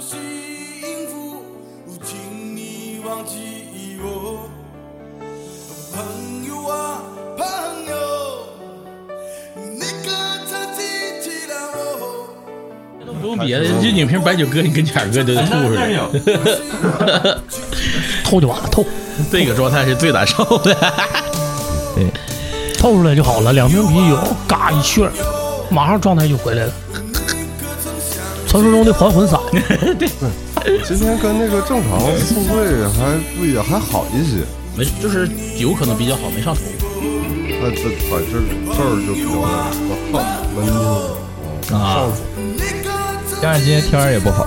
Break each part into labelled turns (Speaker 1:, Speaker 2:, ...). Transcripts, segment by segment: Speaker 1: 幸福，请你忘记我，朋友啊朋友，你可曾记起了我？
Speaker 2: 都不用别的，就你瓶白酒搁你跟前儿搁就吐出来，
Speaker 3: 透就完了，透
Speaker 2: 这个状态是最难受的。
Speaker 3: 透出来就好了。两瓶啤酒，嘎一炫，马上状态就回来了。传说中的还魂散，
Speaker 4: 今天跟那个正常宿醉还不也还好一些，
Speaker 2: 没，就是酒可能比较好，没上头。
Speaker 4: 那这反正这儿就比较哦温度
Speaker 5: 啊
Speaker 4: 上，火。
Speaker 5: 加上今 天天儿也不好，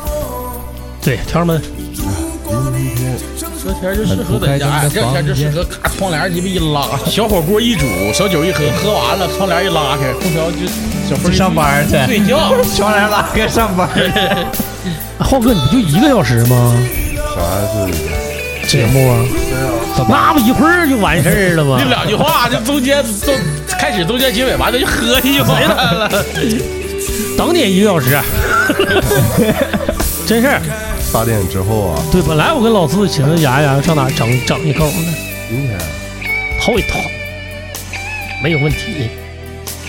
Speaker 3: 对，天儿们，
Speaker 4: 今天
Speaker 2: 这天儿就适合在家，哎
Speaker 5: 很
Speaker 2: 这
Speaker 5: 不开
Speaker 2: 天
Speaker 5: 心的
Speaker 2: 儿就适合咔窗帘儿鸡巴一拉，小火锅一煮，小酒一喝，喝完了窗帘一拉开，空调就小风
Speaker 5: 去上班儿去
Speaker 2: 睡觉。
Speaker 5: 窗帘拉开上班。
Speaker 3: 浩哥，你不就一个小时吗？
Speaker 4: 啥是
Speaker 3: 节目啊，那不一会儿就完事儿了吗
Speaker 2: 就？两句话，就中间中开始中间结尾完了就喝去就完了。
Speaker 3: 等你一个小时， 真事儿。
Speaker 4: 八点之后啊？
Speaker 3: 对，本来我跟老四寻思牙牙上哪整整一口呢，
Speaker 4: 今天啊
Speaker 3: 掏一掏，没有问题。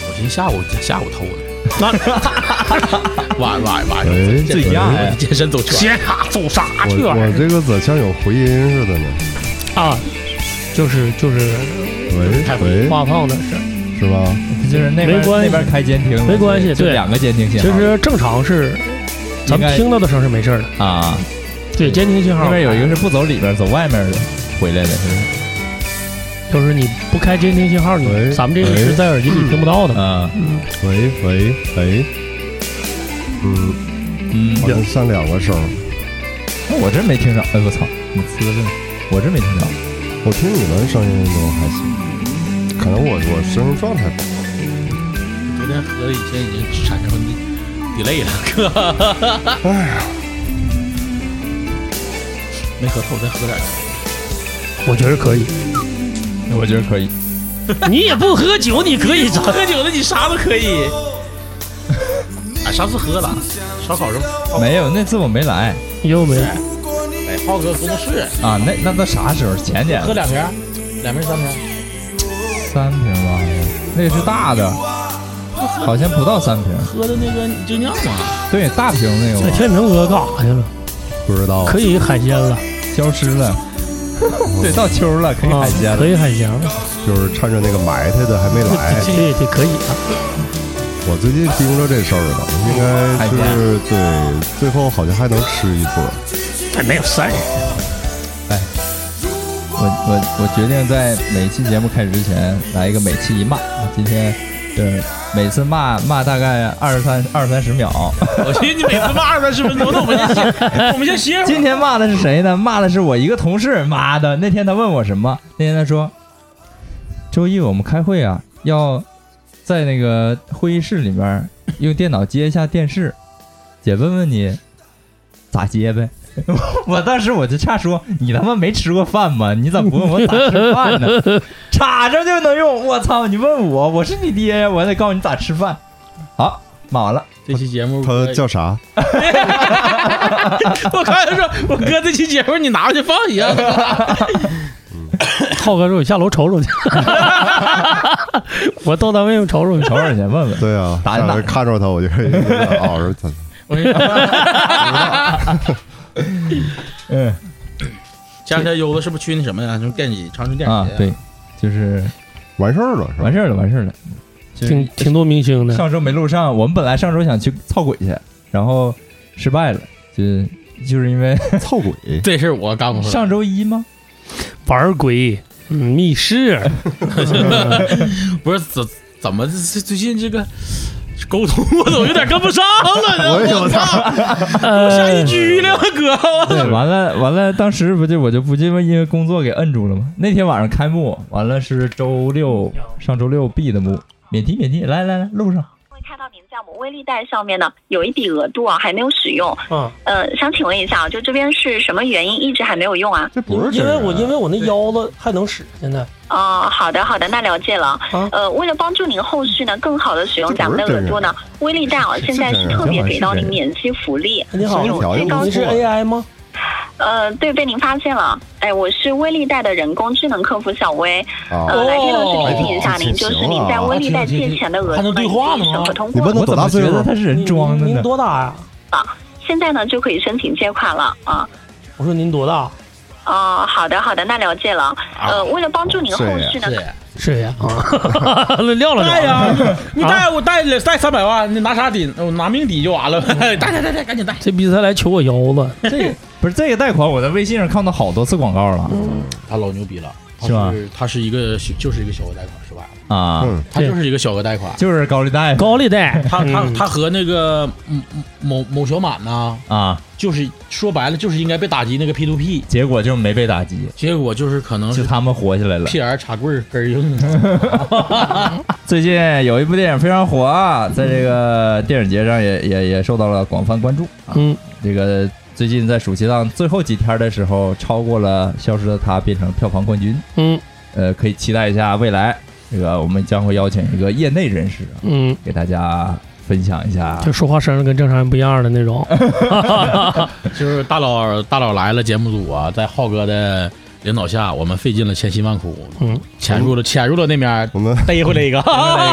Speaker 2: 我寻思下午下午偷的，
Speaker 3: 那
Speaker 2: 晚晚晚
Speaker 4: 哎
Speaker 2: 上
Speaker 4: 醉
Speaker 5: 驾呀
Speaker 2: 健身走圈。
Speaker 3: 斜卡走啥
Speaker 4: 我
Speaker 3: 去玩
Speaker 4: 我这个咋像有回音似的呢？
Speaker 3: 啊？就是就是
Speaker 5: 哎
Speaker 4: 喂喂，
Speaker 3: 发胖的事儿，
Speaker 4: 是吧？
Speaker 5: 就是那边
Speaker 3: 没关系
Speaker 5: 那边开监听，
Speaker 3: 没关系
Speaker 5: 就
Speaker 3: 对
Speaker 5: 两个监听信
Speaker 3: 其
Speaker 5: 号。
Speaker 3: 实正常是咱们
Speaker 5: 应该
Speaker 3: 听到的声是没事儿的。
Speaker 5: 啊，
Speaker 3: 对，监听信号
Speaker 5: 那边有一个，是不走里边儿，走外面的回来的，是不是？
Speaker 3: 就是你不开监听信号，你
Speaker 4: 喂
Speaker 3: 咱们这个是在耳机里听不到的嘛。
Speaker 5: 啊，
Speaker 4: 喂喂喂，嗯，
Speaker 5: 嗯
Speaker 4: 好，像像两个声儿，
Speaker 5: 那我这没听着。哎，我操，你呲了，我这没听着。
Speaker 4: 我听你们声音都还行，可能我我声音状态不好。
Speaker 2: 昨天喝的，以前已经产生 delay 了，哥。
Speaker 4: 哎呀，
Speaker 2: 没喝透，再喝点。
Speaker 3: 我觉得可以，
Speaker 5: 我觉得可以。
Speaker 3: 你也不喝酒，你可以 整。
Speaker 2: 喝酒了，你啥都可以。俺哎上次喝了烧烤肉，
Speaker 5: 没有，那次我没来
Speaker 3: 又没来，
Speaker 2: 哎，浩哥公事，
Speaker 5: 啊。那那那啥时候？前年
Speaker 2: 喝两瓶儿，两瓶儿三瓶儿，
Speaker 5: 三瓶吧，那个是大的，好像不到三瓶。
Speaker 2: 喝的那个精酿嘛。
Speaker 5: 对，大瓶那个
Speaker 3: 那
Speaker 5: 吧
Speaker 3: 天明哥干啥去了？
Speaker 4: 不知道，
Speaker 3: 可以海鲜了，
Speaker 5: 消失了。 对，到秋儿了，可以
Speaker 3: 啊
Speaker 5: 海鲜，了哎
Speaker 3: 可。以海鲜了，
Speaker 4: 就是趁着那个埋汰的还没 来，
Speaker 3: 对对可以啊。
Speaker 4: 我最近盯着这事儿了，应该是对，最后好像还能吃 一波。
Speaker 3: 哎，没有事儿，
Speaker 5: 我我我决定在每期节目开始之前来一个每期一骂。今天就是每次骂骂大概二三二三十秒。
Speaker 2: 我寻思你每次骂二三十分钟，那我们先 歇，我们先 歇会儿。
Speaker 5: 今天骂的是谁呢？骂的是我一个同事。妈的，那天他问我什么？那天他说，周一我们开会啊，要在那个会议室里面用电脑接一下电视。姐问问你咋接呗？ 我当时我就差说，你他妈没吃过饭吗？你咋不问我咋吃饭呢？插上就能用。我操！你问我，我是你爹呀，我还得告诉你咋吃饭。好，骂 完了。
Speaker 2: 这期节目
Speaker 4: 他叫啥？
Speaker 2: 我刚才说，我哥这期节目你拿回去放一下。
Speaker 3: 浩哥说：“我下楼瞅瞅 去。”我到单位我瞅瞅去。
Speaker 5: 瞅瞅去，问问。
Speaker 4: 对啊，
Speaker 5: 打打
Speaker 4: 下回看着他我就哦嗷着他。
Speaker 2: 我跟你说，
Speaker 5: 嗯。
Speaker 2: 前两天悠子是不是去那什么呀？就是电影长春电
Speaker 5: 啊
Speaker 2: 影节，，
Speaker 5: 对，就是
Speaker 4: 完事儿了是吧
Speaker 5: 完？事儿了，完事儿了。就
Speaker 3: 挺
Speaker 5: 是
Speaker 3: 挺多明星的，
Speaker 5: 上周没录上，我们本来上周想去操鬼去，然后失败了，就就是因为
Speaker 4: 凑鬼，
Speaker 2: 这事儿我
Speaker 4: 嗯
Speaker 2: 干不出来。
Speaker 5: 上周一吗？
Speaker 3: 玩鬼、嗯密室，
Speaker 2: 不是怎怎么这最近这个 沟通我怎么有点跟不上了？
Speaker 4: 我也有
Speaker 2: 我操，我下一
Speaker 3: 呃，
Speaker 2: 局了，哥，
Speaker 5: 对，完了完了，当时不就我就不就因为工作给摁住了吗？那天晚上开幕，完了是周六，上周六闭的幕，免提免提，来来来，录上，
Speaker 6: 看到您在我们微粒贷上面呢有一笔额度啊还没有使用，
Speaker 3: 嗯
Speaker 7: 啊，
Speaker 6: 呃，想请问一下啊，就这边是什么原因一直还没有用啊？
Speaker 4: 这不是
Speaker 7: 因
Speaker 4: 真
Speaker 7: 为
Speaker 4: 人啊
Speaker 7: 我因为我那腰子还能使，现在
Speaker 6: 哦，好的好的，那了解了
Speaker 7: 啊。
Speaker 6: 呃，为了帮助您后续呢更好的使用咱们的额度呢，微粒贷啊现在是特别给到您免息福利。
Speaker 7: 你好，
Speaker 4: 声音调
Speaker 6: 最
Speaker 4: 音
Speaker 6: 高
Speaker 7: 你是 AI 吗？
Speaker 6: 呃，对，被您发现了。哎，我是微粒贷的人工智能客服小薇。呃，
Speaker 4: 啊！
Speaker 6: 来电老
Speaker 2: 哦
Speaker 6: 师提醒一下您，就是您在微粒贷借钱的额度
Speaker 2: 还能对话呢吗
Speaker 6: 审核通
Speaker 4: 你
Speaker 6: 过
Speaker 4: 问他多
Speaker 5: 我怎
Speaker 4: 大
Speaker 5: 么
Speaker 4: 岁
Speaker 5: 觉
Speaker 4: 数啊
Speaker 5: 得？他是人装的
Speaker 7: 您您
Speaker 5: 呢？
Speaker 7: 多大呀？
Speaker 6: 啊，现在呢就可以申请借款了啊。
Speaker 7: 我说您多大？
Speaker 6: 哦，好的好的，那了解了。呃，为了帮助您后续呢，
Speaker 2: 对，
Speaker 7: 是呀，啊，撂了
Speaker 2: 带
Speaker 7: 就完了。
Speaker 2: 呀，你带我带带三百万，你拿啥抵？我拿命抵就完了呗， 带带带带，赶紧带。
Speaker 7: 这逼他来求我腰子，
Speaker 5: 这个不是这个贷款，我在微信上看到好多次广告了
Speaker 7: 嗯
Speaker 2: 他老牛逼了，他
Speaker 5: 是吧？
Speaker 2: 他是一个就是一个小额贷款是吧？
Speaker 5: 啊，
Speaker 4: 嗯，
Speaker 2: 他就是一个小额贷款。
Speaker 5: 就是高利贷
Speaker 7: 高利贷，
Speaker 2: 他他
Speaker 7: 嗯
Speaker 2: 他和那个嗯某某小满呐，
Speaker 5: 啊，
Speaker 2: 就是说白了就是应该被打击那个 P to P，
Speaker 5: 结果就是没被打击，
Speaker 2: 结果就是可
Speaker 4: 嗯
Speaker 2: 能
Speaker 5: 是
Speaker 2: 是
Speaker 5: 他们活下来了。
Speaker 2: 屁眼儿插棍儿根儿硬。
Speaker 5: 最近有一部电影非常火啊，在这个电影节上也也也受到了广泛关注啊。
Speaker 7: 嗯，
Speaker 5: 这个最近在暑期档最后几天的时候，超过了《消失的她》，变成票房冠军。
Speaker 7: 嗯
Speaker 5: 呃，可以期待一下未来，这个我们将会邀请一个业内人士啊
Speaker 7: 嗯，
Speaker 5: 给大家分享一下。
Speaker 7: 就说话声儿跟正常人不一样的那 种。
Speaker 2: 就是大佬大佬来了节目组啊，在浩哥的领导下，我们费尽了千辛万苦，
Speaker 7: 嗯，
Speaker 2: 潜入了潜入了那面儿
Speaker 4: 我们
Speaker 2: 逮回来 一个，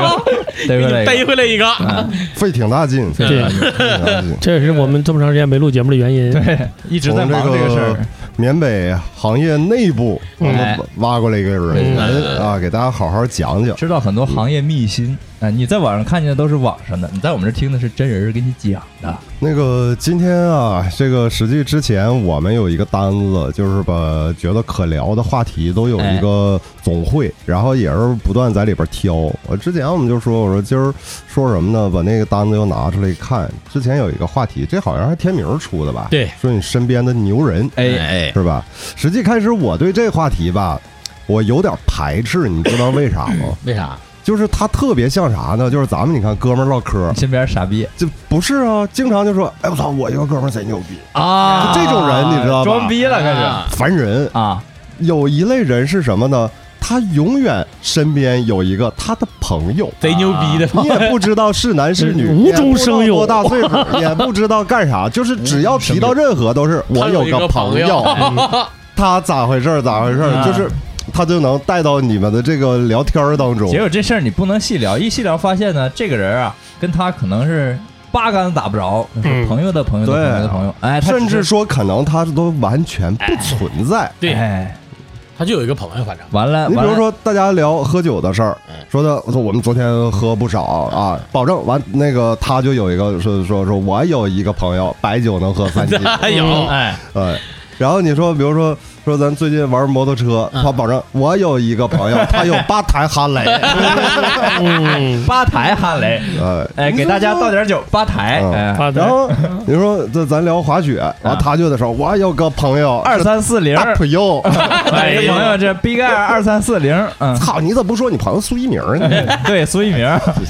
Speaker 5: 对不对？
Speaker 2: 逮回来一个。
Speaker 5: 啊
Speaker 4: 费挺大劲，费
Speaker 7: 对，
Speaker 4: 挺大劲。
Speaker 7: 这也是我们这么长时间没录节目的原因。
Speaker 5: 对，一直在忙
Speaker 4: 从这
Speaker 5: 这
Speaker 4: 个
Speaker 5: 个事儿。
Speaker 4: 缅北行业内部，我们
Speaker 5: 哎嗯
Speaker 4: 挖过来一个人啊，给大家好好讲讲。
Speaker 5: 知道很多行业秘辛啊，你在网上看见的都是网上的，你在我们这听的是真人给你讲的。
Speaker 4: 那个今天啊，这个实际之前我们有一个单子，就是把觉得可聊的话题都有一个总会，然后也是不断在里边挑。我之前我们就说，我说今儿说什么呢？把那个单子又拿出来一看，之前有一个话题，这好像是天明儿出的吧？
Speaker 2: 对，
Speaker 4: 说你身边的牛人，
Speaker 5: 哎，
Speaker 2: 哎，
Speaker 4: 是吧？实际开始我对这话题吧，我有点排斥，你知道为啥吗？
Speaker 2: 为啥？
Speaker 4: 就是它特别像啥呢？就是咱们你看哥们儿唠嗑，
Speaker 5: 身边傻逼
Speaker 4: 就不是啊，经常就说，哎我操，我一个哥们儿贼牛逼，
Speaker 5: 啊
Speaker 4: 就这种人你知道吧
Speaker 5: 装逼了开始
Speaker 2: 啊
Speaker 4: 烦人。
Speaker 5: 啊，
Speaker 4: 有一类人是什么呢？他永远身边有一个他的朋友，
Speaker 2: 贼牛逼的，
Speaker 4: 你也不知道是男是女，
Speaker 7: 无中生有
Speaker 4: 也不知道多大岁数也不知道干啥，就是只要提到任何都是我有
Speaker 2: 嗯他有一个
Speaker 4: 朋
Speaker 2: 朋
Speaker 4: 友
Speaker 2: 友，
Speaker 4: 嗯 他咋回事儿咋回事儿，
Speaker 5: 嗯
Speaker 4: 就是他就能带到你们的这个聊天儿当中
Speaker 5: 结。果这事儿你不能细聊，一细聊发现呢，这个人啊，跟他可能是八竿子打不着，
Speaker 7: 嗯
Speaker 5: 是朋友的朋友的
Speaker 4: 对啊
Speaker 5: 朋友的朋友，哎，他
Speaker 4: 甚
Speaker 5: 只
Speaker 4: 至
Speaker 5: 是
Speaker 4: 说，可能他都完全不存在。
Speaker 2: 对
Speaker 5: 哎，
Speaker 2: 他就有一个朋友，反正
Speaker 5: 完了，
Speaker 4: 你比
Speaker 5: 完
Speaker 4: 如
Speaker 5: 了，
Speaker 4: 说，大家聊喝酒的事儿，
Speaker 5: 哎
Speaker 4: 说的我说我们昨天喝不少啊，保证完那个他就有一个说说说我有一个朋友白酒能喝三斤，
Speaker 2: 哎有
Speaker 5: 哎，
Speaker 4: 哎，然后你说，比如说说咱最近玩摩托车，
Speaker 5: 嗯
Speaker 4: 他保证我有一个朋友，他 有八台哈雷，
Speaker 5: 哎
Speaker 7: 嗯，
Speaker 5: 吧台哈雷，
Speaker 4: 哎
Speaker 5: 哎，给大家倒。点酒，吧台，
Speaker 4: 嗯
Speaker 5: 哎，
Speaker 7: 好
Speaker 4: 然
Speaker 7: 的，
Speaker 4: 后你说这咱聊滑雪，然后他就得说，我有个朋友
Speaker 5: 啊二三四零，
Speaker 4: 大朋友，
Speaker 5: 哎，朋友这逼盖二三四零，嗯，
Speaker 4: 操，你怎么不说你朋友苏一鸣 呢？
Speaker 5: 对，苏一 鸣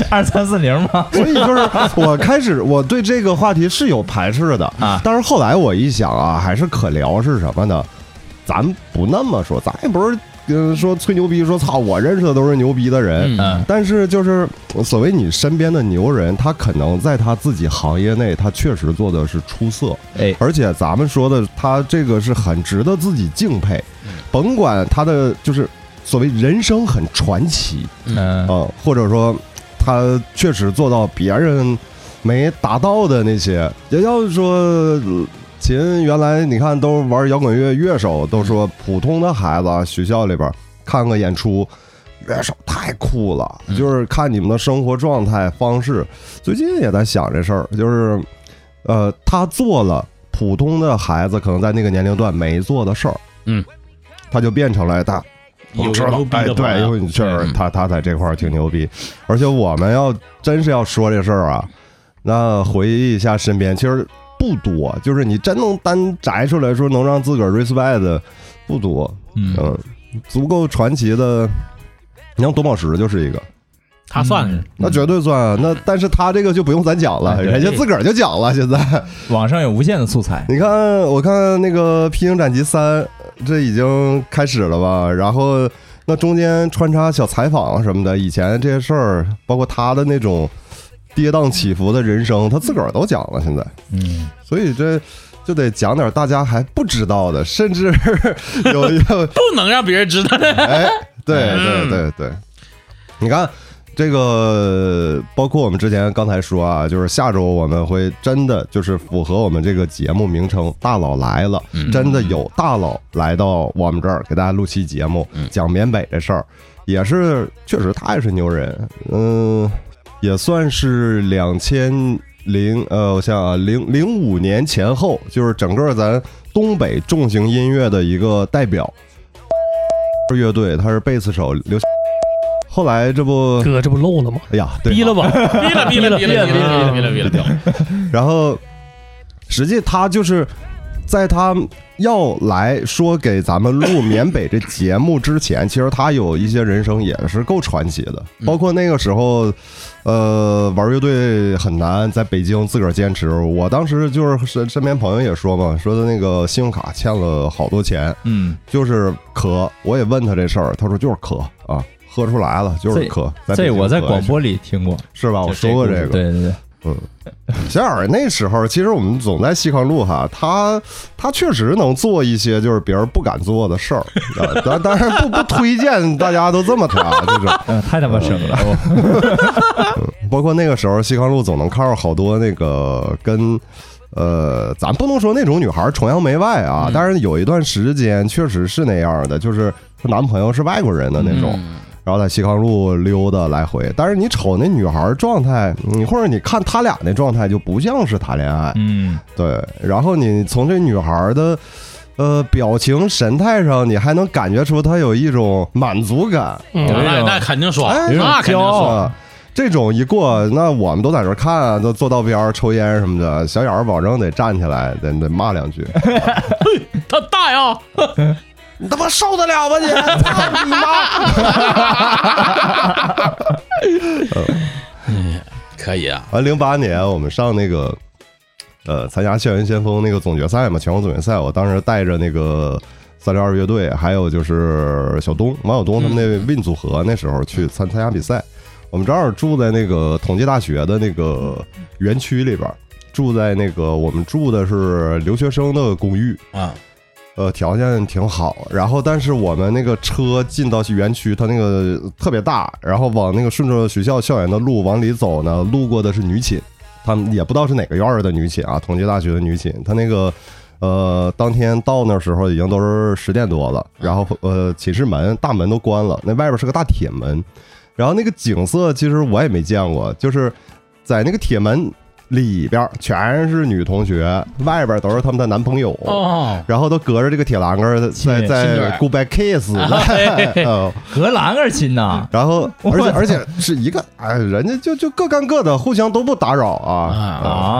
Speaker 5: 二三四零嘛，
Speaker 4: 所以就是我开始我对这个话题是有排斥的
Speaker 5: 啊
Speaker 4: 但是后来我一想啊，还是可聊是什么呢？咱不那么说，咱也不是呃说吹牛逼，说操我认识的都是牛逼的人，
Speaker 5: 嗯，
Speaker 4: 但是就是呃所谓你身边的牛人，他可能在他自己行业内，他确实做的是出色，
Speaker 5: 哎，
Speaker 4: 而且咱们说的他这个是很值得自己敬佩，
Speaker 5: 嗯
Speaker 4: 甭管他的就是所谓人生很传奇
Speaker 5: 嗯
Speaker 4: 啊、，或者说他确实做到别人没达到的那些，也要说。呃秦原来你看都玩摇滚乐乐手，都说普通的孩子
Speaker 2: 嗯
Speaker 4: 啊学校里边看个演出，乐手太酷了，
Speaker 2: 嗯
Speaker 4: 就是看你们的生活状态方式。最近也在想这事儿，就是，呃，他做了普通的孩子可能在那个年龄段没做的事儿，
Speaker 2: 嗯，
Speaker 4: 他就变成了大。
Speaker 2: 有
Speaker 4: 我知
Speaker 2: 个
Speaker 4: 道
Speaker 2: 牛逼，
Speaker 4: 哎，
Speaker 2: 的朋
Speaker 4: 对，因为
Speaker 2: 友，
Speaker 4: 你确实
Speaker 2: 嗯
Speaker 4: 他他在这块儿挺牛逼，而且我们要真是要说这事儿啊，那回忆一下身边，其实不多，就是你真能单摘出来说能让自个儿 respect 的不多，
Speaker 5: 嗯
Speaker 4: 嗯，足够传奇的，你像董宝石就是一个，
Speaker 2: 他算是
Speaker 4: 那绝对算啊。那但是他这个就不用咱讲了，
Speaker 5: 哎对
Speaker 4: 人家自个儿就讲了。现在
Speaker 5: 网上有无限的素材。
Speaker 4: 你看，我看那个《披荆斩棘三》，这已经开始了吧？然后那中间穿插小采访什么的，以前这些事儿，包括他的那种跌宕起伏的人生，他自个儿都讲了。现在，
Speaker 5: 嗯，
Speaker 4: 所以这。就得讲点大家还不知道的，甚至有有
Speaker 2: 不能让别人知道的。
Speaker 4: 哎，对对
Speaker 2: 嗯
Speaker 4: 对对，你看这个，包括我们之前刚才说啊，就是下周我们会真的就是符合我们这个节目名称《大佬来了》，
Speaker 2: 嗯
Speaker 4: 嗯真的有大佬来到我们这儿给大家录期节目，讲缅北的事儿，也是确实他也是牛人，嗯，也算是两千。零呃，我想想啊，零零五年前后，就是整个咱东北重型音乐的一个代表，乐队，他是贝斯手刘。后来这不，
Speaker 7: 哥，这不漏了吗？
Speaker 4: 哎呀，对
Speaker 7: 逼了吧？
Speaker 2: 逼了逼 了逼了逼了逼了逼了逼了！
Speaker 4: 然后，实际他就是在他要来说给咱们录缅北这节目之前，其实他有一些人生也是够传奇的，包括那个时候，呃，玩乐队很难，在北京自个儿坚持。我当时就是身身边朋友也说嘛，说的那个信用卡欠了好多钱，
Speaker 5: 嗯，
Speaker 4: 就是咳。我也问他这事儿，他说就是咳啊。喝出来了，就是咳。北
Speaker 5: 这
Speaker 4: 京
Speaker 5: 我在
Speaker 4: 咳
Speaker 5: 广播里听过，
Speaker 4: 是吧？我
Speaker 5: 就
Speaker 4: 说过
Speaker 5: 故
Speaker 4: 这
Speaker 5: 事
Speaker 4: 个。
Speaker 5: 对对对，
Speaker 4: 小小儿那时候，其实我们总在西康路哈，他他确实能做一些就是别人不敢做的事儿。啊当当然不不推荐大家都这么他啊这种。
Speaker 5: 嗯，太他妈省了，
Speaker 4: 包括那个时候，西康路总能看到好多那个跟。呃，咱不能说那种女孩崇洋媚外啊，但是有一段时间确实是那样的，就是她男朋友是外国人的那种，然后在西康路溜达来回。但是你瞅那女孩状态，你或者你看他俩那状态，就不像是谈恋爱，
Speaker 5: 嗯，
Speaker 4: 对，然后你从这女孩的呃表情神态上，你还能感觉出她有一种满足感，
Speaker 7: 嗯，
Speaker 2: 那那肯定爽，
Speaker 4: 哎，
Speaker 2: 那肯定
Speaker 4: 骄
Speaker 2: 爽。
Speaker 4: 傲。这种一过，那我们都在这看啊，都坐道边儿抽烟什么的，小眼儿保证得站起来，得得骂两句。
Speaker 2: 他大呀，
Speaker 4: 你他妈受得了吗 你？操你妈！
Speaker 2: 可以啊，
Speaker 4: 完零八年我们上那个呃参加校园先锋那个总决赛嘛，全国总决赛，我当时带着那个三六二乐队，还有就是小东王晓东他们那 Win 组合，那时候去参参加比赛。我们正好住在那个同济大学的那个园区里边儿，住在那个我们住的是留学生的公寓，
Speaker 2: 啊，
Speaker 4: 呃，条件挺好，然后但是我们那个车进到园区，它那个特别大，然后往那个顺着学校校园的路往里走呢，路过的是女寝，他们也不知道是哪个院儿的女寝啊，同济大学的女寝，他那个呃，当天到那时候已经都是十点多了，然后呃，寝室门大门都关了，那外边是个大铁门，然后那个景色其实我也没见过，就是在那个铁门里边儿全是女同学，外边都是他们的男朋友
Speaker 2: 哦，
Speaker 4: 然后都隔着这个铁栏杆儿在
Speaker 5: 亲啊
Speaker 2: 亲嘴
Speaker 4: 在
Speaker 2: 儿
Speaker 4: goodbye kiss，嗯
Speaker 5: 荷兰二亲呐，
Speaker 4: 然后而
Speaker 5: 我
Speaker 4: 且
Speaker 5: 操
Speaker 4: 而且是一个哎，人家就就各干各的，互相都不打扰啊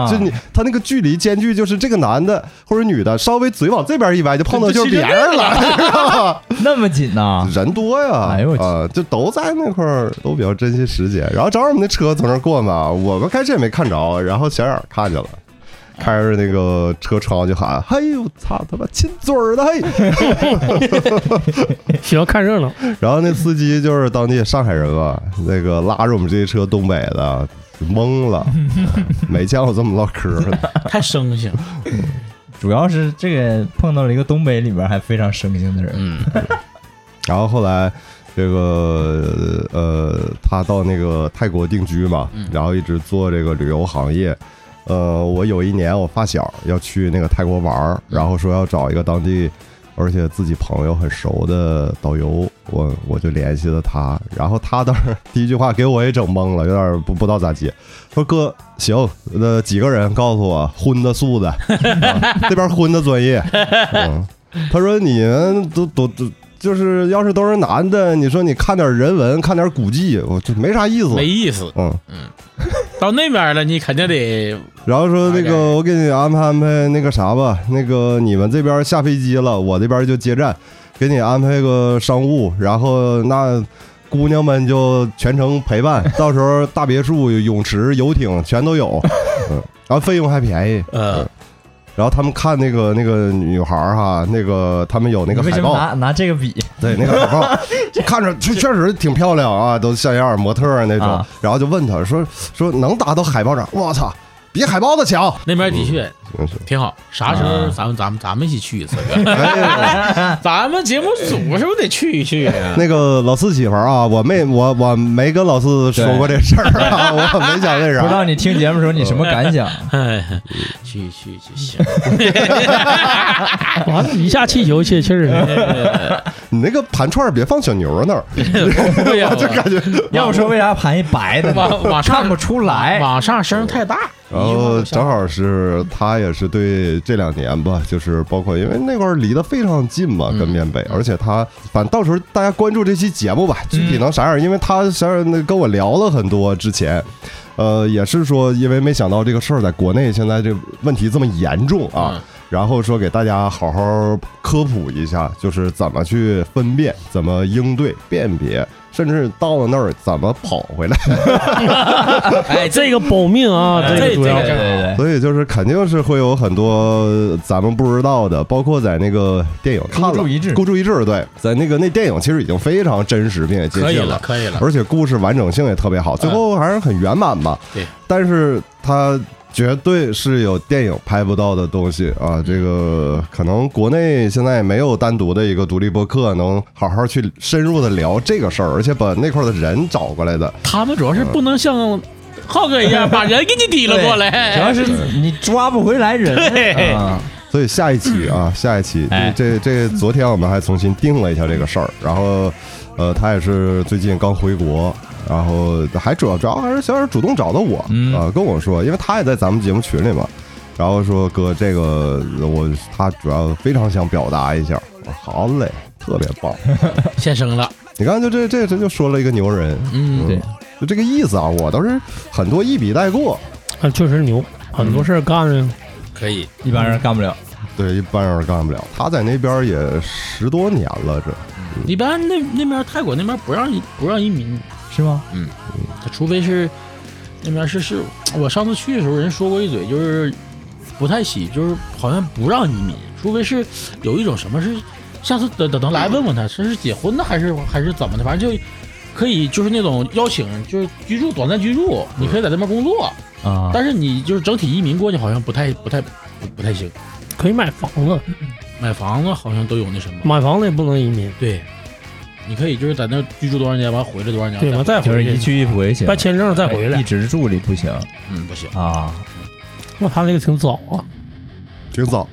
Speaker 5: 啊
Speaker 4: 就你他那个距离间距就是这个男的或者女的稍微嘴往这边一歪就碰到就是别人了，你知道吗？
Speaker 5: 那么紧呐，
Speaker 4: 人多呀，
Speaker 5: 啊哎呦我去
Speaker 4: 啊，就都在那块儿，都比较珍惜时间。然后正好我们那车从那儿过嘛，我们开车也没看着，然后小眼儿看见了。开着那个车窗就喊：“嘿呦，操他妈亲嘴儿的嘿！”
Speaker 7: 喜欢看热闹，
Speaker 4: 然后那司机就是当地上海人嘛，那个拉着我们这一车东北的，懵了，没见过这么唠嗑的。
Speaker 2: 太生性，
Speaker 5: 主要是这个碰到了一个东北里边还非常生性的人，
Speaker 2: 嗯，
Speaker 4: 然后后来这个呃，他到那个泰国定居嘛，然后一直做这个旅游行业。呃，我有一年我发小要去那个泰国玩儿，然后说要找一个当地，而且自己朋友很熟的导游，我我就联系了他，然后他当时 第一句话给我也整懵了，有点不不知道咋接，说哥行，那几个人告诉我荤的素 的，啊这边荤的专业，嗯他说你们都都都就是要是都是男的，你说你看点人文，看点古迹，我就没啥意思。
Speaker 2: 没意思。
Speaker 4: 嗯，
Speaker 2: 到那边了，你肯定得
Speaker 4: 然后
Speaker 5: 哎
Speaker 4: 说那
Speaker 2: 大概
Speaker 4: 个，我给你安排安排那个啥吧，那个你们这边下飞机了，我这边就接站，给你安排个商务，然后那。姑娘们就全程陪伴， 到时候大别墅、泳池、游艇全都有，嗯，然后费用还便宜。
Speaker 2: 呃，
Speaker 4: 然后他们看那个那个女孩儿哈，那个他们有那
Speaker 5: 你
Speaker 4: 个
Speaker 5: 为
Speaker 4: 海
Speaker 5: 什么
Speaker 4: 报，
Speaker 5: 拿拿这个比？
Speaker 4: 对，那个海报 看着确确实挺漂亮啊，都像样儿模特儿那种。
Speaker 5: 啊
Speaker 4: 然后就问他说说能达到海报展，我操，比海报子强。
Speaker 2: 那边的确
Speaker 4: 真是
Speaker 2: 挺好，啥时候
Speaker 5: 啊
Speaker 2: 咱们咱们咱们一起去一次？哥
Speaker 4: 嗯 哎 呦
Speaker 2: 咱们节目组是不是得去一去呀？
Speaker 4: 那个老四媳妇儿啊，我没我我没跟老四说过这事儿 啊，我没想那
Speaker 5: 不知
Speaker 4: 啥。
Speaker 5: 道你听节目的时候你什么感 想？
Speaker 4: 嗯
Speaker 2: 哎，去去去，行。
Speaker 7: 完了，一下气球泄气儿了。
Speaker 4: 你那个盘串儿别放小牛儿那儿，
Speaker 2: 对呀，
Speaker 4: 就 感觉
Speaker 5: 要不说为啥盘一白的呢？
Speaker 2: 往往上
Speaker 5: 看不出来。
Speaker 2: 往上声太大，
Speaker 4: 然后正好是他也是对这两年吧，就是包括因为那块儿离得非常近嘛，
Speaker 2: 嗯
Speaker 4: 跟缅北，而且他反正到时候大家关注这期节目吧，具
Speaker 2: 嗯
Speaker 4: 体能啥样？因为他啥样那跟我聊了很多之前。呃，也是说，因为没想到这个事儿在国内现在这问题这么严重啊，
Speaker 2: 嗯
Speaker 4: 然后说给大家好好科普一下，就是怎么去分辨、怎么应对、辨别，甚至到了那儿怎么跑回来。
Speaker 7: 哎，这个保命啊，
Speaker 2: 哎
Speaker 7: 这个
Speaker 2: 这
Speaker 7: 主要
Speaker 2: 这
Speaker 5: 对对 对，
Speaker 4: 所以就是肯定是会有很多咱们不知道的，包括在那个电影看了《
Speaker 5: 孤注一掷
Speaker 4: 孤注一掷对，在那个那电影其实已经非常真实并且接
Speaker 2: 可以
Speaker 4: 近
Speaker 2: 了，，可以了。
Speaker 4: 而且故事完整性也特别好，最后还是很圆满吧。
Speaker 2: 对，
Speaker 4: 但是它绝对是有电影拍不到的东西啊！这个可能国内现在没有单独的一个独立播客能好好去深入的聊这个事儿，而且把那块儿的人找过来的。
Speaker 2: 他们主要是不能像浩哥一样把人给你提了过来，
Speaker 5: 主要是你抓不回来人。
Speaker 2: 对
Speaker 5: 啊
Speaker 4: 所以下一期啊，下一期
Speaker 5: 哎
Speaker 4: 这这这昨天我们还重新定了一下这个事儿，然后呃，他也是最近刚回国，然后还主要主要还是小冉主动找的我啊、
Speaker 5: 嗯
Speaker 4: 跟我说，因为他也在咱们节目群里嘛，然后说哥这个呃我他主要非常想表达一下，我说好嘞，特别棒，
Speaker 2: 现生了。
Speaker 4: 你看就这这这就说了一个牛人，
Speaker 2: 嗯，
Speaker 5: 对，
Speaker 4: 就这个意思啊，我倒是很多一笔带过，
Speaker 7: 啊，确实牛，很多事儿干着。
Speaker 2: 可以。
Speaker 5: 一般人干不了。
Speaker 4: 对一般人干不了，他在那边也十多年了这。
Speaker 2: 一般那那边泰国那边不让移不让移民，
Speaker 5: 是吗？
Speaker 2: 他除非是那边是是，我上次去的时候人说过一嘴，就是不太喜，就是好像不让移民，除非是有一种什么是，下次等等他来问问他，这是结婚的还是还是怎么的，反正就可以就是那种邀请，就是居住短暂居住，你可以在那边工作，
Speaker 7: 嗯
Speaker 5: 啊，
Speaker 2: 但是你就是整体移民过去好像不太不太不不太行，
Speaker 7: 可以买房子，
Speaker 2: 买房子好像都有那什么，
Speaker 7: 买房子也不能移民，
Speaker 2: 对，你可以就是在那居住多少年，完回来多少年，
Speaker 7: 对吧？再
Speaker 5: 就是
Speaker 7: 回
Speaker 5: 一
Speaker 7: 去，
Speaker 5: 去一回行，
Speaker 7: 办签证再回
Speaker 5: 一
Speaker 2: 哎
Speaker 7: 来。
Speaker 5: 直住里不行
Speaker 2: 嗯，不行，
Speaker 5: 啊。
Speaker 7: 那他这个挺早啊，
Speaker 4: 挺早，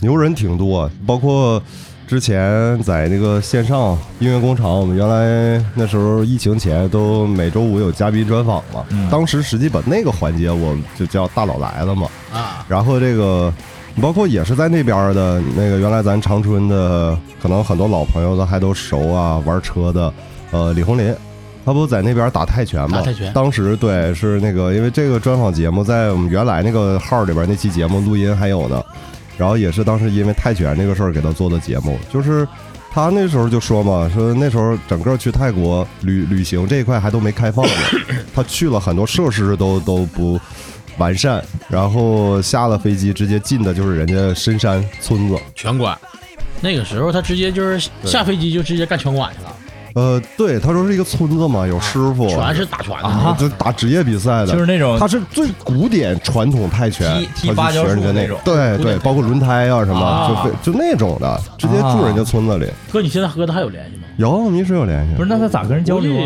Speaker 4: 牛人挺多，包括之前在那个线上音乐工厂，我们原来那时候疫情前都每周五有嘉宾专访嘛，
Speaker 5: 嗯
Speaker 4: 当时实际把那个环节我们就叫大佬来了嘛，
Speaker 2: 啊，
Speaker 4: 然后这个。包括也是在那边的那个，原来咱长春的，可能很多老朋友都还都熟啊，玩车的，呃，李红林，他不在那边打泰拳吗？
Speaker 2: 打泰拳
Speaker 4: 当时对是那个，因为这个专访节目在我们原来那个号里边那期节目录音还有呢，然后也是当时因为泰拳这个事儿给他做的节目，就是他那时候就说嘛，说那时候整个去泰国旅旅行这一块还都没开放呢，他去了很多设施都都不完善，然后下了飞机直接进的就是人家深山村子，
Speaker 2: 全管。那个时候他直接就是
Speaker 4: 对
Speaker 2: 下飞机就直接干拳馆去了，
Speaker 4: 呃，对，他说是一个村子嘛，有师傅，
Speaker 2: 全是打拳的
Speaker 5: 啊
Speaker 4: 就打职业比赛的，
Speaker 5: 就是那种
Speaker 4: 它是最古典传统泰拳，
Speaker 5: 踢
Speaker 4: 它
Speaker 5: 踢
Speaker 4: 就
Speaker 5: 芭蕉
Speaker 4: 学
Speaker 5: 树
Speaker 4: 人家
Speaker 5: 那种
Speaker 4: 对
Speaker 2: 古
Speaker 4: 对
Speaker 2: 典，
Speaker 4: 包括轮胎啊什么，
Speaker 2: 啊
Speaker 4: 就非就那种的，直接住人家村子里。
Speaker 2: 哥，你现在和他还有联系吗？
Speaker 4: 有，你是有联系，
Speaker 5: 啊不是那他咋跟人交流啊？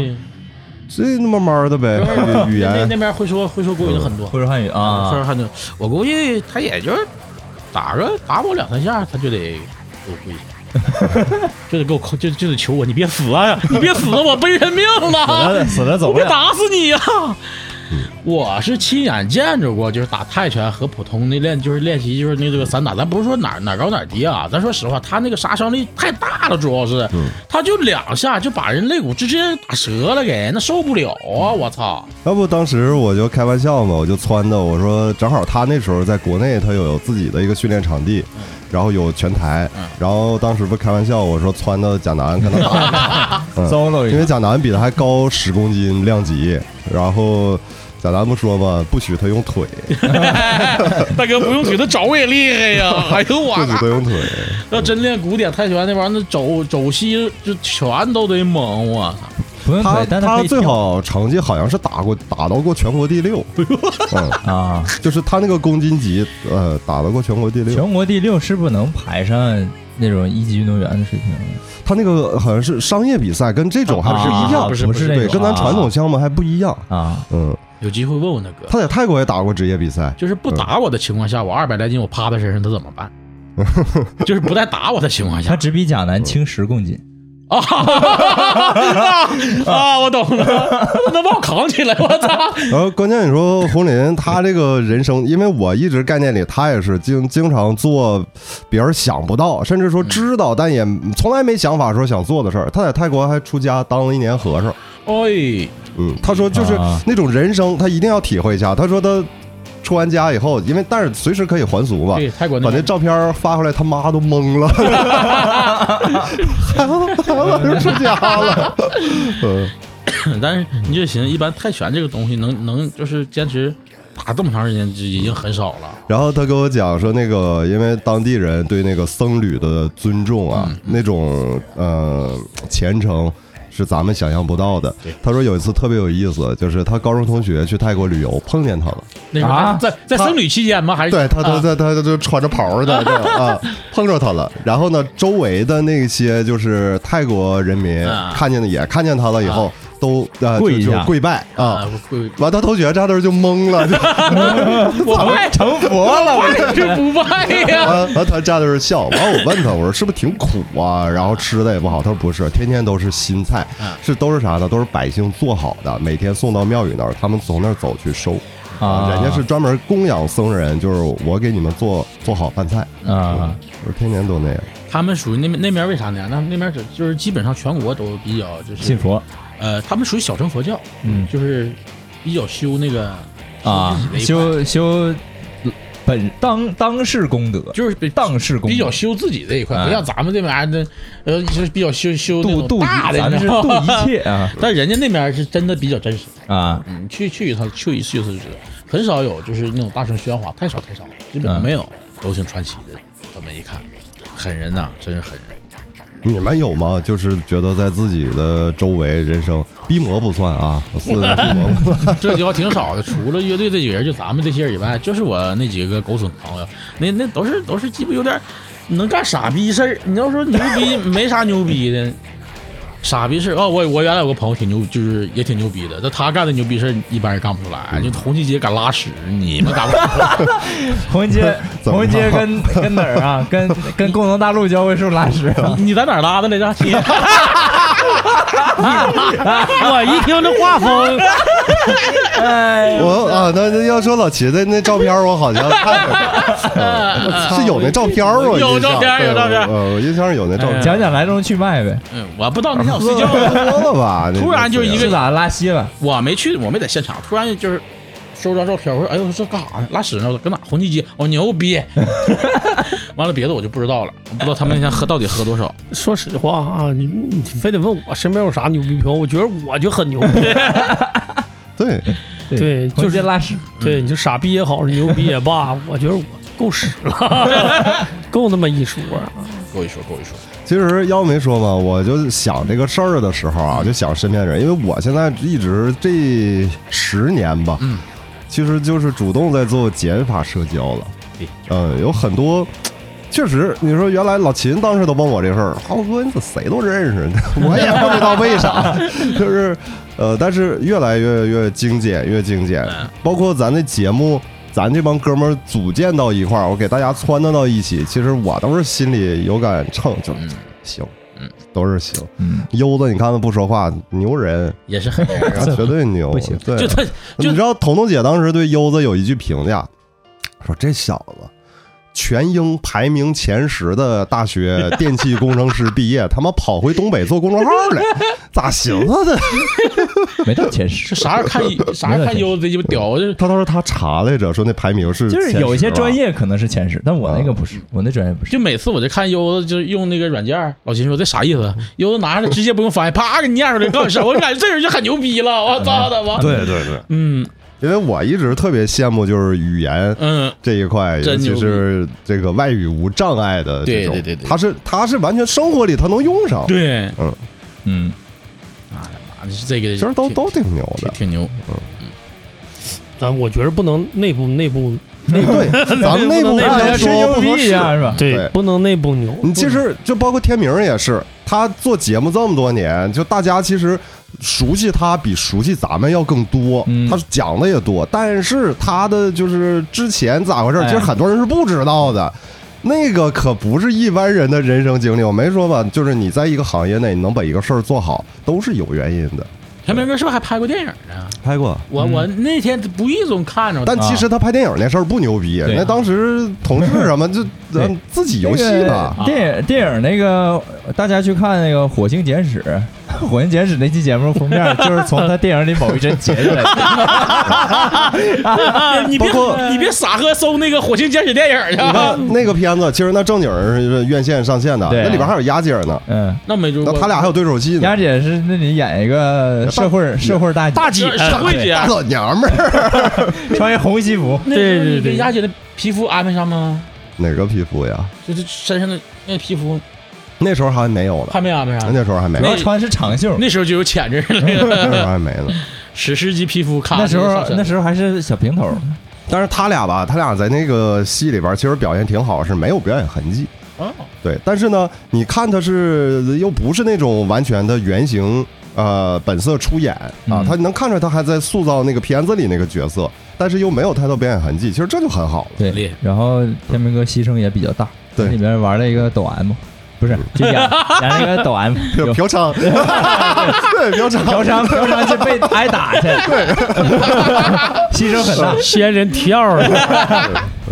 Speaker 4: 所以那慢慢的呗，哎语语
Speaker 2: 那
Speaker 4: 言
Speaker 2: 那边会说会说国语的很多，
Speaker 5: 会说汉语
Speaker 2: 会
Speaker 5: 啊
Speaker 2: 说？汉语。我估计他也就是打个打我两三下，他就得给我跪下，就得给我扣，就就得求我，你别死啊，你别死，我背人命了。
Speaker 5: 死了走
Speaker 2: 我会。打死你呀、嗯我是亲眼见着过，就是打泰拳和普通的练，就是练习，就是那这个散打。咱不是说哪儿哪儿高哪儿低啊，咱说实话，他那个杀伤力太大了，主要是，他就两下就把人肋骨直接打折了给，那受不了啊！我操，
Speaker 4: 要不当时我就开玩笑嘛，我就撺掇我说，正好他那时候在国内，他有自己的一个训练场地，然后有拳台，然后当时不开玩笑我说撺掇贾楠跟他打一架，
Speaker 5: 嗯 solo 一
Speaker 4: 因为
Speaker 5: 个，
Speaker 4: 贾南比他还高十公斤量级，然后贾南不说嘛，不许他用腿，
Speaker 2: 大哥不用腿，他肘也厉害呀！ 哎呦我
Speaker 4: 不许
Speaker 2: 操
Speaker 4: 他！用腿，
Speaker 2: 要真练古典泰拳那玩意儿，那肘肘膝就全都得猛，我操！
Speaker 5: 不用
Speaker 4: 他
Speaker 5: 腿，但它
Speaker 4: 他
Speaker 5: 可以
Speaker 4: 最
Speaker 5: 跳
Speaker 4: 好成绩好像是打过打到过全国第六，嗯，
Speaker 5: 啊。
Speaker 4: 就是他那个公斤级，呃，打到过全国第六。
Speaker 5: 全国第六是不能排上那种一级运动员的水平的，
Speaker 4: 他那个好像是商业比赛，跟这种还不一
Speaker 5: 啊
Speaker 4: 样，
Speaker 5: 不是
Speaker 4: 不
Speaker 5: 不是那
Speaker 4: 对，
Speaker 5: 种
Speaker 4: 跟咱
Speaker 5: 啊
Speaker 4: 传统项目还不一样。
Speaker 5: 啊。
Speaker 4: 嗯，
Speaker 2: 有机会问问他哥，
Speaker 4: 他在泰国也打过职业比 赛，
Speaker 2: 就是不打我的情况下，我二百来斤我趴他身上，他怎么 办？就是不带打我的情况
Speaker 5: 他
Speaker 2: 下
Speaker 5: 只比贾南轻十公斤，
Speaker 2: 啊啊！我懂了，能把我扛起来，我操！
Speaker 4: 然后关键你说红林他这个人生，因为我一直概念里他也是经经常做别人想不到，甚至说知道但也从来没想法说想做的事儿。他在泰国还出家当了一年和尚，
Speaker 2: 哎，
Speaker 4: 嗯，他说就是
Speaker 5: 啊
Speaker 4: 那种人生，他一定要体会一下。他说他出完家以后，因为但是随时可以还俗吧，
Speaker 2: 对，泰国
Speaker 4: 把
Speaker 2: 那
Speaker 4: 那
Speaker 2: 边
Speaker 4: 照片发回来，他妈都懵了， 孩子孩子出家了，嗯，
Speaker 2: 但是你就寻思，一般泰拳这个东西能能就是坚持打这么长时间，就已经很少了。
Speaker 4: 然后他跟我讲说，那个因为当地人对那个僧侣的尊重啊，那种呃虔诚是咱们想象不到的。他说有一次特别有意思，就是他高中同学去泰国旅游，碰见他了。
Speaker 2: 那时候
Speaker 5: 啊
Speaker 2: 在在僧侣期间吗？还是
Speaker 4: 对他，他
Speaker 2: 啊
Speaker 4: 他他他就穿着袍儿在这儿啊，碰着他了。然后呢，周围的那些就是泰国人民
Speaker 2: 啊
Speaker 4: 看见的也看见他了以后，都呃就
Speaker 5: 跪
Speaker 4: 就
Speaker 5: 下
Speaker 4: 跪拜啊
Speaker 2: 啊。，跪
Speaker 4: 完，他同学扎堆就懵了，就
Speaker 2: 我拜
Speaker 5: 成佛了，
Speaker 2: 是不拜呀？
Speaker 4: 完完，他家的人笑。完，我问他，我说是不是挺苦啊？然后吃的也不好。他说不是，天天都是新菜
Speaker 2: 啊，
Speaker 4: 是都是啥呢？都是百姓做好的，每天送到庙宇那儿，他们从那儿走去收。
Speaker 5: 啊，
Speaker 4: 人家是专门供养僧人，就是我给你们做做好饭菜。
Speaker 5: 啊，
Speaker 4: 我说天天都那样。
Speaker 2: 他们属于那边那边为啥呢？那那边就就是基本上全国都比较就是
Speaker 5: 信佛，
Speaker 2: 呃，他们属于小乘佛教，
Speaker 5: 嗯
Speaker 2: 就是比较修那个
Speaker 5: 啊，
Speaker 2: 修自己那一块
Speaker 5: 修修本当当世功德，
Speaker 2: 就是比
Speaker 5: 当世功德
Speaker 2: 比较修自己这一块，
Speaker 5: 哎
Speaker 2: 不像咱们这边儿的，呃，就是比较修修那
Speaker 5: 度
Speaker 2: 种
Speaker 5: 度一，
Speaker 2: 大的，
Speaker 5: 咱
Speaker 2: 你
Speaker 5: 们是
Speaker 2: 知道
Speaker 5: 度一
Speaker 2: 吗？
Speaker 5: 切啊
Speaker 2: 但人家那边儿是真的比较真实，
Speaker 5: 啊
Speaker 2: 嗯，去去一趟，去一次就知道，很少有就是那种大声喧哗，太少太少，基本上
Speaker 5: 嗯
Speaker 2: 没有。都挺传奇的，咱们一看，狠人呐，真是狠人。
Speaker 4: 你们有吗？就是觉得在自己的周围人生逼魔不算啊，四逼魔不算。
Speaker 2: 这句话挺少的，除了乐队这几个人，就咱们这些人以外，就是我那几个狗损朋友，那那都是都是鸡巴有点儿能干傻逼事儿。你要说牛逼，没啥牛逼的，傻逼事儿。哦，我我原来有个朋友挺牛，就是也挺牛逼的，但他干的牛逼事儿一般人干不出来，就红旗街敢拉屎，你们干不出来。
Speaker 5: 红旗街，
Speaker 4: 怎么
Speaker 5: 红旗街
Speaker 4: 了
Speaker 5: 跟跟哪儿 啊？跟跟工农大陆交汇处拉屎了。
Speaker 2: 你在哪儿拉的来着？
Speaker 7: 我一听这画风，
Speaker 5: 哎，
Speaker 4: 我啊，那那要说老齐的那照片儿，我好像看着是有那照片儿，我
Speaker 2: 有
Speaker 4: 印象
Speaker 2: 照片儿有
Speaker 4: 对
Speaker 2: 照片儿
Speaker 4: 我呃，我印象是有那照片儿。
Speaker 5: 讲讲来龙去脉呗，
Speaker 2: 嗯，我不知道那天我睡觉，
Speaker 4: 喝了吧？
Speaker 2: 突然就一个
Speaker 5: 是咋拉稀了？
Speaker 2: 我没去，我没在现场，突然就是收张照片，我说哎呦这干啥呢？拉屎呢？我说搁哪？红旗街，我、牛逼！ 完了别的我就不知道了，不知道他们那天喝到底喝多少。
Speaker 7: 说实话啊，你你非得问我身边有啥牛逼朋友，我觉得我就很牛逼。
Speaker 4: 对，
Speaker 7: 对，
Speaker 5: 红
Speaker 7: 就
Speaker 5: 旗街
Speaker 7: 是
Speaker 5: 拉屎，
Speaker 7: 对，你就傻逼也好，牛逼也罢，我觉得我够使了， 够那么一说啊。
Speaker 2: 够一说，够一说。
Speaker 4: 其实要没说嘛，我就想这个事儿的时候
Speaker 2: 嗯
Speaker 4: 啊，就想身边人，因为我现在一直这十年吧，
Speaker 2: 嗯
Speaker 4: 其实就是主动在做减法社交了
Speaker 2: 对。
Speaker 4: 嗯，有很多。确实，你说原来老秦当时都问我这事儿，浩哥你咋谁都认识呢？ 我也不知道 为啥，就是呃，但是越来越越精简，越精简
Speaker 2: 嗯。
Speaker 4: 包括咱的节目，咱这帮哥们儿组建到一块儿，我给大家撺掇到一起，其实我都是心里有杆秤，就
Speaker 2: 嗯，
Speaker 4: 行，
Speaker 2: 嗯，
Speaker 4: 都是行。
Speaker 5: 嗯，
Speaker 4: 悠子，你看他不说话，牛 人，
Speaker 2: 也是很
Speaker 4: 绝 对牛。
Speaker 5: 不行
Speaker 4: 对，
Speaker 2: 就他
Speaker 4: 你知道彤彤姐当时对悠子有一句评价，说这小子全英排名前十的大 学电气工程师毕业，他妈跑回东北做公众号 来，咋啊寻思的？
Speaker 5: 没到前十
Speaker 2: 这。啥时候 看啥时候看优这鸡巴屌这
Speaker 4: 他当时他查来着，说那排名是
Speaker 5: 就是
Speaker 4: 嗯前
Speaker 5: 有一些
Speaker 4: 10吧
Speaker 5: 专业可能是前十，但我那个不是，我那专业不是。
Speaker 2: 就每次我就看优子，就是用那个软件儿，老秦说这啥意思？优子拿着直接不用翻译，啪给你念出来，告诉你啥，我感觉这人就很牛逼了，我操他
Speaker 5: 啊
Speaker 2: 妈！
Speaker 4: 对对对，
Speaker 2: 嗯
Speaker 4: 因为我一直特别羡慕就是语言
Speaker 2: 嗯，
Speaker 4: 这一块，尤
Speaker 2: 真牛逼
Speaker 4: 其是这个外语无障碍的这
Speaker 2: 对
Speaker 4: 种，
Speaker 2: 对对对
Speaker 4: 他是他是完全生活里他能用上，
Speaker 2: 对，
Speaker 5: 嗯，
Speaker 2: 啊，是这个
Speaker 4: 其实都
Speaker 2: 挺
Speaker 4: 都挺牛
Speaker 2: 挺
Speaker 4: 的。
Speaker 2: 挺牛，
Speaker 7: 咱我觉得不能内部内部
Speaker 4: 嗯对，咱们内部
Speaker 7: 那
Speaker 5: 那
Speaker 7: 不
Speaker 5: 好
Speaker 4: 来
Speaker 5: 像吹
Speaker 4: 说
Speaker 5: 牛
Speaker 4: 不合
Speaker 5: 逼一
Speaker 4: 适。
Speaker 5: 样是吧？
Speaker 7: 对
Speaker 4: 对
Speaker 7: 不能内部牛。
Speaker 4: 你其实就包括天明也是，他做节目这么多年，就大家其实熟悉他比熟悉咱们要更多，
Speaker 5: 嗯
Speaker 4: 他讲的也多，但是他的就是之前咋回事，
Speaker 5: 哎
Speaker 4: 其实很多人是不知道的。那个可不是一般人的人生经历，我没说吧，就是你在一个行业内，你能把一个事儿做好，都是有原因的。
Speaker 2: 田明哥是不是还拍过电影呢？
Speaker 4: 拍过，
Speaker 2: 我我那天不意中看着，
Speaker 4: 嗯但其实他拍电影那事儿不牛逼，
Speaker 5: 啊对
Speaker 4: 那当时同事什么就
Speaker 5: 对
Speaker 4: 嗯自己游戏
Speaker 5: 那个
Speaker 4: 吧，
Speaker 5: 电影电影那个，大家去看那个《火星简史》， 《火星简史》那期节目封面就是从他电影里某一帧截下来的。
Speaker 2: 啊，你别
Speaker 4: 包括
Speaker 2: 你别傻呵搜那个《火星简史》电影去
Speaker 4: 你
Speaker 2: 啊，
Speaker 4: 看那个片子，其实那正经是院线上线的，
Speaker 5: 对啊
Speaker 4: 那里边还有押解呢，
Speaker 5: 嗯，
Speaker 2: 那没准
Speaker 4: 那他俩还有对手戏呢
Speaker 5: 丫。姐是那里演一个社会社会大姐，
Speaker 2: 大姐啊社会姐
Speaker 4: 呃大老娘们儿，
Speaker 5: 穿一红西服，
Speaker 2: 那
Speaker 7: 对对
Speaker 2: 你
Speaker 7: 对
Speaker 2: 给丫姐的皮肤安排上吗？
Speaker 4: 哪个皮肤呀？
Speaker 2: 就是身上的那皮肤
Speaker 4: 那时候还没有呢，
Speaker 2: 还没安排
Speaker 5: 啊
Speaker 2: 上，
Speaker 4: 那时候还没
Speaker 5: 主
Speaker 4: 有，
Speaker 5: 要穿的是长袖。
Speaker 2: 那时候就有潜质了。
Speaker 4: 那时候还没呢。
Speaker 2: 史诗级皮肤，咔
Speaker 5: 那时候
Speaker 2: 上身
Speaker 5: 那时候还是小平头，
Speaker 4: 但是他俩吧，他俩在那个戏里边其实表现挺好，是没有表演痕迹。
Speaker 2: 哦
Speaker 4: 对，但是呢，你看他是又不是那种完全的原型，呃，本色出演啊
Speaker 5: 嗯，
Speaker 4: 他能看出来他还在塑造那个片子里那个角色，但是又没有太多表演痕迹，其实这就很好了。
Speaker 5: 对
Speaker 2: 厉害，
Speaker 5: 然后天明哥牺牲也比较大，
Speaker 4: 对
Speaker 5: 里面玩了一个抖 M，不是就演演了一个抖 M，
Speaker 4: 嫖嫖 娼，对嫖娼，
Speaker 5: 嫖娼嫖娼去被挨打去，牺牲很大，
Speaker 7: 仙人跳了，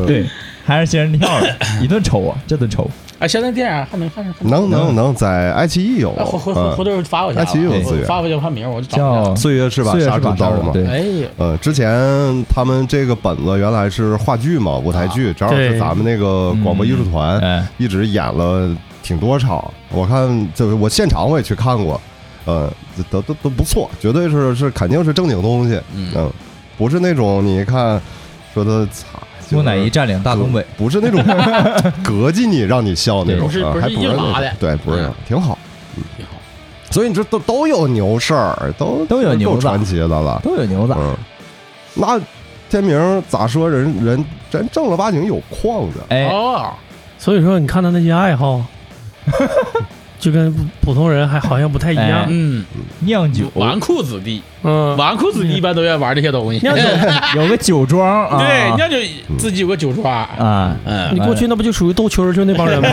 Speaker 5: 对，还是仙人跳了，一顿抽啊，这顿抽，
Speaker 2: 哎，现在电影还能看上？
Speaker 4: 能能能，在爱奇艺有，
Speaker 5: 啊
Speaker 2: 哎回回回回头
Speaker 4: 嗯，
Speaker 2: 发我一下
Speaker 4: 爱
Speaker 2: 吧，
Speaker 4: 奇艺有资源
Speaker 2: 发我一下，我看名儿我就找
Speaker 5: 叫
Speaker 2: 一下。
Speaker 4: 岁月是把
Speaker 5: 岁月
Speaker 4: 杀
Speaker 5: 是把
Speaker 4: 猪刀
Speaker 5: 杀猪
Speaker 4: 嘛，
Speaker 5: 对
Speaker 2: 哎呀，
Speaker 4: 呃，之前他们这个本子原来是话剧嘛，舞台剧，正好是
Speaker 7: 对
Speaker 4: 咱们那个广播艺术团
Speaker 5: 哎，
Speaker 4: 一直演了挺多场，我看就是我现场我也去看过，呃，都都都不错，绝对是是肯定是正经东西，
Speaker 2: 嗯
Speaker 4: 嗯，不是那种你一看说他擦
Speaker 5: 木乃伊占领大东北，，
Speaker 4: 不是那种膈应你让你笑那
Speaker 5: 对
Speaker 4: 种，
Speaker 2: 不是
Speaker 4: 啊
Speaker 2: 不是
Speaker 4: 还不是
Speaker 2: 硬
Speaker 4: 那
Speaker 2: 拉的
Speaker 4: 种对，不是那种，挺好。嗯
Speaker 2: 挺好，
Speaker 4: 所以你这都都有牛事儿，都
Speaker 5: 都有牛
Speaker 4: 够
Speaker 5: 子
Speaker 4: 传奇的了。
Speaker 5: 都有牛仔，
Speaker 4: 嗯，那天明咋说人？人真正儿八经有矿的，
Speaker 5: 哎，
Speaker 2: 哦，
Speaker 7: 所以说你看他那些爱好， 就跟普通人还好像不太一样。
Speaker 2: 嗯，
Speaker 5: 酿酒，
Speaker 2: 纨绔子弟，
Speaker 7: 嗯，
Speaker 2: 纨绔子弟一般都愿意玩这些东西。
Speaker 7: 酿酒
Speaker 5: 有个酒庄啊，
Speaker 2: 对，那就自己有个酒庄，
Speaker 5: 啊，
Speaker 2: 嗯
Speaker 7: 你，过去那不就属于斗蛐儿，就那帮人吗？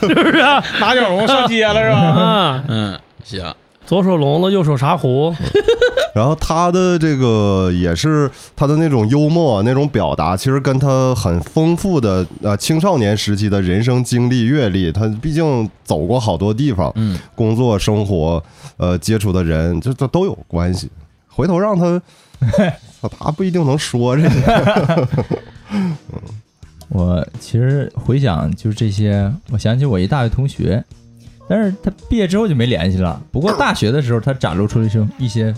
Speaker 7: 是不是啊？
Speaker 2: 拿酒笼上街了是吧？
Speaker 7: 啊，
Speaker 2: 嗯，行，
Speaker 7: 左手聋子，右手茶壶，
Speaker 4: 然后他的这个也是他的那种幽默、那种表达，其实跟他很丰富的呃青少年时期的人生经历、阅历，他毕竟走过好多地方，
Speaker 2: 嗯，
Speaker 4: 工作、生活，呃，接触的人，这这都有关系。回头让他，他不一定能说这个，
Speaker 5: 我其实回想就是这些，我想起我一大学同学，但是他毕业之后就没联系了。不过大学的时候，他展露出了一些一些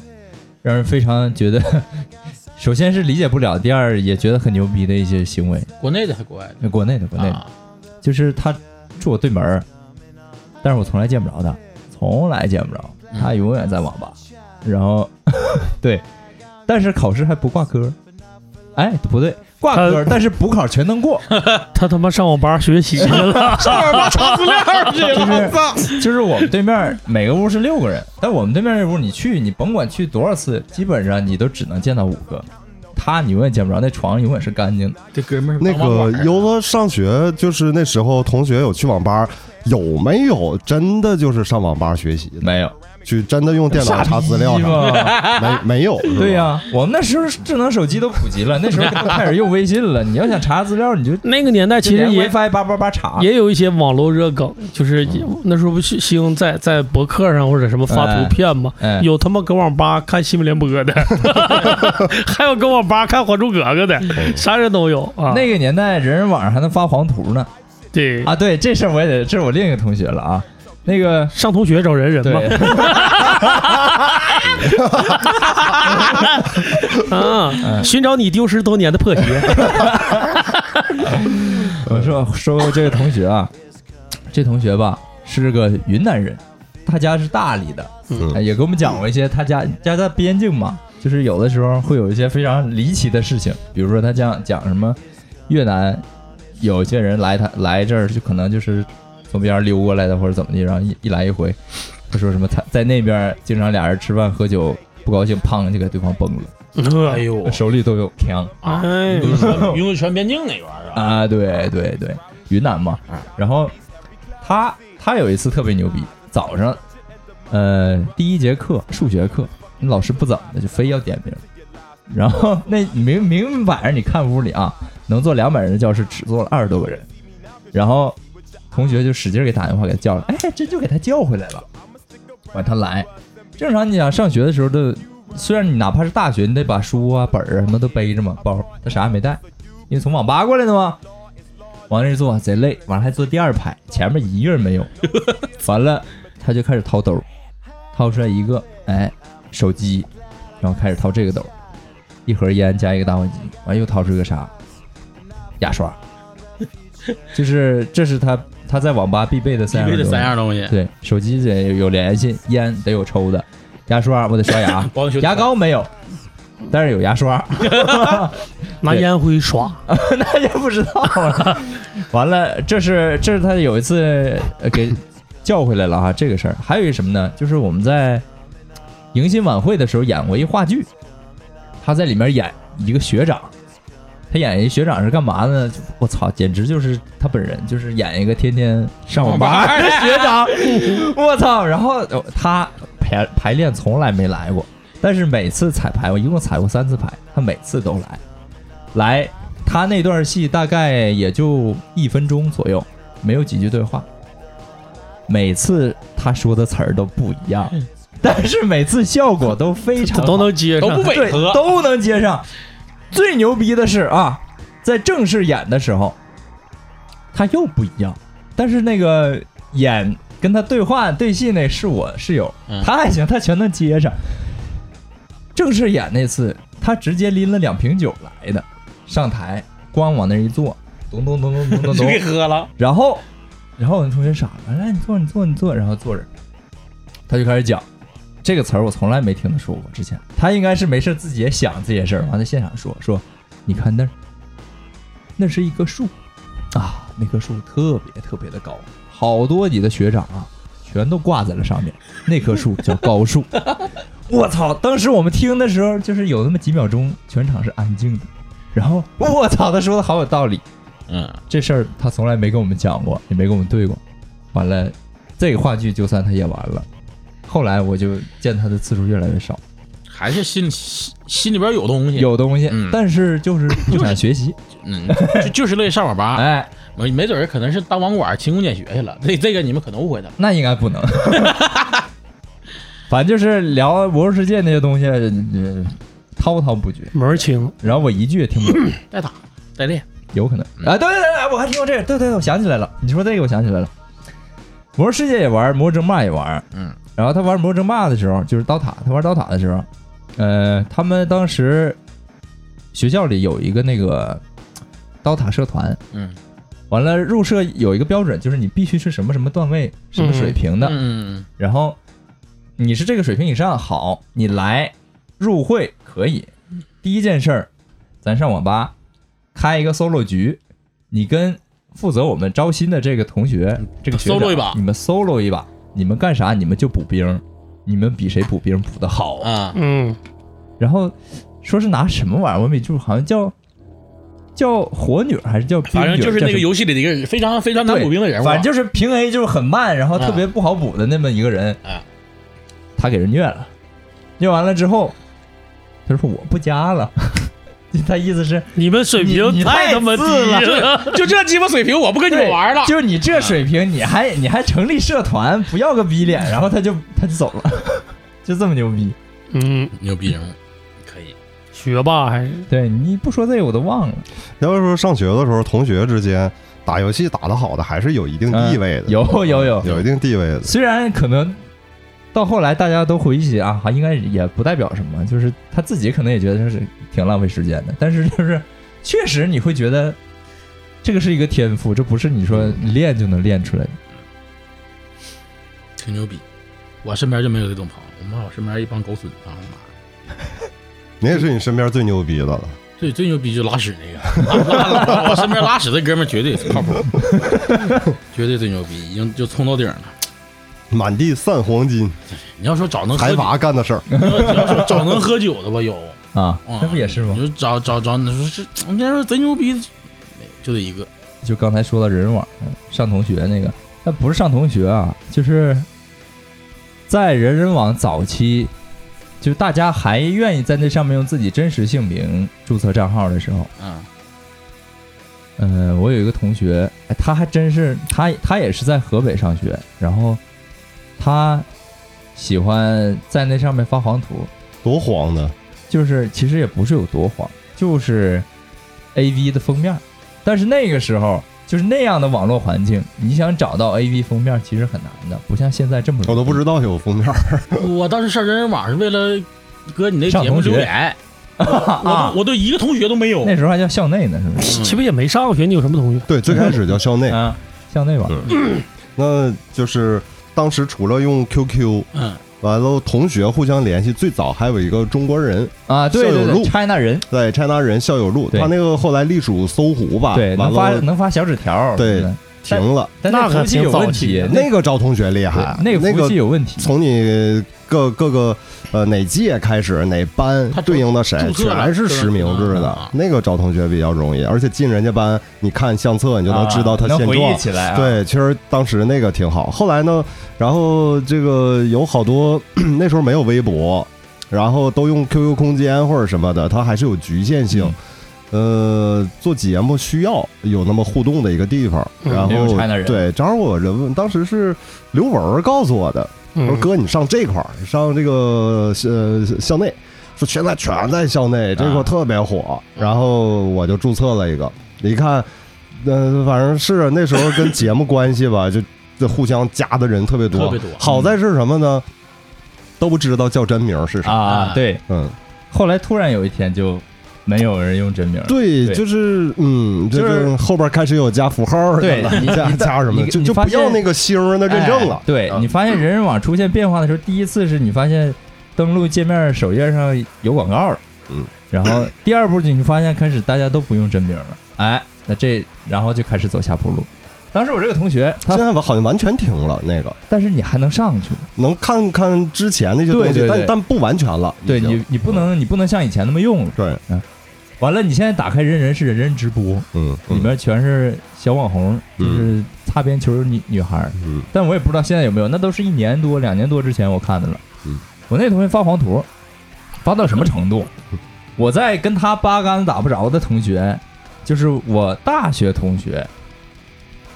Speaker 5: 让人非常觉得， 首先是理解不了，第二也觉得很牛逼的一些行为。
Speaker 2: 国内的还国外的？
Speaker 5: 国内的，国内的，
Speaker 2: 啊
Speaker 5: 就是他住我对门儿，但是我从来见不着他，从来见不着，
Speaker 2: 嗯
Speaker 5: 他永远在网吧。然后， 对，但是考试还不挂科。哎，不对，挂科，但是补考全能过。
Speaker 7: 他他妈上网吧学习去了。
Speaker 2: 哎
Speaker 5: 就是就是我们对面每个屋是六个人，但我们对面这屋你去，你甭管去多少次，基本上你都只能见到五个。他你永远见不着，那床永远是干净的。
Speaker 2: 这哥们儿
Speaker 4: 那
Speaker 2: 当网
Speaker 4: 个
Speaker 2: 管儿
Speaker 4: 游子上学就是那时候，同学有去网吧，有没有真的就是上网吧学习的，
Speaker 5: 没有，
Speaker 4: 去真的用电脑查资料
Speaker 5: 傻逼
Speaker 4: 啥的？
Speaker 5: 吧？
Speaker 4: 没 没有？是吧
Speaker 5: 对呀、 我们那时候智能手机都普及了，那时候都开始用微信了。你要想查资料，你就
Speaker 3: 那个年代 其实
Speaker 5: 就连
Speaker 3: 也
Speaker 5: WiFi 八八八查。
Speaker 3: 也有一些网络热梗，就是也
Speaker 5: 嗯
Speaker 3: 那时候不是兴在在博客上或者什么发图片吗？
Speaker 5: 哎，
Speaker 3: 有他妈搁网吧看新闻联播 的，还有搁网吧看《还珠格格》的，啥人都有啊。
Speaker 5: 嗯那个年代人人网上还能发黄图呢。
Speaker 3: 对
Speaker 5: 啊，对，这事儿我也得，这是我另一个同学了啊。那个
Speaker 3: 上同学找人人嘛
Speaker 5: 对，嗯
Speaker 3: 啊，寻找你丢失多年的破鞋。
Speaker 5: 我说说过这个同学啊，这同学吧是个云南人，他家是大理的，
Speaker 3: 嗯
Speaker 5: 哎也给我们讲过一些他家家在边境嘛，就是有的时候会有一些非常离奇的事情，比如说他讲讲什么越南有些人来他来这儿就可能就是从边儿溜过来的或者怎么地，然后一一来一回，他说什么他在那边经常俩人吃饭喝酒不高兴，砰就给对方崩了，
Speaker 2: 哎呦，
Speaker 5: 手里都有枪。
Speaker 3: 哎，
Speaker 2: 云贵川边境那边儿啊，
Speaker 5: 啊，对对对，云南嘛。然后他他有一次特别牛逼，早上，呃，第一节课数学课，那老师不怎么的就非要点名，然后那明明摆着你看屋里啊，能坐两百人的教室只坐了二十多个人，然后同学就使劲给打电话给他叫了，哎，这就给他叫回来了，完他来，正常你想上学的时候都。虽然你哪怕是大学，你得把书啊、本儿啊什么都背着嘛，包他啥也没带，因为从网吧过来的嘛。往那儿坐贼累，完了还坐第二排，前面一个人没有。完了，他就开始掏兜，掏出来一个，哎，手机，然后开始掏这个兜，一盒烟加一个打火机，完又掏出一个啥，牙刷，就是这是他他在网吧必备的
Speaker 2: 必
Speaker 5: 三样
Speaker 2: 备的
Speaker 5: 东西
Speaker 2: 三样东西，，
Speaker 5: 对，手机得有联系，烟得有抽的，牙刷我得刷牙
Speaker 2: 光学
Speaker 5: 牙膏没有，但是有牙 刷。
Speaker 3: 拿烟灰刷，
Speaker 5: 那就不知道啊了。 完了，这是这是他有一次呃给叫回来了哈，这个事儿。还有一个什么呢？就是我们在迎新晚会的时候演过一话剧，他在里面演一个学长，他演一学长是干嘛呢？就我操，简直就是他本人，就是演一个天天上网吧的学长。我操！然后呃他排排练从来没来过，但是每次彩排，我一共彩过三次排，他每次都来。来，他那段戏大概也就一分钟左右，没有几句对话。每次他说的词儿都不一样，但是每次效果都非常好
Speaker 3: 都能接上
Speaker 2: 都。不
Speaker 5: 对
Speaker 2: 违和，
Speaker 5: 都能接上。最牛逼的是啊，在正式演的时候，他又不一样，但是那个演跟他对话对戏那是我室友，
Speaker 2: 嗯
Speaker 5: 他还行，他全能接上。正式演那次，他直接拎了两瓶酒来的，上台光往那儿一坐，咚咚咚咚咚
Speaker 2: 就
Speaker 5: 咚咚
Speaker 2: 给，喝了，
Speaker 5: 然后，然后我那同学傻了，来你坐，你坐，你坐，然后坐着，他就开始讲这个词儿，我从来没听他说过。之前他应该是没事自己也想这些事儿，完在现场说说，你看那儿，那是一棵树啊，那棵树特别特别的高，好多你的学长啊，全都挂在了上面，那棵树叫高树。我操！当时我们听的时候，就是有那么几秒钟，全场是安静的。然后我操，他说的好有道理。
Speaker 2: 嗯，
Speaker 5: 这事儿他从来没跟我们讲过，也没跟我们对过。完了，这个话剧就算他也完了。后来我就见他的次数越来越少，
Speaker 2: 还是心心心里边有东西，
Speaker 5: 有东西，
Speaker 2: 嗯
Speaker 5: 但是 就是不想学习。
Speaker 2: 嗯，就就是乐意上网吧，
Speaker 5: 哎，
Speaker 2: 没没准儿可能是当网管勤工俭学去了，这这个你们可能误会他了。
Speaker 5: 那应该不 能。反正就是聊魔兽世界那些东西，呃滔滔不绝。
Speaker 3: 门儿清，
Speaker 5: 然后我一句也听不懂，
Speaker 2: 再打，再练，
Speaker 5: 有可能。
Speaker 2: 嗯
Speaker 5: 啊，对对对，我还听过这个，对对对，我想起来了，你说这个我想起来了。魔兽世界也玩，魔兽争霸也玩，
Speaker 2: 嗯。
Speaker 5: 然后他玩魔兽争霸的时候，就是刀塔，他玩刀塔的时候，呃，他们当时学校里有一个那个刀塔社团，
Speaker 2: 嗯，
Speaker 5: 完了入社有一个标准，就是你必须是什么什么段位、什么水平的，
Speaker 2: 嗯，
Speaker 5: 然后你是这个水平以上好，你来入会可以。第一件事儿，咱上网吧开一个 solo 局，你跟负责我们招新的这个同学，这个学长
Speaker 2: 嗯 solo 一把
Speaker 5: 你们 solo 一把，你们干啥？你们就补兵，你们比谁补兵补的好。
Speaker 2: 啊，
Speaker 3: 嗯，
Speaker 5: 然后说是拿什么玩意儿，我没记住，好像叫叫火女还是叫冰女？
Speaker 2: 反正就是那
Speaker 5: 叫
Speaker 2: 个
Speaker 5: 什么
Speaker 2: 游戏里的一个非常非常难
Speaker 5: 对
Speaker 2: 补兵的人物啊，
Speaker 5: 反正就是平 A 就是很慢，然后特别不好补的那么一个人，
Speaker 2: 啊
Speaker 5: 他给人虐了，虐完了之后，他说我不加了， 他意思是
Speaker 3: 你们水
Speaker 5: 你
Speaker 3: 平
Speaker 5: 你太
Speaker 3: 他妈低
Speaker 5: 次了
Speaker 3: 了，
Speaker 2: 就这鸡巴水平，我不跟你们
Speaker 5: 对
Speaker 2: 玩了。
Speaker 5: 就是你这水平，你还你还成立社团，不要个逼脸，然后他就他就走了， 就这么牛逼。
Speaker 3: 嗯，
Speaker 2: 牛逼人物，可以。
Speaker 3: 学霸还是
Speaker 5: 对你不说这个我都忘了，
Speaker 4: 要是说上学的时候，同学之间打游戏打得好的，还是有一定地位的，
Speaker 5: 有嗯有有，
Speaker 4: 有一定地位的。
Speaker 5: 虽然可能到后来大家都回忆起啊， 应该也不代表什么，就是他自己可能也觉得这是挺浪费时间的，但是 就是确实你会觉得这个是一个天赋，这不是你说你练就能练出来的。
Speaker 2: 挺牛逼。我身边就没有这种朋友，我妈我身边一帮狗损啊！我妈，
Speaker 4: 你也是你身边最牛逼的了。
Speaker 2: 最最牛逼就拉屎那个，拉拉我身边拉屎的哥们儿绝对靠谱，绝对最牛逼，已经就冲到顶了。
Speaker 4: 满地散黄 金，
Speaker 2: 你要说找能喝
Speaker 4: 财
Speaker 2: 酒，
Speaker 4: 阀干的事儿。
Speaker 2: 你要你要说找能喝酒的吧，有
Speaker 5: 啊，
Speaker 2: 啊，
Speaker 5: 那不也是吗？
Speaker 2: 你就找找找，你说是，你要说贼牛逼的，没有就得一个。
Speaker 5: 就刚才说到人人网嗯上同学那个，那不是上同学啊，就是在人人网早期，就大家还愿意在那上面用自己真实姓名注册账号的时候，
Speaker 2: 嗯
Speaker 5: 呃，我有一个同学，哎他还真是他他也是在河北上学，然后他喜欢在那上面发黄图，
Speaker 4: 多黄的，
Speaker 5: 就是其实也不是有多黄，就是 A V 的封面儿。但是那个时候就是那样的网络环境，你想找到 A V 封面儿其实很难的，不像现在这么容易
Speaker 4: 我都不知道有封面。
Speaker 2: 我当时上人人网是为了搁你那节目留言，我
Speaker 5: 啊
Speaker 2: 都。我都一个同学都没有。
Speaker 5: 那时候还叫校内呢，是不是？
Speaker 3: 岂不也没上过学？你有什么同学？
Speaker 4: 对，最开始叫校内，嗯
Speaker 5: 啊，校内网。
Speaker 4: 那就是当时除了用 QQ，
Speaker 2: 嗯，
Speaker 4: 完了同学互相联系，最早还有一个中国人
Speaker 5: 啊，对对
Speaker 4: 校友
Speaker 5: 对
Speaker 4: 录
Speaker 5: ，China 人，
Speaker 4: 在 China 人校友录，
Speaker 5: 对
Speaker 4: 他那个后来隶属搜狐吧，
Speaker 5: 对，
Speaker 4: 完
Speaker 5: 能发
Speaker 4: 了
Speaker 5: 能发小纸条儿，
Speaker 4: 对
Speaker 5: 真的，
Speaker 4: 停了。
Speaker 5: 但
Speaker 3: 那可
Speaker 5: 服务器
Speaker 3: 挺
Speaker 5: 有
Speaker 3: 早
Speaker 5: 问
Speaker 3: 期
Speaker 5: 题啊
Speaker 3: 的，
Speaker 4: 那个招同学厉害，
Speaker 5: 对那
Speaker 4: 啊那
Speaker 5: 个服务器
Speaker 4: 个
Speaker 5: 有问题，
Speaker 4: 从你各各个呃哪届开始哪班
Speaker 2: 他
Speaker 4: 对应的谁，
Speaker 2: 注册了
Speaker 4: 全是实名制
Speaker 2: 嗯
Speaker 4: 的
Speaker 5: 啊
Speaker 2: 嗯，
Speaker 4: 那个招同学比较容易，而且进人家班，你看相册你就能知道他
Speaker 5: 啊能
Speaker 4: 现
Speaker 5: 回
Speaker 4: 状
Speaker 5: 忆。起来啊，
Speaker 4: 对，其实当时那个挺好。后来呢，然后这个有好多 那时候没有微博，然后都用 QQ 空间或者什么的，它还是有局限
Speaker 5: 嗯
Speaker 4: 性。呃，做节目需要有那么互动的一个地方，
Speaker 3: 嗯
Speaker 4: 然
Speaker 5: 也有
Speaker 4: 后
Speaker 5: China 人
Speaker 4: 对，正好我人问，当时是刘文儿告诉我的，我说
Speaker 3: 嗯，
Speaker 4: 哥，你上这块儿，你上这个呃校内，说现在全在校内，这
Speaker 2: 啊
Speaker 4: 块特别火。然后我就注册了一个，一看，呃，反正是那时候跟节目关系吧， 就就互相加的人特别多。
Speaker 2: 特别多
Speaker 4: 好在是什么呢？都不知道叫真名是啥。
Speaker 5: 啊，对。
Speaker 4: 嗯，
Speaker 5: 后来突然有一天就没有人用真名了，
Speaker 4: 对，
Speaker 5: 对
Speaker 4: 就是嗯，
Speaker 5: 就是
Speaker 4: 就是后边开始有加符号
Speaker 5: 对
Speaker 4: 的了
Speaker 5: 你
Speaker 4: 加
Speaker 5: 你
Speaker 4: 加什么
Speaker 5: 你
Speaker 4: 的，就
Speaker 5: 你
Speaker 4: 就
Speaker 5: 发
Speaker 4: 不要
Speaker 5: 现
Speaker 4: 那个星儿的认证了
Speaker 5: 哎。对
Speaker 4: 啊
Speaker 5: 你发现人人网出现变化的时候，第一次是你发现登录界面首页上有广告了，
Speaker 4: 嗯，
Speaker 5: 然后第二步你就发现开始大家都不用真名了，哎，那这然后就开始走下坡路。当时我这个同学
Speaker 4: 现
Speaker 5: 他，
Speaker 4: 在好像完全停了那个。
Speaker 5: 但是你还能上去，
Speaker 4: 能看看之前那些东
Speaker 5: 对
Speaker 4: 西，
Speaker 5: 对对
Speaker 4: 但但不完全了。
Speaker 5: 对
Speaker 4: 已经
Speaker 5: 你你不能你不能像以前那么用了。
Speaker 4: 对，
Speaker 5: 完了，你现在打开人人是人人直播，
Speaker 4: 嗯，
Speaker 5: 里面全是小网红，就
Speaker 4: 嗯
Speaker 5: 是擦边球女女孩儿，
Speaker 4: 嗯
Speaker 5: 但我也不知道现在有没有，那都是一年多、两年多之前我看的了。
Speaker 4: 嗯，
Speaker 5: 我那同学发黄图，发到什么程度？我在跟他八竿子打不着的同学，就是我大学同学，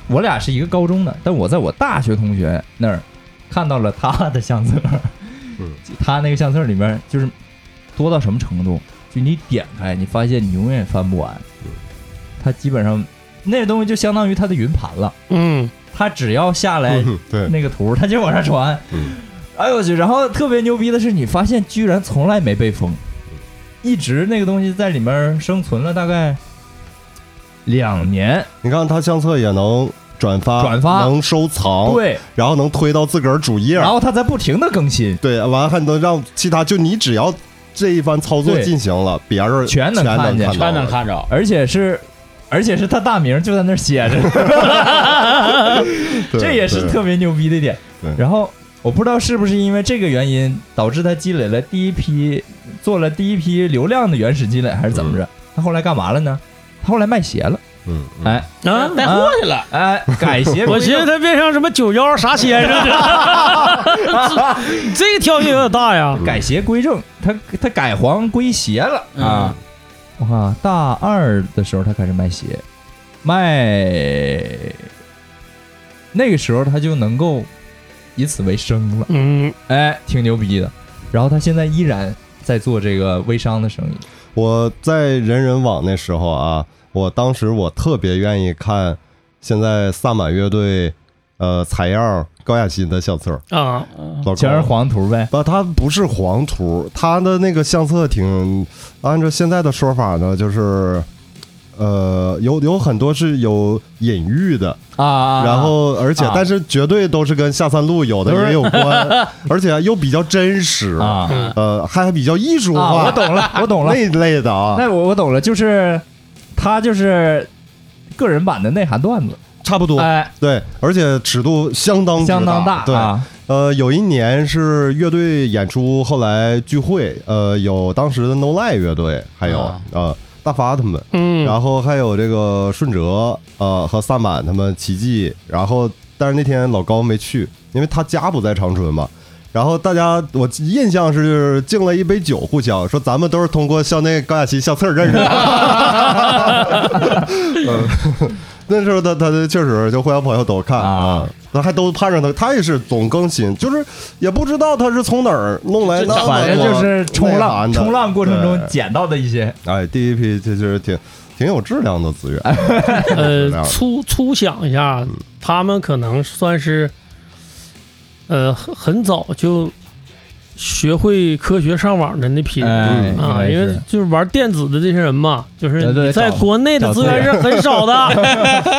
Speaker 5: 我俩是一个高中的，但我在我大学同学那儿看到了他的相册，
Speaker 4: 嗯
Speaker 5: 他那个相册里面就是多到什么程度？就你点开，你发现你永远翻不完
Speaker 4: 嗯，
Speaker 5: 他基本上那东西就相当于他的云盘了，
Speaker 3: 嗯，
Speaker 5: 他只要下来。
Speaker 4: 嗯 对，
Speaker 5: 那个图，他就往上传。
Speaker 4: 嗯
Speaker 5: 哎呦我去！然后特别牛逼的是，你发现居然从来没被封，一直那个东西在里面生存了大概两年。
Speaker 4: 你看他相册也能转发，
Speaker 5: 转发
Speaker 4: 能收藏，，
Speaker 5: 对，
Speaker 4: 然后能推到自个儿主页
Speaker 5: 然，后他在不停的更新，
Speaker 4: 对，完了还能让其他，就你只要这一番操作
Speaker 5: 对
Speaker 4: 进行了，别人
Speaker 5: 全能
Speaker 4: 能
Speaker 5: 看见
Speaker 4: 到
Speaker 2: 全能看着，
Speaker 5: 而且是。而且是他大名就在那儿写着，
Speaker 4: 对
Speaker 5: 这也是
Speaker 4: 对
Speaker 5: 特别牛逼的一点
Speaker 4: 对。
Speaker 5: 然后我不知道是不是因为这个原因，导致他积累了第一批，做了第一批流量的原始积累，还是怎么着？他后来干嘛了呢？他后来卖鞋了，
Speaker 4: 嗯，嗯
Speaker 5: 哎
Speaker 3: 啊，带货去了。
Speaker 5: 哎，改 鞋
Speaker 3: 我寻思他变成什么九幺啥 先生了，这这个挑选有点大呀。
Speaker 5: 改邪归正，他他改黄归邪了啊！我看大二的时候他开始卖鞋，卖那个时候他就能够以此为生了，
Speaker 3: 嗯，
Speaker 5: 哎，挺牛逼的。然后他现在依然在做这个微商的生意，
Speaker 4: 我在人人网那时候啊，我当时我特别愿意看现在萨满乐队，呃，采样高雅欣的相册，
Speaker 3: 啊，
Speaker 4: 老
Speaker 5: 全是
Speaker 4: 高
Speaker 5: 黄图呗。
Speaker 4: 不，它不是黄图，它的那个相册挺，按照现在的说法呢，就是，呃，有有很多是有隐喻的，
Speaker 5: 啊啊，啊
Speaker 4: 然后而且、
Speaker 5: 啊
Speaker 4: 但是绝对都是跟下三路有的也有 关，而且又比较真实，
Speaker 5: 啊
Speaker 4: 呃，还比较艺术化，
Speaker 5: 啊，我懂了，我懂了
Speaker 4: 那。一类的啊，
Speaker 5: 那我我懂了，就是他就是个人版的内涵段子，
Speaker 4: 差不多，
Speaker 5: 哎，
Speaker 4: 对，而且尺度相当之
Speaker 5: 相当
Speaker 4: 大，对。
Speaker 5: 啊
Speaker 4: 呃，有一年是乐队演出，后来聚会，呃，有当时的 No Lie 乐队，还有
Speaker 2: 啊
Speaker 4: 呃大发他们，
Speaker 3: 嗯，
Speaker 4: 然后还有这个顺哲，呃和萨满他们奇迹，然后但是那天老高没去，因为他家不在长春嘛。然后大家，我印象是敬了一杯酒，互相说咱们都是通过校内高雅琪相册认 识的。嗯那时候他他确实就互相朋友都看
Speaker 5: 啊，
Speaker 4: 那还都盼着他，他也是总更新，就是也不知道他是从哪儿弄来的，
Speaker 5: 反正就是冲浪，冲浪过程中
Speaker 4: 对
Speaker 5: 捡到的一些
Speaker 4: 哎，第一批这就是挺挺有质量的资源，
Speaker 3: 哎呃，粗粗想一下，他们可能算是，呃，很很早就学会科学上网的那批人。
Speaker 5: 哎
Speaker 3: 啊，
Speaker 5: 应该
Speaker 3: 因为
Speaker 5: 是
Speaker 3: 就是玩电子的这些人嘛，就是
Speaker 5: 对对
Speaker 3: 你在
Speaker 5: 找
Speaker 3: 国内的资源是很少 的，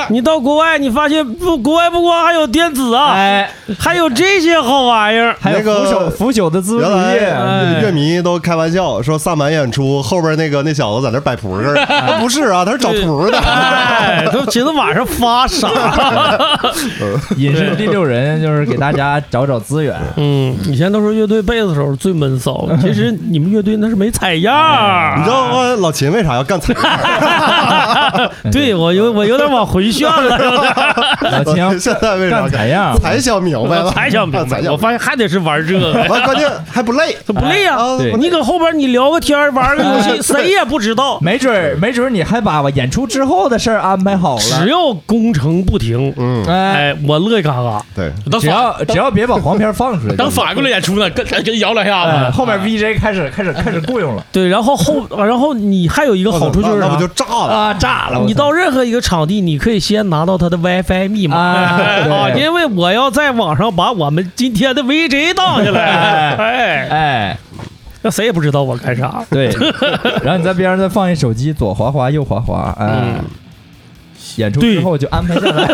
Speaker 3: 你到国外，你发现不，国外不光还有电子啊，
Speaker 5: 哎，
Speaker 3: 还有这些好玩意 儿。
Speaker 5: 还有
Speaker 4: 那个
Speaker 5: 腐朽腐朽的资本
Speaker 4: 原
Speaker 5: 主义，
Speaker 4: 来
Speaker 3: 哎
Speaker 4: 乐迷都开玩笑说萨满演出后边那个那小子在那摆谱 儿，他不是啊，他是找图的。
Speaker 3: 哎，都寻思晚上发啥？
Speaker 5: 隐身第六人就是给大家找找 资源，
Speaker 3: 嗯，以前都说乐队贝斯手最闷骚，其实你们乐队那是没采样儿。啊
Speaker 4: 你知道吗老秦为啥要干采样？
Speaker 3: 对我有我有点往回旋 了，有点
Speaker 5: 老秦要
Speaker 4: 现在为啥
Speaker 5: 干
Speaker 4: 干
Speaker 5: 采样，
Speaker 4: 才想明白了？
Speaker 3: 才想明
Speaker 4: 才
Speaker 3: 白，
Speaker 4: 想
Speaker 3: 我
Speaker 4: 明白
Speaker 3: 发现还得是玩这 个，
Speaker 4: 完，关键还不累。
Speaker 3: 这不累呀、
Speaker 4: 啊
Speaker 5: 对
Speaker 3: 你搁后边你聊个天儿玩个游
Speaker 5: 哎
Speaker 3: 戏，谁也不知道。
Speaker 5: 没准儿没准儿你还把演出之后的事儿安排好
Speaker 3: 只
Speaker 5: 了，
Speaker 3: 要工程不停，
Speaker 4: 嗯，
Speaker 5: 哎，
Speaker 3: 哎，我乐意嘎嘎。
Speaker 4: 对，
Speaker 2: 等
Speaker 5: 只
Speaker 2: 反
Speaker 5: 要只要别把黄片放出来就行，
Speaker 2: 等反过来演出呢，跟跟摇两下
Speaker 5: 哎，
Speaker 2: 子，
Speaker 5: 后面 VJ 开始开始开始雇佣了
Speaker 3: 对，然后后，然后你还有一个好处就是
Speaker 4: 那
Speaker 3: 啥
Speaker 4: 不就炸了？
Speaker 5: 啊，炸了！
Speaker 3: 你到任何一个场地，你可以先拿到他的 WiFi 密码
Speaker 5: 啊
Speaker 3: 哎
Speaker 5: 对
Speaker 3: 啊，因为我要在网上把我们今天的 VJ 荡下来。哎，
Speaker 5: 哎，
Speaker 3: 那谁也不知道我干啥。
Speaker 5: 对，然后你在边上再放一手机，左滑滑右滑滑，哎，
Speaker 3: 嗯
Speaker 5: 演出之后就安排下来，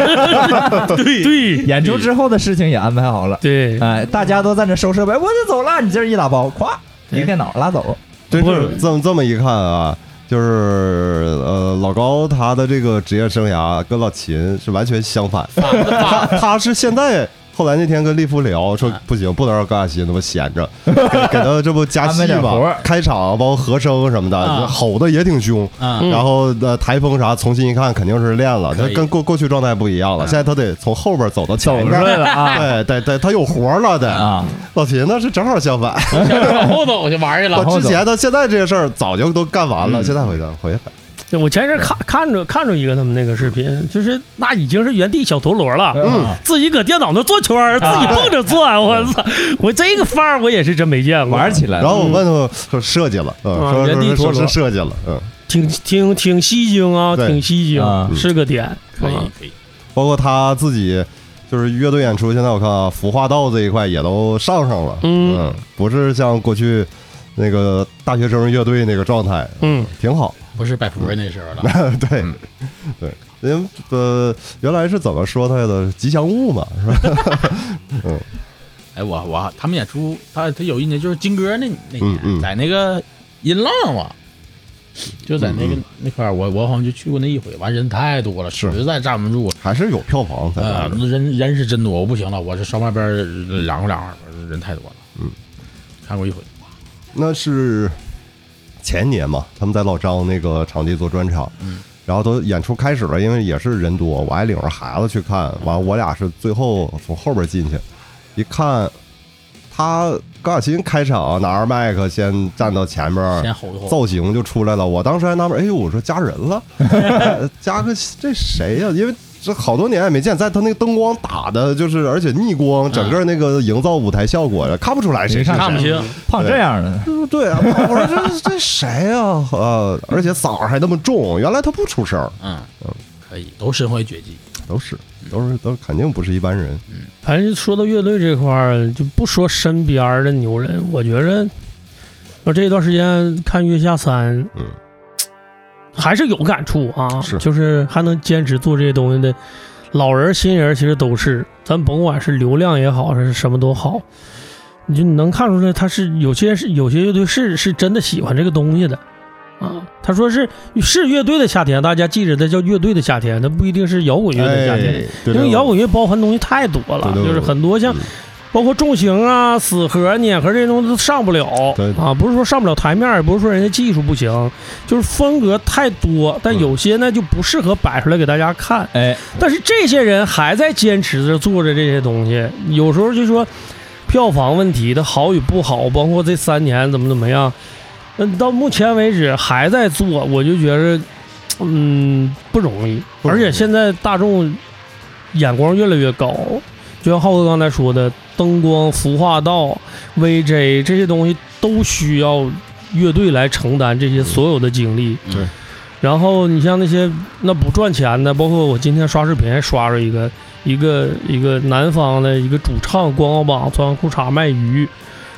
Speaker 3: 对对
Speaker 5: 演出之后的事情也安排好了，
Speaker 3: 对，
Speaker 5: 哎，大家都在那收设备，我就走了，你这儿一打包，咵，一个电脑拉走，
Speaker 4: 真
Speaker 3: 不
Speaker 4: 是
Speaker 3: 是
Speaker 4: 这么这么一看啊，就是呃，老高他的这个职业生涯跟老秦是完全相反。他他是现在。后来那天跟利夫聊
Speaker 5: 嗯
Speaker 4: 说不行，不能让高亚欣那么闲着，给给他这不加
Speaker 5: 安
Speaker 4: 戏
Speaker 5: 排点活
Speaker 4: 嘛
Speaker 5: 儿，嗯
Speaker 4: 开场包括和声什么的，
Speaker 2: 啊
Speaker 4: 吼的也挺凶。
Speaker 2: 嗯，
Speaker 3: 嗯
Speaker 4: 然后呃台风啥，重新一看肯定是练了，他
Speaker 2: 可以
Speaker 4: 跟过过去状态不一样了，
Speaker 5: 嗯
Speaker 4: 现在他得从后边走到前面
Speaker 5: 了啊
Speaker 4: 对，得得他有活了得。
Speaker 5: 啊，
Speaker 4: 老秦那是正好相反，
Speaker 2: 往后走就玩去了
Speaker 4: 我，
Speaker 5: 后
Speaker 4: 之
Speaker 5: 走
Speaker 4: 前他现在这些事儿早就都干完
Speaker 3: 嗯
Speaker 4: 了，现在回头回来
Speaker 3: 对我前阵看看着看着一个他们那个视频，就是那已经是原地小陀螺了，
Speaker 5: 嗯
Speaker 3: 自己搁电脑那转圈儿，自己蹦着转，我操！我这个范儿我也是真没见过，
Speaker 5: 玩起来
Speaker 4: 然
Speaker 5: 了，
Speaker 4: 后我问他说设计了，嗯，
Speaker 3: 啊
Speaker 4: 说
Speaker 3: 原地
Speaker 4: 说说
Speaker 3: 陀
Speaker 4: 是
Speaker 3: 螺
Speaker 4: 设计了，嗯，
Speaker 3: 挺挺挺吸睛啊，
Speaker 4: 对
Speaker 3: 挺吸
Speaker 5: 啊
Speaker 3: 睛，是个点。
Speaker 2: 可以
Speaker 3: 啊
Speaker 2: 可以，
Speaker 4: 包括他自己就是乐队演出，现在我看啊，服化道这一块也都上上了，
Speaker 3: 嗯
Speaker 4: 嗯，不是像过去那个大学生乐队那个状态，
Speaker 3: 嗯，
Speaker 4: 挺好。
Speaker 2: 不是摆谱那时候了，
Speaker 4: 对，对，因呃，原来是怎么说他的吉祥物嘛，是吧？
Speaker 2: 哎，我我他们演出，他他有一年就是金歌那那
Speaker 4: 嗯嗯
Speaker 2: 年，在那个音浪啊，就在那个
Speaker 4: 嗯
Speaker 2: 那块儿，我我好像就去过那一回，完人太多了，
Speaker 4: 是
Speaker 2: 实在站不住，
Speaker 4: 还是有票房在那
Speaker 2: 呃
Speaker 3: 啊
Speaker 4: 儿的，
Speaker 2: 人人是真多，我不行了，我这上半边儿凉快凉快，人太多了，
Speaker 4: 嗯，
Speaker 2: 看过一回，
Speaker 4: 那是前年嘛，他们在老张那个场地做专场，
Speaker 2: 嗯
Speaker 4: 然后都演出开始了，因为也是人多，我还领着孩子去看。完，我俩是最后从后边进去，一看，他高晓琴开场拿着麦克先站到
Speaker 2: 先
Speaker 4: 前面，
Speaker 2: 吼一吼，
Speaker 4: 造型就出来了。我当时还纳闷，哎呦，我说加人 了，加个这谁呀、因为这好多年也没见，在他那个灯光打的，就是而且逆光，整个那个营造舞台效果看不出来谁是
Speaker 2: 看不
Speaker 4: 谁。
Speaker 2: 清，
Speaker 5: 胖这样的，
Speaker 4: 对啊，我说这这谁呀、呃，而且嗓儿还那么重，原来他不出声儿，
Speaker 2: 嗯，可以，都身怀绝技，
Speaker 4: 都是都是都肯定不是一般人。
Speaker 3: 反正说到乐队这块儿，就不说身边儿的牛人，我觉着我这一段时间看《月下三》，
Speaker 4: 嗯，
Speaker 3: 还是有感触啊，
Speaker 4: 是
Speaker 3: 就是还能坚持做这些东西的老人、新人，其实都是，咱甭管是流量也好，是什么都好，你就能看出来，他是有些是有些乐队是是真的喜欢这个东西的。啊，
Speaker 4: 嗯
Speaker 3: 他说是是乐队的夏天，大家记着，它叫乐队的夏天，它不一定是摇滚乐的夏天。
Speaker 4: 哎，对
Speaker 3: 因为摇滚乐包含东西太多了，
Speaker 4: 对对
Speaker 3: 就是
Speaker 4: 对
Speaker 3: 很多像
Speaker 4: 嗯
Speaker 3: 包括重型啊、死核、碾核这些东西都上不了
Speaker 4: 对对
Speaker 3: 啊，不是说上不了台面，也不是说人家技术不行，就是风格太多，但
Speaker 4: 嗯
Speaker 3: 有些呢就不适合摆出来给大家看。
Speaker 5: 哎，
Speaker 3: 但是这些人还在坚持着做着这些东西，有时候就说票房问题的好与不好，包括这三年怎么怎么样，嗯，到目前为止还在做，我就觉着，嗯，不容易。
Speaker 4: 不
Speaker 3: 而
Speaker 4: 容易
Speaker 3: 且现在大众眼光越来越高，就像浩哥刚才说的，灯光、服化道、VJ 这些东西都需要乐队来承担这些所有的精力。
Speaker 2: 对。
Speaker 3: 然后你像那些那不赚钱的，包括我今天刷视频还刷着一个一个一个南方的一个主唱，光个膀穿裤衩卖鱼，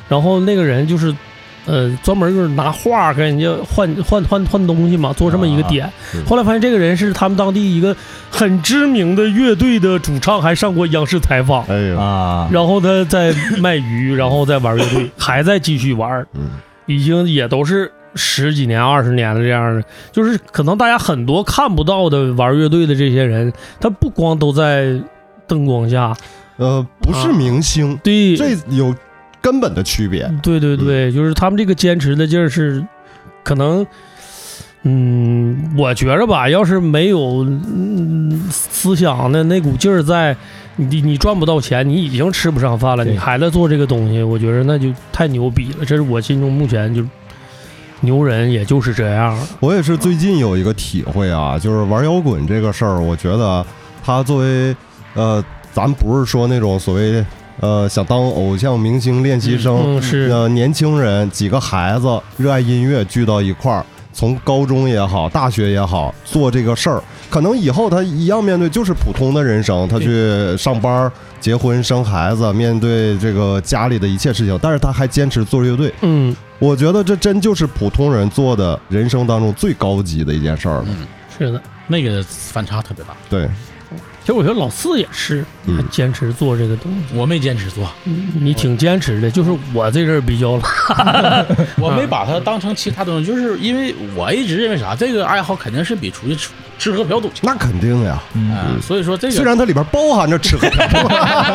Speaker 3: 然后那个人就是，呃，专门就是拿画跟人家换换换换东西嘛，做这么一个点。
Speaker 4: 嗯
Speaker 3: 后来发现这个人是他们当地一个很知名的乐队的主唱，还上过央视采访。
Speaker 4: 哎呀，
Speaker 5: 啊，
Speaker 3: 然后他在卖鱼，然后再玩乐队，还在继续玩，
Speaker 4: 嗯，
Speaker 3: 已经也都是十几年、二十年的这样的，就是可能大家很多看不到的玩乐队的这些人，他不光都在灯光下，
Speaker 4: 呃，不是明星，
Speaker 3: 对，
Speaker 4: 这有根本的区别。
Speaker 3: 对对对，就是他们这个坚持的劲儿是，可能，嗯，我觉着吧，要是没有、嗯、思想的那股劲儿在，你你赚不到钱，你已经吃不上饭了，
Speaker 5: 对
Speaker 3: 你还在做这个东西，我觉着那就太牛逼了。这是我心中目前就牛人，也就是这样了。
Speaker 4: 我也是最近有一个体会啊，就是玩摇滚这个事儿，我觉得他作为呃，咱不是说那种所谓呃想当偶像明星练习生，
Speaker 3: 嗯，是，
Speaker 4: 呃，年轻人几个孩子热爱音乐聚到一块儿，从高中也好，大学也好，做这个事儿，可能以后他一样面对就是普通的人生，他去上班儿、结婚、生孩子，面对这个家里的一切事情，但是他还坚持做乐队。
Speaker 3: 嗯，
Speaker 4: 我觉得这真就是普通人做的人生当中最高级的一件事儿了。
Speaker 2: 嗯，
Speaker 3: 是的。
Speaker 2: 那个反差特别大，
Speaker 4: 对，
Speaker 3: 其实我觉得老四也是，
Speaker 4: 嗯
Speaker 3: 他坚持做这个东西，
Speaker 2: 我没坚持做，
Speaker 3: 嗯你挺坚持的。就是我这阵儿比较懒，
Speaker 4: 嗯
Speaker 2: 我没把它当成其他东西，就是因为我一直认为啥，这个爱好肯定是比出去吃吃喝嫖赌强
Speaker 4: 那肯定呀，
Speaker 2: 啊，所以说这
Speaker 4: 嗯虽
Speaker 2: 个
Speaker 4: 然它里边包含着吃喝嫖赌，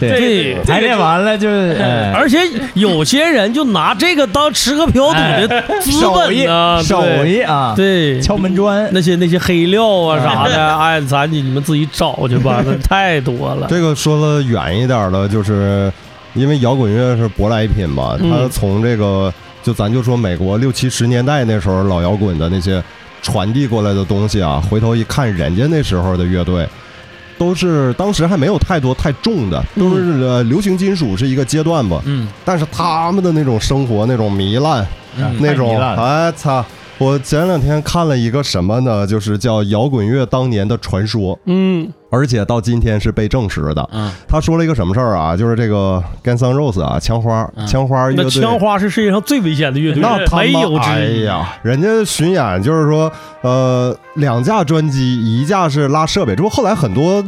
Speaker 5: 对，
Speaker 3: 对
Speaker 5: 排练完了就是，哎
Speaker 3: 而且有些人就拿这个当吃喝嫖赌的
Speaker 5: 哎
Speaker 3: 资
Speaker 5: 手
Speaker 3: 本
Speaker 5: 艺
Speaker 3: 呢，对
Speaker 5: 手艺啊，
Speaker 3: 对
Speaker 5: 敲门砖，
Speaker 3: 那些那些黑料啊啥的，哎，咱你们自己找去吧，那太多了。
Speaker 4: 这个说的远一点儿的，就是因为摇滚乐是舶来品嘛，
Speaker 3: 嗯
Speaker 4: 它从这个就咱就说美国六七十年代那时候老摇滚的那些传递过来的东西啊，回头一看人家那时候的乐队。都是当时还没有太多太重的，
Speaker 5: 嗯
Speaker 4: 都是呃流行金属是一个阶段吧，
Speaker 2: 嗯
Speaker 4: 但是他们的那种生活那种糜烂，
Speaker 2: 嗯
Speaker 4: 那
Speaker 5: 太
Speaker 4: 种
Speaker 5: 糜烂
Speaker 4: 哎操！我前两天看了一个什么呢？就是叫《摇滚乐当年的传说》，
Speaker 3: 嗯
Speaker 4: 而且到今天是被证实的。
Speaker 2: 嗯
Speaker 4: 他说了一个什么事儿啊？就是这个 Guns N' Roses 啊，枪花，
Speaker 2: 嗯
Speaker 4: 枪花乐
Speaker 3: 那
Speaker 4: 队，
Speaker 3: 枪花是世界上最危险的乐队，
Speaker 4: 那他妈
Speaker 3: 没有之
Speaker 4: 哎
Speaker 3: 一。
Speaker 4: 呀，人家巡演就是说，呃，两架专机，一架是拉设备，这不后来很多。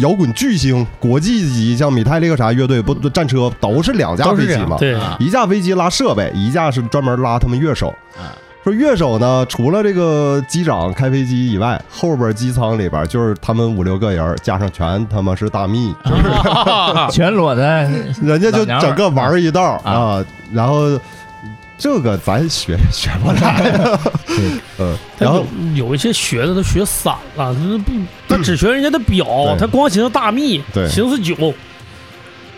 Speaker 4: 摇滚巨星，国际级像米泰利克啥乐队，不战车都是两架
Speaker 3: 都
Speaker 4: 飞
Speaker 3: 是这
Speaker 4: 机
Speaker 3: 样
Speaker 4: 嘛，
Speaker 3: 对，
Speaker 2: 啊
Speaker 4: 一架飞机拉设备，一架是专门拉他们乐手。
Speaker 2: 啊
Speaker 4: 说乐手呢，除了这个机长开飞机以外，后边机舱里边就是他们五六个人，加上全他妈是大蜜，
Speaker 5: 全裸的，
Speaker 3: 嗯
Speaker 4: 人家就整个玩一道
Speaker 5: 啊
Speaker 4: 啊，然后这个咱学 学不 来。嗯，
Speaker 3: 他
Speaker 4: 然后
Speaker 3: 有有一些学的都学散了，他都不他只学人家的表，他光寻思大蜜，
Speaker 4: 对
Speaker 3: 寻思酒，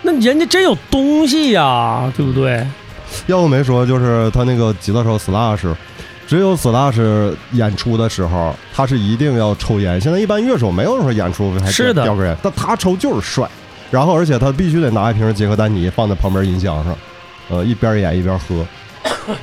Speaker 3: 那人家真有东西呀，对不对？
Speaker 4: 要不没说，就是他那个吉他手 Slash，只有 Slash 演出的时候，他是一定要抽烟。现在一般乐手没有说演出还
Speaker 3: 是的
Speaker 4: 叼根烟，但他抽就是帅。然后，而且他必须得拿一瓶杰克丹尼放在旁边音箱上，呃，一边演一边喝。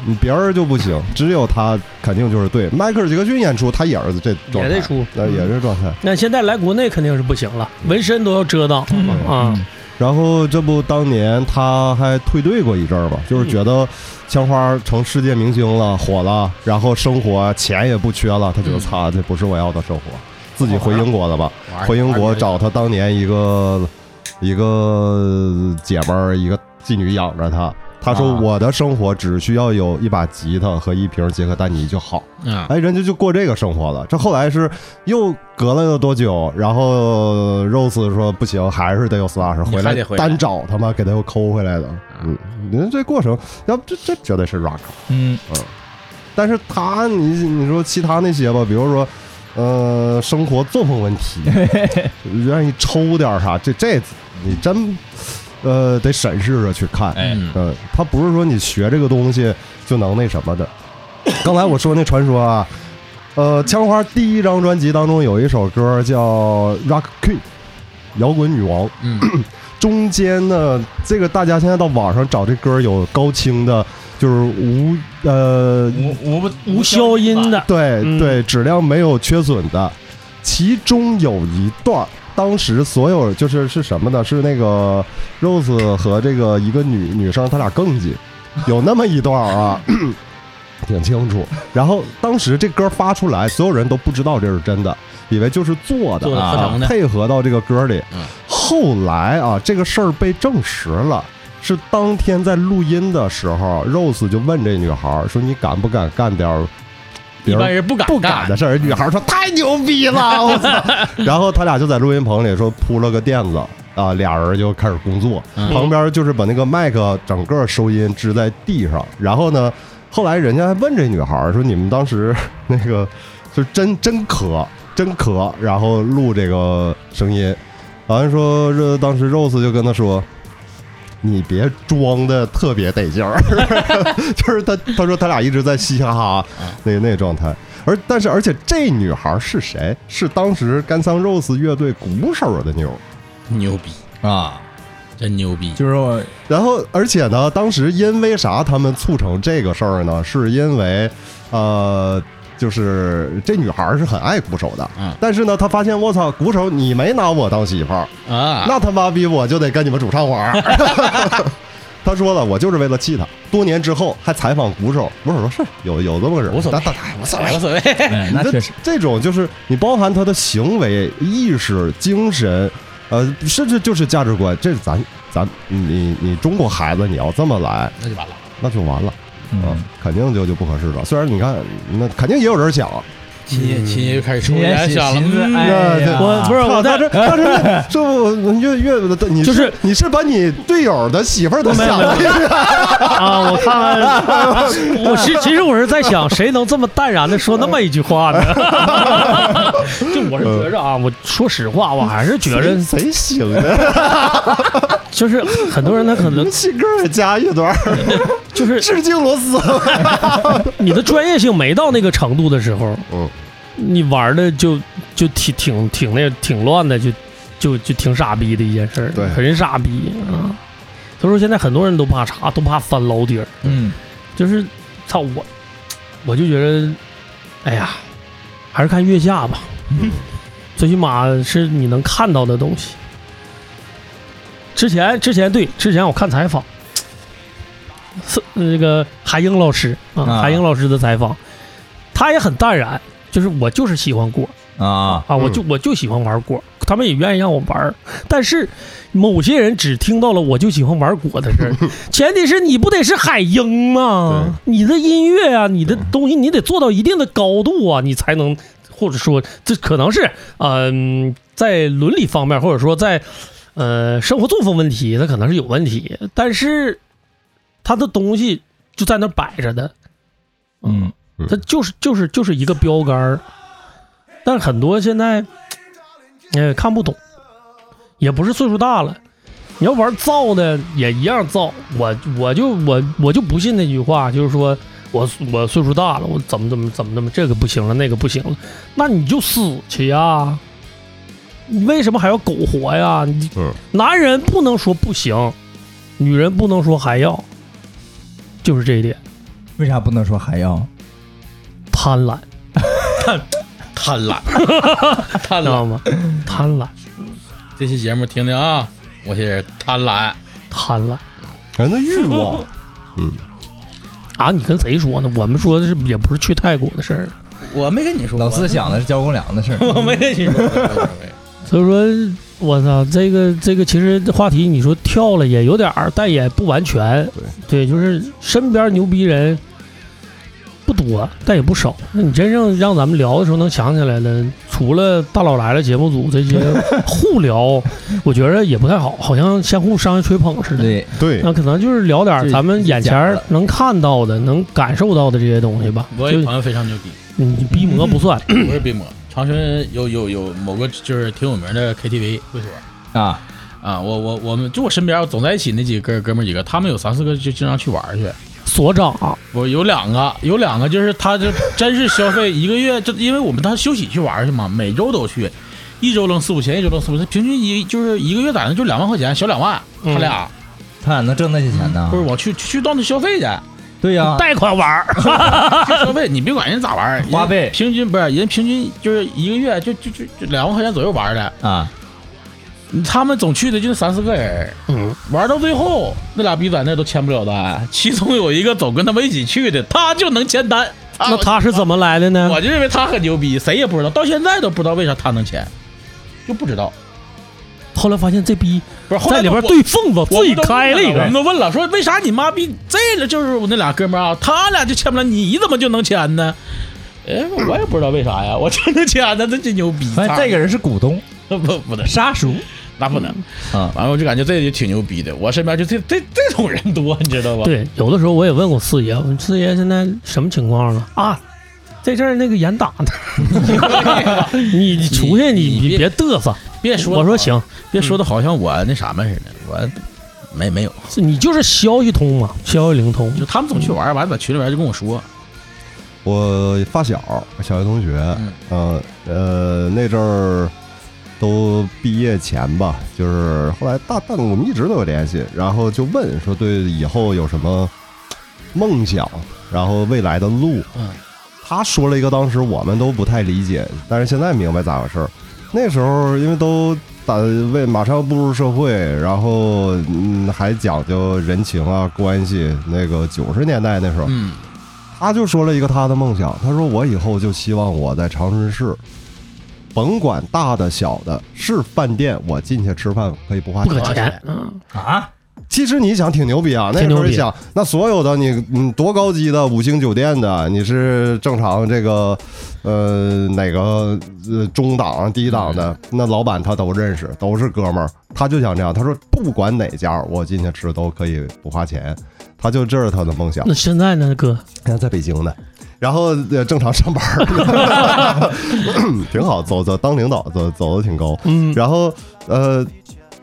Speaker 4: 你别人就不行，只有他肯定就是对。迈克尔·杰克逊演出，他也是这状态，
Speaker 3: 也得出
Speaker 4: 呃，也是状态。
Speaker 3: 那现在来国内肯定是不行了，纹身都要遮挡
Speaker 4: 嗯
Speaker 3: 啊，
Speaker 4: 然后这不当年他还退队过一阵儿吧，就是觉得枪花成世界明星了，火了，然后生活钱也不缺了，他觉得擦，这不是我要的生活，自己回英国了吧？ 回英 国找他当年一个一个姐们儿，一个妓女养着他。他说
Speaker 5: 啊：“
Speaker 4: 我的生活只需要有一把吉他和一瓶杰克丹尼就好。”
Speaker 2: 啊，
Speaker 4: 哎，人家就过这个生活了。这后来是又隔了多久？然后 Rose 说不行，还是得有 Slash 回
Speaker 8: 你
Speaker 4: 来
Speaker 8: 还得回来啊
Speaker 4: 单找他妈给他又抠回来的。嗯，你看这过程，要不这这绝对是 rock。
Speaker 5: 嗯，
Speaker 4: 但是他，你你说其他那些吧，比如说。呃，生活作风问题，愿意抽点儿啥，这这你真，呃，得审视着去看。
Speaker 8: 哎，
Speaker 4: 嗯，他不是说你学这个东西就能那什么的。 刚才我说那传说啊，呃，枪花第一张专辑当中有一首歌叫《Rock Queen》，摇滚女王。
Speaker 8: 嗯，
Speaker 4: 中间呢，这个大家现在到网上找这歌有高清的，就是无
Speaker 2: 嗯
Speaker 4: 呃
Speaker 8: 无无
Speaker 3: 无消音的，
Speaker 4: 对、
Speaker 3: 嗯
Speaker 4: 对，质量没有缺损的。其中有一段儿，当时所有就是是什么呢？是那个 Rose 和这个一个女女生，她俩更近，有那么一段儿啊， 挺清楚。然后当时这歌发出来，所有人都不知道这是真的，以为就是做的
Speaker 2: 做的
Speaker 4: 啊，
Speaker 2: 合成的
Speaker 4: 配合到这个歌里。
Speaker 8: 嗯
Speaker 4: 后来啊，这个事儿被证实了。是当天在录音的时候，Rose 就问这女孩儿说：“你敢不敢干点儿别
Speaker 2: 一
Speaker 4: 人
Speaker 2: 般人不敢
Speaker 4: 不敢的事儿。女孩说太牛逼了，我操！然后他俩就在录音棚里说铺了个垫子啊，俩人就开始工作，
Speaker 8: 嗯
Speaker 4: 旁边就是把那个麦克整个收音支在地上。然后呢，后来人家还问这女孩儿说：“你们当时那个就真 真咳真咳，然后录这个声音。”好像说这当时 Rose 就跟他说。你别装的特别得劲儿， 就是他，他说他俩一直在嘻嘻哈哈那那状态，而但是而且这女孩是谁？是当时干桑 Rose 乐队鼓手的妞儿。
Speaker 2: 牛逼，
Speaker 8: 啊，
Speaker 2: 真牛逼，
Speaker 5: 就是我
Speaker 4: 然后而且呢，当时因为啥他们促成这个事儿呢？是因为呃。就是这女孩是很爱鼓手的，
Speaker 8: 嗯
Speaker 4: 但是呢，她发现我操，鼓手你没拿我当媳妇儿，
Speaker 8: 啊，
Speaker 4: 那他妈逼我就得跟你们主唱玩儿。 他说了，我就是为了气他。多年之后还采访鼓手，鼓手说是有有这么个人，
Speaker 8: 无所谓
Speaker 4: 但但哎无所谓，
Speaker 8: 无所谓，
Speaker 5: 哎那确实，
Speaker 4: 这种就是你包含他的行为、意识、精神，呃，甚至就是价值观。这咱咱你你中国孩子你要这么来，
Speaker 2: 那就完了。
Speaker 4: 那就完了，
Speaker 3: 哦
Speaker 4: 啊
Speaker 5: 嗯，
Speaker 4: 肯定就就不合适了。虽然你看，那肯定也有人想，
Speaker 2: 秦爷，秦爷就开始抽
Speaker 5: 今天
Speaker 2: 烟
Speaker 5: 寻
Speaker 2: 想了，
Speaker 5: 思，
Speaker 2: 嗯
Speaker 5: 哎呀，
Speaker 3: 我不是
Speaker 4: 操
Speaker 3: 我在
Speaker 4: 他 这 他这这我越越的，你
Speaker 3: 就是
Speaker 4: 你是把你队友的媳妇儿都想了一遍，
Speaker 3: 啊，我看看，我其其实我是在想，谁能这么淡然的说那么一句话呢？ 就我是觉着啊，我说实话，我还是觉 着
Speaker 4: 谁谁行 啊？
Speaker 3: 就是很多人他可能
Speaker 4: 气个儿加一段儿，
Speaker 3: 就是
Speaker 4: 致敬 罗斯。
Speaker 3: 你的专业性没到那个程度的时候，
Speaker 4: 嗯，
Speaker 3: 你玩的就就挺挺挺那挺乱的，就就就挺傻逼的一件事儿，
Speaker 4: 对嗯
Speaker 3: 很傻逼啊。所以说现在很多人都怕啥，都怕翻老底儿，
Speaker 5: 嗯，
Speaker 3: 就是操我，我就觉得，哎呀，还是看月下吧， 最起码是你能看到的东西。之前之前对之前我看采访，是那个韩英老师啊，
Speaker 5: 啊
Speaker 3: 韩英老师的采访，他也很淡然，就是我就是喜欢果
Speaker 5: 啊，
Speaker 3: 啊，我就我就喜欢玩果，他们也愿意让我玩儿，但是某些人只听到了我就喜欢玩果的事儿，前提是你不得是海英吗？你的音乐啊，你的东西，你得做到一定的高度啊，你才能，或者说这可能是，嗯、在伦理方面，或者说在，呃，生活作风问题，它可能是有问题，但是他的东西就在那摆着的，
Speaker 5: 嗯，
Speaker 3: 它就是就是就是一个标杆儿。但是很多现在，哎，看不懂，也不是岁数大了。你要玩造呢，也一样造。我我就我我就不信那句话，就是说我我岁数大了，我怎么怎么怎么怎么这个不行了，那个不行了，那你就死去呀！你为什么还要苟活呀？你
Speaker 4: 嗯
Speaker 3: 男人不能说不行，女人不能说还要，就是这一点，
Speaker 5: 为啥不能说还要？
Speaker 3: 贪婪，
Speaker 9: 贪 婪，贪
Speaker 3: 知道，吗？贪婪，
Speaker 9: 这期节目听听啊，我是贪婪，
Speaker 3: 贪婪
Speaker 4: 人的欲望，
Speaker 3: 嗯啊！你跟谁说呢？我们说的是也不是去泰国的事儿，
Speaker 2: 我没跟你说，
Speaker 5: 老四想的是交公粮 的事儿，
Speaker 2: 我没跟你说，
Speaker 3: 所以说，我操，这个这个其实话题你说跳了也有点儿，但也不完全。对，就是身边牛逼人不多，但也不少。那你真正让咱们聊的时候能想起来的，除了大佬来了节目组这些互 聊，我觉着也不太好，好像相互商业吹捧似的。
Speaker 5: 对，
Speaker 4: 对
Speaker 3: 那可能就是聊点儿
Speaker 5: 这
Speaker 3: 咱们眼前
Speaker 5: 这假
Speaker 3: 儿
Speaker 5: 的
Speaker 3: 能看到的、能感受到的这些东西吧。
Speaker 2: 我
Speaker 3: 就
Speaker 2: 有朋友非常牛逼，
Speaker 3: 你逼魔不算，
Speaker 2: 不是病魔，长春有有有某个就是挺有名的 KTV 会所
Speaker 5: 啊，
Speaker 2: 啊，我我我们就我身边我总在一起那几个哥哥们儿几个，他们有三四个就经常去玩儿去。
Speaker 3: 所长啊
Speaker 2: 我有两个，有两个就是他就真是消费一个月，就因为我们他休息去玩儿去嘛，每周都去，一周扔四五千，一周扔四五千，平均一就是一个月攒的就两万块钱，小两万，他俩、
Speaker 5: 他咋能挣那些钱呢
Speaker 2: 不？是我去去去到那消费去，
Speaker 5: 对呀，
Speaker 3: 贷款 玩儿，
Speaker 2: 去啊消费，你别管人咋玩儿，人
Speaker 5: 花呗
Speaker 2: 平均不是人平均就是一个月就就就就两万块钱左右玩儿的，
Speaker 5: 啊，
Speaker 2: 他们总去的就那三四个人，
Speaker 3: 嗯，
Speaker 2: 玩到最后那俩逼在那都签不了单，其中有一个总跟他们一起去的，他就能签单，啊
Speaker 3: 那他是怎么来的呢？
Speaker 2: 我就认为他很牛逼，谁也不知道，到现在都不知道为啥他能签，就不知道。
Speaker 3: 后来发现这逼
Speaker 2: 不是后来
Speaker 3: 在里边
Speaker 2: 我
Speaker 3: 对缝子，
Speaker 2: 我
Speaker 3: 自己开了一
Speaker 2: 我们
Speaker 3: 个。
Speaker 2: 都问了，说为啥你妈逼这个就是我那俩哥们儿啊，他俩就签不了，你怎么就能签呢？哎，我也不知道为啥呀， 我真能签的，那真牛逼。
Speaker 5: 反正这个人是股东，
Speaker 2: 操 不不能，
Speaker 5: 杀熟
Speaker 2: 那不能。
Speaker 5: 啊，
Speaker 2: 完了，我就感觉这就挺牛逼的，我身边就这这这种人多，你知道吧？，
Speaker 3: 对，有的时候我也问过四爷，我说四爷现在什么情况了啊？这阵儿那个严打呢，你你出去你
Speaker 2: 你
Speaker 3: 你别嘚瑟。
Speaker 2: 别说
Speaker 3: 我说，行，
Speaker 2: 别说的好像我那啥么似的，我没没有，
Speaker 3: 你就是消息通嘛，消息灵通。
Speaker 2: 就他们总去玩儿，完在群里边就跟我说，
Speaker 4: 我发小小学同学，呃呃那阵儿都毕业前吧，就是后来大但我们一直都有联系，然后就问说对以后有什么梦想，然后未来的路，
Speaker 2: 嗯，
Speaker 4: 他说了一个当时我们都不太理解，但是现在明白咋回事儿。那时候因为都打为马上要步入社会，然后嗯还讲究人情啊关系，那个九十年代那时候，
Speaker 2: 嗯，
Speaker 4: 他就说了一个他的梦想，他说我以后就希望我在长春市，甭管大的小的，是饭店我进去吃饭可以不花
Speaker 3: 不可
Speaker 4: 钱。
Speaker 3: 钱，嗯
Speaker 5: 啊，
Speaker 4: 其实你想挺牛逼啊，那
Speaker 3: 挺
Speaker 4: 时
Speaker 3: 牛
Speaker 4: 候
Speaker 3: 逼
Speaker 4: 一想，那所有的你你多高级的五星酒店的，你是正常这个呃哪个呃中档低档的，那老板他都认识，都是哥们儿，他就想这样。他说不管哪家我进去吃都可以不花钱，他就这是他的梦想。
Speaker 3: 那现在呢，哥？
Speaker 4: 现在在北京呢，然后呃正常上班儿， 挺好，走走当领导走走的挺高，
Speaker 3: 嗯，
Speaker 4: 然后呃，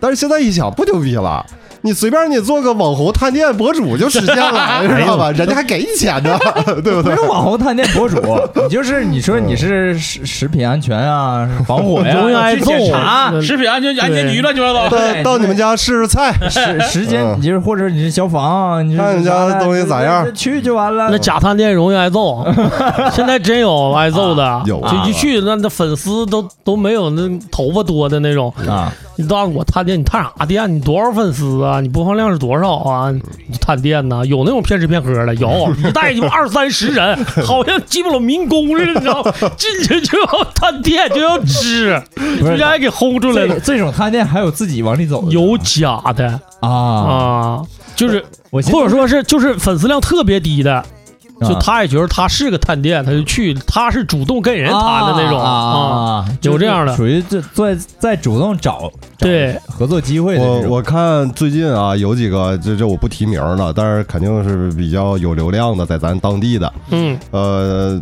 Speaker 4: 但是现在一想不牛逼了。你随便你做个网红探店博主就实 现了，知
Speaker 3: 哎
Speaker 4: 道吧？人家还给你钱呢，对不
Speaker 5: 不
Speaker 4: 对
Speaker 5: 是？网红探店博 主，你就是你说你是食食品安全啊，防火呀，
Speaker 3: 嗯 容易挨
Speaker 5: 去检
Speaker 3: 揍
Speaker 5: 查。
Speaker 2: 嗯食品安全安全局乱七八糟。
Speaker 4: 到到你们家试试菜，
Speaker 5: 时时间，
Speaker 3: 嗯
Speaker 5: 你就是或者你是消防，你是
Speaker 4: 看人家
Speaker 5: 啥的
Speaker 4: 东西咋样
Speaker 5: 就去就完了。
Speaker 3: 那假探店容易挨揍，啊现在真有挨揍的，
Speaker 4: 有
Speaker 3: 就一去那那粉丝都都没有那头发多的那种，
Speaker 5: 啊，
Speaker 3: 你到我探店，你探啥店？你多少粉丝啊？你播放量是多少啊？你探店呐？有那种骗吃骗喝的，有一带你们二三十人，好像鸡巴老民工似的，你知道吗？进去就要探店，就要吃，
Speaker 5: 不是
Speaker 3: 人家还给轰出来了
Speaker 5: 这。这种探店还有自己往里走的
Speaker 3: 有假的
Speaker 5: 啊，
Speaker 3: 啊，就是
Speaker 5: 我寻思啊
Speaker 3: 或者说是就是粉丝量特别低的，就他也觉得他是个探店，他就去，他是主动跟人谈的那种啊。
Speaker 5: 啊，
Speaker 3: 有这样的
Speaker 5: 就是属于这在在主动找
Speaker 3: 对，
Speaker 5: 合作机会的
Speaker 4: 我
Speaker 5: 这种
Speaker 4: 我看最近啊，有几个这这我不提名了，但是肯定是比较有流量的，在咱当地的，
Speaker 3: 嗯，
Speaker 4: 呃，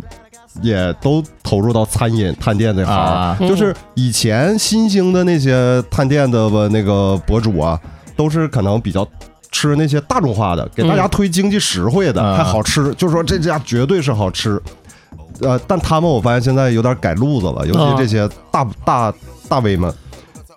Speaker 4: 也都投入到餐饮探店这行。
Speaker 5: 啊，
Speaker 3: 嗯
Speaker 4: 就是以前新兴的那些探店的吧，那个博主啊，都是可能比较吃那些大众化的，给大家推经济实惠的，
Speaker 5: 嗯
Speaker 4: 还好吃，就说这家绝对是好吃。呃，但他们我发现现在有点改路子了，
Speaker 5: 嗯
Speaker 4: 尤
Speaker 3: 啊
Speaker 4: 其这些大、大大 V 们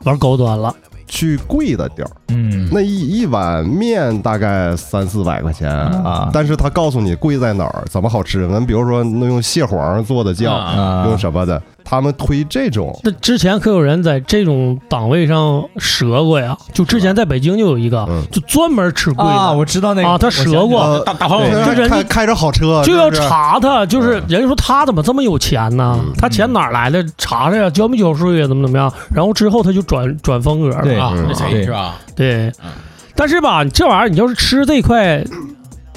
Speaker 3: 玩高端了，
Speaker 4: 去贵的地儿，
Speaker 5: 嗯
Speaker 4: 那一一碗面大概三四百块钱
Speaker 5: 啊
Speaker 4: 但是他告诉你贵在哪儿，怎么好吃。咱比如说那用蟹黄做的酱，
Speaker 8: 啊
Speaker 5: 啊，
Speaker 4: 用什么的，他们推这种
Speaker 3: 那之前可有人在这种档位上折过呀？就之前在北京就有一个
Speaker 4: 嗯，
Speaker 3: 就专门吃贵
Speaker 5: 啊，
Speaker 3: 的，
Speaker 5: 我知道那个
Speaker 3: 啊他折过
Speaker 5: 我想起来了
Speaker 8: 大大黄
Speaker 4: 对
Speaker 8: 友
Speaker 3: 哦就人
Speaker 4: 开
Speaker 3: 家
Speaker 4: 开着好车
Speaker 3: 就要
Speaker 4: 是不是
Speaker 3: 查他。就是人家说他怎么这么有钱呢？他钱哪儿来的？查查呀，交没交税呀？怎么怎么样？然后之后他就转转风格了。
Speaker 5: 对嗯
Speaker 8: 啊，那
Speaker 5: 对
Speaker 8: 谁是吧？
Speaker 3: 对
Speaker 8: 嗯，
Speaker 3: 但是吧，这玩意儿你要是吃这块，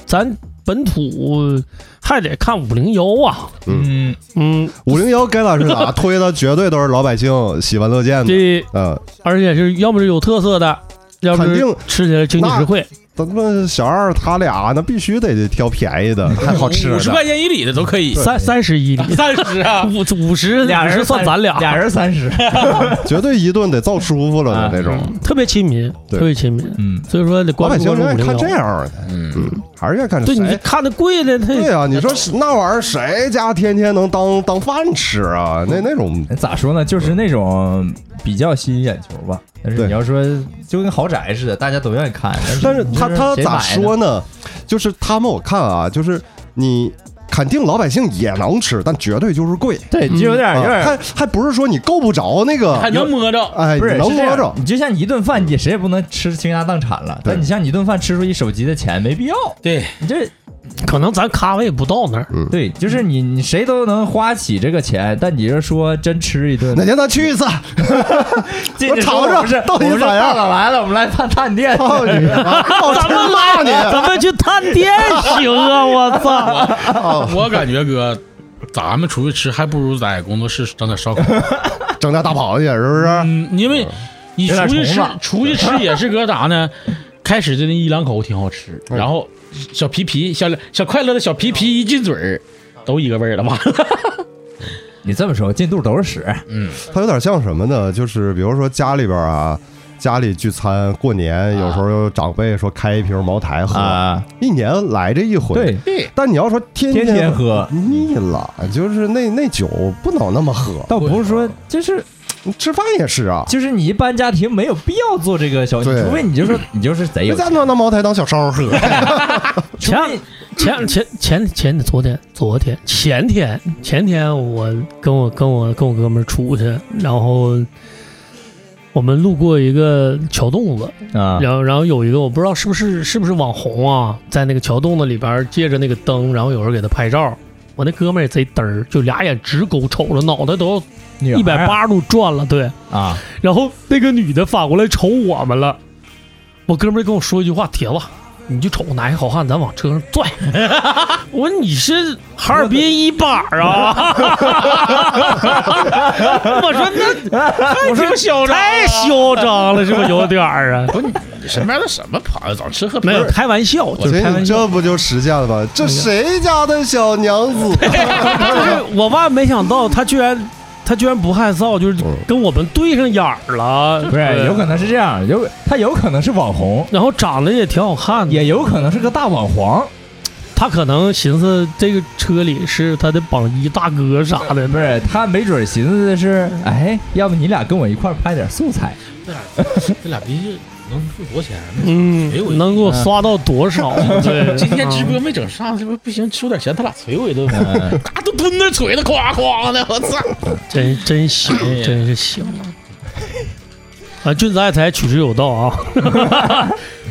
Speaker 3: 咱本土还得看五零幺啊。
Speaker 5: 嗯，
Speaker 3: 嗯，
Speaker 4: 五零幺该咋 是咋，推的绝对都是老百姓喜闻乐见的。
Speaker 3: 这
Speaker 4: 嗯，
Speaker 3: 而且是要么是有特色的，要么
Speaker 4: 肯
Speaker 3: 是
Speaker 4: 定
Speaker 3: 吃起来经济实惠。
Speaker 4: 咱们小二他俩那必须得挑便 宜的，还好吃
Speaker 8: 五十
Speaker 4: 的。
Speaker 8: 块钱一里的都可以，，
Speaker 3: 三三十一里
Speaker 8: 三十啊，
Speaker 3: 五五十
Speaker 5: 俩人
Speaker 3: 50算咱俩，
Speaker 5: 俩人三十，
Speaker 4: 绝对一顿得造舒服了
Speaker 5: 啊
Speaker 4: 的那种。
Speaker 3: 嗯特别亲民，
Speaker 4: 对
Speaker 3: 特别亲民。
Speaker 5: 嗯，
Speaker 3: 所以说得
Speaker 4: 老
Speaker 3: 关
Speaker 4: 百
Speaker 3: 注
Speaker 4: 姓
Speaker 3: 关注
Speaker 4: 愿
Speaker 3: 五
Speaker 4: 意
Speaker 3: 零
Speaker 4: 看这
Speaker 3: 幺。
Speaker 4: 样的，
Speaker 8: 嗯，
Speaker 4: 还是愿意看
Speaker 3: 对，你
Speaker 4: 谁？
Speaker 3: 看那贵的，他
Speaker 4: 对啊，你说是那玩意儿谁家天天能当当饭吃
Speaker 3: 嗯
Speaker 4: 啊？那那种
Speaker 5: 咋说呢，就是那种比较吸引眼球吧。但是
Speaker 4: 对
Speaker 5: 你要说就跟豪宅似的，大家都愿意看。
Speaker 3: 哎
Speaker 4: 但是他
Speaker 5: 你
Speaker 4: 他
Speaker 5: 谁
Speaker 4: 咋
Speaker 5: 买呢
Speaker 4: 说呢？就是他们我看啊，就是你肯定老百姓也能吃，但绝对就是贵，
Speaker 5: 对，就 有点有
Speaker 4: 啊
Speaker 5: 点
Speaker 4: 还还不是说你够不着那
Speaker 8: 还
Speaker 4: 个，
Speaker 8: 能摸着，
Speaker 4: 哎，
Speaker 5: 不是
Speaker 4: 能
Speaker 5: 是这
Speaker 4: 摸
Speaker 5: 样
Speaker 4: 着。
Speaker 5: 你就像你一顿饭，也谁也不能吃倾家荡产了。
Speaker 4: 对
Speaker 5: 但你像你一顿饭吃出一手机的钱，没必要。
Speaker 8: 对，
Speaker 5: 你这
Speaker 3: 可能咱咖位不到那儿，
Speaker 5: 对，就是你你谁都能花起这个钱，但你就说真吃一顿，
Speaker 4: 哪天咱去一次？
Speaker 5: 这
Speaker 4: 我
Speaker 5: 这
Speaker 4: 尝尝
Speaker 5: 不是
Speaker 4: 到底
Speaker 5: 我们是
Speaker 4: 咋样
Speaker 5: 大佬来了，我们来探探店。
Speaker 4: 操哦你妈！ 我他妈骂你！
Speaker 3: 咱们去探店行啊！我操，
Speaker 8: 我感觉哥。咱们出去吃，还不如在工作室整点烧烤。
Speaker 4: 整点大螃蟹是不是？
Speaker 8: 嗯，因为你
Speaker 5: 有点
Speaker 8: 出去吃
Speaker 5: 虫子，
Speaker 8: 出去吃也是搁啥 呢？开始就那一两口挺好吃，然后小皮皮、小小快乐的小皮皮一进嘴儿，都一个味儿了，完了。
Speaker 5: 你这么说，进肚都是屎。
Speaker 4: 它有点像什么呢？就是比如说家里边啊，家里聚餐，过年有时候有长辈说开一瓶茅台喝，
Speaker 5: 啊，
Speaker 4: 一年来这一回。
Speaker 5: 对，，
Speaker 4: 但你要说天
Speaker 5: 天天喝
Speaker 4: 腻了，就是那那酒不能那么喝，
Speaker 5: 倒不是说，就是
Speaker 4: 你吃饭也是啊。
Speaker 5: 就是你一般家庭没有必要做这个小，
Speaker 4: 对
Speaker 5: 除非你就说你就是贼
Speaker 4: 别
Speaker 5: 有
Speaker 4: 咱拿那茅台当小烧 喝，
Speaker 5: 钱，除非
Speaker 3: 前前前前昨天昨天前天前天我跟我跟我跟我哥们儿出去，然后我们路过一个桥洞子，
Speaker 5: 你啊
Speaker 3: 然后然后有一个我不知道是不是是不是网红啊，在那个桥洞子里边儿借着那个灯，然后有人给他拍照。我那哥们儿也贼嘚儿，就俩眼直勾，瞅着脑袋都
Speaker 5: 女
Speaker 3: 要一
Speaker 5: 孩
Speaker 3: 百
Speaker 5: 儿
Speaker 3: 八十度转了，对。
Speaker 5: 啊，
Speaker 3: 然后那个女的反过来瞅我们了，我哥们儿跟我说一句话：“铁子，你就瞅哪个好汉，咱往车上拽。” 我说：“你是哈尔滨一把啊？” 我说：“那我说嚣张，太嚣张了，是不是有点儿啊
Speaker 8: 不是 你身边的什么朋友，早吃喝？”
Speaker 3: 没有
Speaker 8: 玩
Speaker 3: 开玩笑，
Speaker 4: 我
Speaker 3: 就是
Speaker 4: 寻
Speaker 3: 开
Speaker 4: 思
Speaker 3: 玩
Speaker 4: 你
Speaker 3: 笑。
Speaker 4: 这不就实现了吗？这谁家的小娘子？
Speaker 3: 就是我万没想到，他居然他居然不害臊，就是跟我们对上眼儿了，
Speaker 5: 不是
Speaker 3: 对
Speaker 5: 有可能是这样，有他有可能是网红，
Speaker 3: 然后长得也挺好看的，
Speaker 5: 也有可能是个大网黄，
Speaker 3: 他可能寻思这个车里是他的榜一大哥啥的，
Speaker 5: 不是他没准寻思的是，哎，要不你俩跟我一块儿拍点素材，
Speaker 8: 儿这俩逼是能挣多少钱？哎呦
Speaker 3: 嗯，能给我刷到多少？对，
Speaker 8: 今天直播没整上，这不不行，出点钱，他俩捶我一顿，
Speaker 5: 嗯
Speaker 8: 嘎都蹲那捶的，夸夸的，我操！
Speaker 3: 真真行，真是行啊！君子爱财，取之有道啊，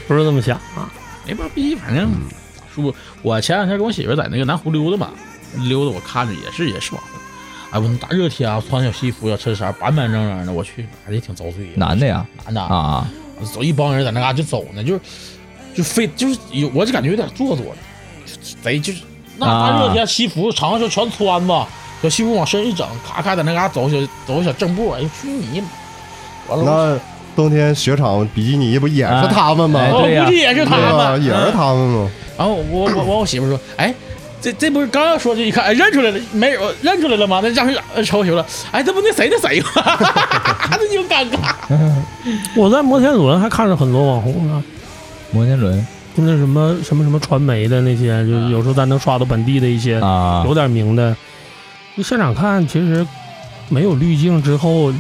Speaker 3: 不是这么想啊。
Speaker 8: 那帮逼，反正
Speaker 5: 嗯
Speaker 8: 说，我前两天跟我媳妇在那个南湖溜达嘛，溜达我看着也是也是网红，哎，我那大热天啊，穿小西服小衬衫，板板正正的，我去，妈的也挺遭罪。
Speaker 5: 男的呀
Speaker 8: 男的啊，
Speaker 5: 啊，
Speaker 8: 走一帮人在那嘎就走呢，就是就非就是有，我就感觉有点做作了，贼就是。
Speaker 2: 那大
Speaker 5: 啊
Speaker 2: 热天西服长袖全穿吧，小西服往身上一整，咔咔在那嘎走小走小正步，哎呦，去你！完了，
Speaker 4: 那冬天雪场比基尼不也是他们吗？
Speaker 5: 哎
Speaker 2: 我
Speaker 5: 对呀
Speaker 2: 估计也是他
Speaker 4: 对吧？
Speaker 2: 们，
Speaker 4: 啊也是他们吗？
Speaker 2: 然后我我我我媳妇说，哎，这这不是刚要说这一看，哎，认出来了，没人认出来了吗？那张学友瞅我媳妇了，哎，这不那谁那谁吗？那就尴尬。
Speaker 3: 我在摩天轮还看着很多网红呢，
Speaker 5: 摩天轮
Speaker 3: 就那什么什么什么传媒的那些，就有时候咱能刷到本地的一些
Speaker 5: 啊
Speaker 3: 有点名的，就现场看其实没有滤镜之后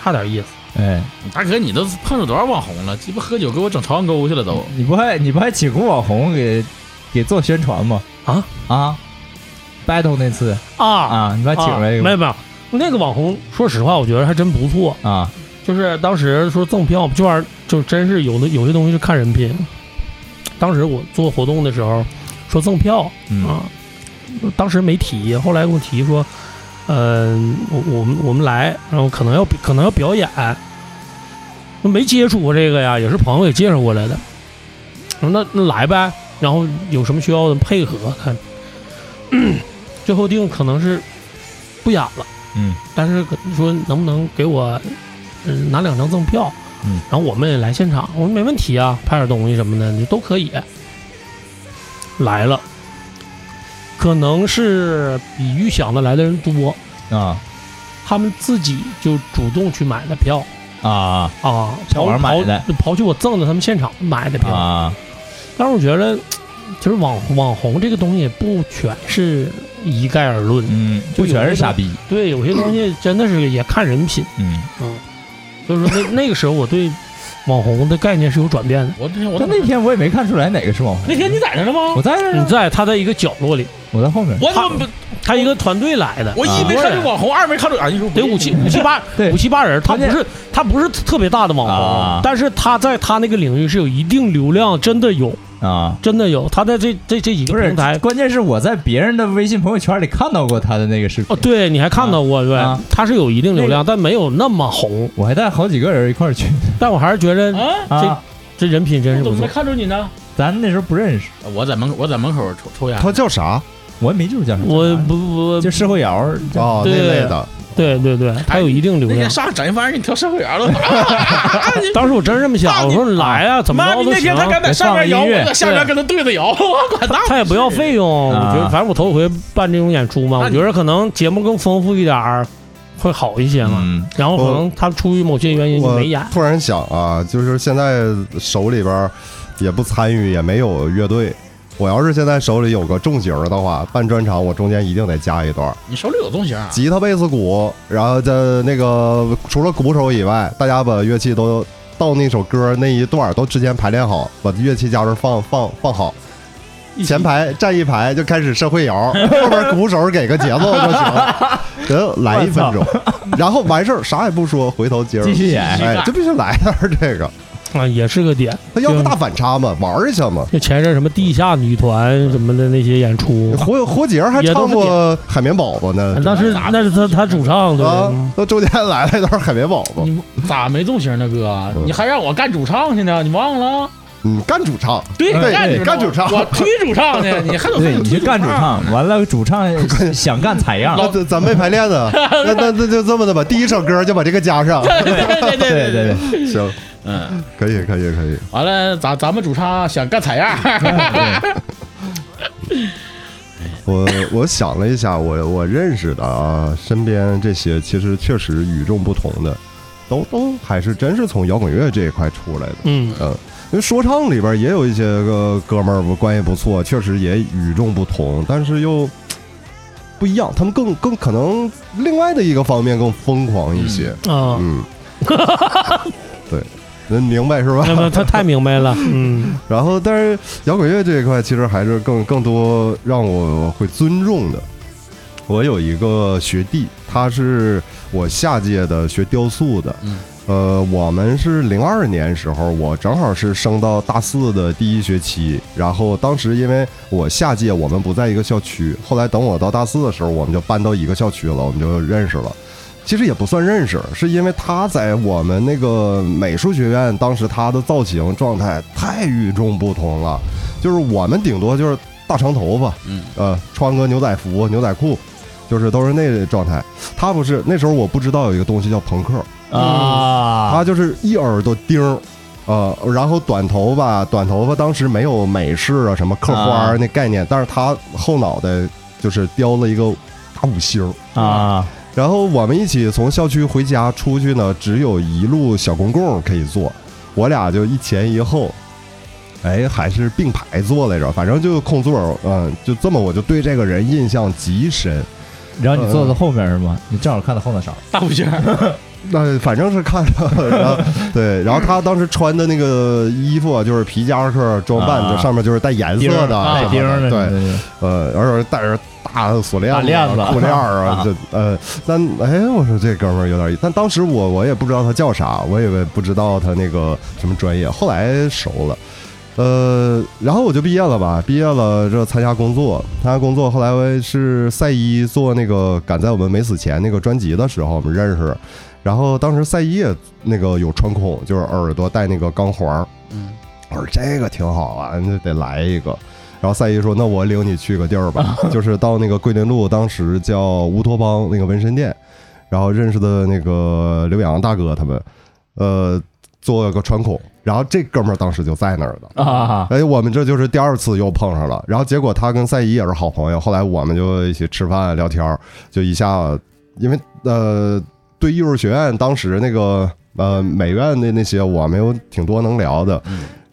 Speaker 3: 差点意思。
Speaker 5: 哎，
Speaker 8: 大哥，你都碰着多少网红了？鸡巴喝酒给我整朝阳沟去了都。
Speaker 5: 你不还你不还请过网红给给做宣传吗？
Speaker 3: 啊
Speaker 5: 啊，battle 那次
Speaker 3: 啊
Speaker 5: 啊，你把请来一
Speaker 3: 没
Speaker 5: 个
Speaker 3: 有没有，那个网红，说实话，我觉得还真不错。
Speaker 5: 啊，
Speaker 3: 就是当时说赠票，这玩意儿就真是有的，有些东西是看人品。当时我做活动的时候说赠票
Speaker 5: 嗯
Speaker 3: 啊，当时没提，后来给我提说，嗯、我我们我们来，然后可能要可能要表演，没接触过这个呀，也是朋友给介绍过来的。我说那那来呗，然后有什么需要的配合看。最后定可能是不演了，
Speaker 5: 嗯，
Speaker 3: 但是可说能不能给我嗯、拿两张赠票，
Speaker 5: 嗯，
Speaker 3: 然后我们也来现场，我说没问题啊，拍点东西什么的你都可以。来了，可能是比预想的来的人多，
Speaker 5: 啊
Speaker 3: 他们自己就主动去买的票
Speaker 5: 啊
Speaker 3: 啊，
Speaker 5: 上网
Speaker 3: 刨
Speaker 5: 买的
Speaker 3: 刨刨去我赠的他们现场买的票，
Speaker 5: 啊，
Speaker 3: 但是我觉得，其实网网红这个东西也不全是一概而论，
Speaker 5: 嗯，
Speaker 3: 就
Speaker 5: 不
Speaker 3: 有
Speaker 5: 全
Speaker 3: 那
Speaker 5: 是傻
Speaker 3: 种
Speaker 5: 逼，
Speaker 3: 对，有些东西真的是也看人 品。
Speaker 5: 嗯，
Speaker 3: 所以说那那个时候我对网红的概念是有转变的。
Speaker 2: 我那天我
Speaker 5: 但那天我也没看出来哪个是网红，
Speaker 2: 那天你在那了吗
Speaker 5: 我？在这儿
Speaker 3: 你
Speaker 5: 呢，
Speaker 3: 在他在一个角落里，
Speaker 5: 我在后面，
Speaker 2: 我他妈不，
Speaker 3: 他一个团队来的，
Speaker 2: 我一没看出网红，二没看出，哎，你说
Speaker 3: 得五 七五七八
Speaker 5: 对
Speaker 3: 五七八人，他
Speaker 5: 关
Speaker 3: 不
Speaker 5: 键
Speaker 3: 是他不是特别大的网
Speaker 5: 啊
Speaker 3: 红，但是他在他那个领域是有一定流量，真的有，
Speaker 5: 啊。
Speaker 3: 真的有，他在这这这几个
Speaker 5: 不是
Speaker 3: 平台，
Speaker 5: 关键是我在别人的微信朋友圈里看到过他的那个视频，
Speaker 3: 哦，对，你还看到过对
Speaker 5: 啊，
Speaker 3: 他是有一定流量，但没有那么红，
Speaker 5: 我还带好几个人一块儿去
Speaker 3: 但我还是觉得
Speaker 2: 啊，
Speaker 5: 啊，
Speaker 3: 这人品真是
Speaker 2: 我怎
Speaker 3: 不
Speaker 2: 么没
Speaker 3: 错。
Speaker 2: 看出你呢？
Speaker 5: 咱那时候不认识，
Speaker 8: 我在门我在门口抽抽
Speaker 2: 哎
Speaker 8: 烟，
Speaker 4: 他叫啥？
Speaker 5: 我也没记住叫什么，
Speaker 3: 我不不不，
Speaker 5: 就社会摇儿，
Speaker 4: 哦，那
Speaker 3: 对
Speaker 4: 类的，
Speaker 3: 对对对，他有一定流
Speaker 8: 哎那
Speaker 3: 量
Speaker 8: 天。上整一帮人给你跳社会员 了，
Speaker 2: 哎
Speaker 3: 当时我真是这么想，我说来啊，怎么
Speaker 8: 妈
Speaker 3: 着
Speaker 8: 逼！
Speaker 3: 都
Speaker 8: 那
Speaker 3: 行
Speaker 8: 天。他敢在上面摇，我在下面跟他对着摇， 我管他。
Speaker 3: 他也不要费用，我
Speaker 5: 啊
Speaker 3: 觉得反正我头一回办这种演出嘛，
Speaker 8: 那
Speaker 3: 我
Speaker 8: 你
Speaker 3: 觉得可能节目更丰富一点儿，会好一些嘛。
Speaker 5: 嗯
Speaker 3: 然后可能他出于某些原因就
Speaker 4: 我
Speaker 3: 没演，
Speaker 4: 突然想啊，就是现在手里边也不参与，也没有乐队。我要是现在手里有个重型的话，办专场我中间一定得加一段
Speaker 8: 你手里有东西啊？
Speaker 4: 吉他、贝斯、鼓，然后在那个除了鼓手以外，大家把乐器都到那首歌那一段都之前排练好，把乐器加上放放放好。 前排站一排就开始社会摇，后边鼓手给个节奏就行，得来一分钟， 然后完事儿啥也不说，回头接着
Speaker 5: 继续演
Speaker 4: 哎，这必须来点儿这个，
Speaker 3: 啊，也是个点。
Speaker 4: 他要个大反差嘛，玩儿一下嘛。
Speaker 3: 就前一阵什么地下女团什么的那些演出，
Speaker 4: 胡胡杰还唱过《海绵宝宝》
Speaker 5: 啊
Speaker 4: 呢，
Speaker 3: 那是那是他他主唱对吧
Speaker 4: 啊，那中间来了一段《海绵宝宝》，
Speaker 5: 嗯
Speaker 8: 咋没动静呢，哥？你还让我干主唱去呢？你忘了？
Speaker 4: 嗯，干主唱，
Speaker 8: 对
Speaker 4: 哎对
Speaker 8: 干
Speaker 4: 干主唱
Speaker 8: 我推主唱去，你还得
Speaker 5: 对，
Speaker 8: 我
Speaker 5: 你去干主。唱，完了主唱想干采样，
Speaker 4: 那咱咱没排练 呢，那那那就这么的吧，第一首歌就把这个加上，
Speaker 8: 对对对
Speaker 5: 对 对，
Speaker 4: 行，
Speaker 8: 嗯，
Speaker 4: 可以可以可以，
Speaker 8: 完了，咱咱们主唱想干采样，
Speaker 4: 我我想了一下，我我认识的啊，身边这些其实确实与众不同的，都都还是真是从摇滚乐这一块出来的。
Speaker 3: 嗯，
Speaker 4: 嗯，因为说唱里边也有一些个哥们儿不关系不错，确实也与众不同，但是又不一样。他们更更可能另外的一个方面更疯狂一些。
Speaker 3: 啊，
Speaker 4: 嗯， 对，能明白是吧？
Speaker 3: 那么他太明白了，嗯，
Speaker 4: 然后，但是摇滚乐这一块其实还是更更多让我会尊重的。我有一个学弟，他是我下届的学雕塑的，
Speaker 8: 嗯
Speaker 4: 呃，我们是零二年时候，我正好是升到大四的第一学期，然后当时因为我下届我们不在一个校区，后来等我到大四的时候，我们就搬到一个校区了，我们就认识了。其实也不算认识，是因为他在我们那个美术学院，当时他的造型状态太与众不同了。就是我们顶多就是大长头发，
Speaker 8: 嗯，
Speaker 4: 呃，穿个牛仔服、牛仔裤，就是都是那状态。他不是那时候我不知道有一个东西叫朋克，
Speaker 5: 啊，
Speaker 4: 他就是一耳朵钉儿，呃，然后短头发，短头发当时没有美式啊什么刻花
Speaker 5: 啊
Speaker 4: 儿那概念，但是他后脑袋就是雕了一个大五星儿。
Speaker 5: 啊，
Speaker 4: 然后我们一起从校区回家，出去呢只有一路小公共可以坐，我俩就一前一后，哎，还是并排坐来着，反正就空座儿，嗯，就这么我就对这个人印象极 深。
Speaker 5: 然后你坐在后面是吗？你正好看到后脑勺，
Speaker 8: 大五星儿，
Speaker 4: 那反正是看着，然后对，然后他当时穿的那个衣服啊，就是皮夹克装扮的，
Speaker 5: 啊
Speaker 4: 上面就是带颜色
Speaker 5: 钉儿
Speaker 4: 的，啊
Speaker 5: 带钉儿的，
Speaker 4: 对，
Speaker 5: 哎对，
Speaker 4: 呃，而且带着大锁链、
Speaker 5: 大链子
Speaker 4: 裤链儿
Speaker 5: 啊
Speaker 4: 啊，这呃，但哎，我说这哥们儿有点意思，但当时我我也不知道他叫啥，我也不知道他那个什么专业，后来熟了。呃，然后我就毕业了吧，毕业了这参加工作，参加工作，后来我是赛一做那个《赶在我们没死前》那个专辑的时候，我们认识，然后当时赛一也那个有穿孔，就是耳朵戴那个钢环儿，
Speaker 8: 嗯，
Speaker 4: 我说这个挺好啊，那得来一个。然后赛一说：“那我领你去个地儿吧，
Speaker 5: 啊
Speaker 4: 就是到那个桂林路，当时叫乌托邦那个纹身店，然后认识的那个刘洋大哥他们，呃，做个穿孔。然后这哥们儿当时就在那儿的，
Speaker 5: 啊，
Speaker 4: 哎，我们这就是第二次又碰上了。然后结果他跟赛一也是好朋友，后来我们就一起吃饭聊天儿，就一下，因为呃，对艺术学院当时那个呃美院的那些，我们有挺多能聊的，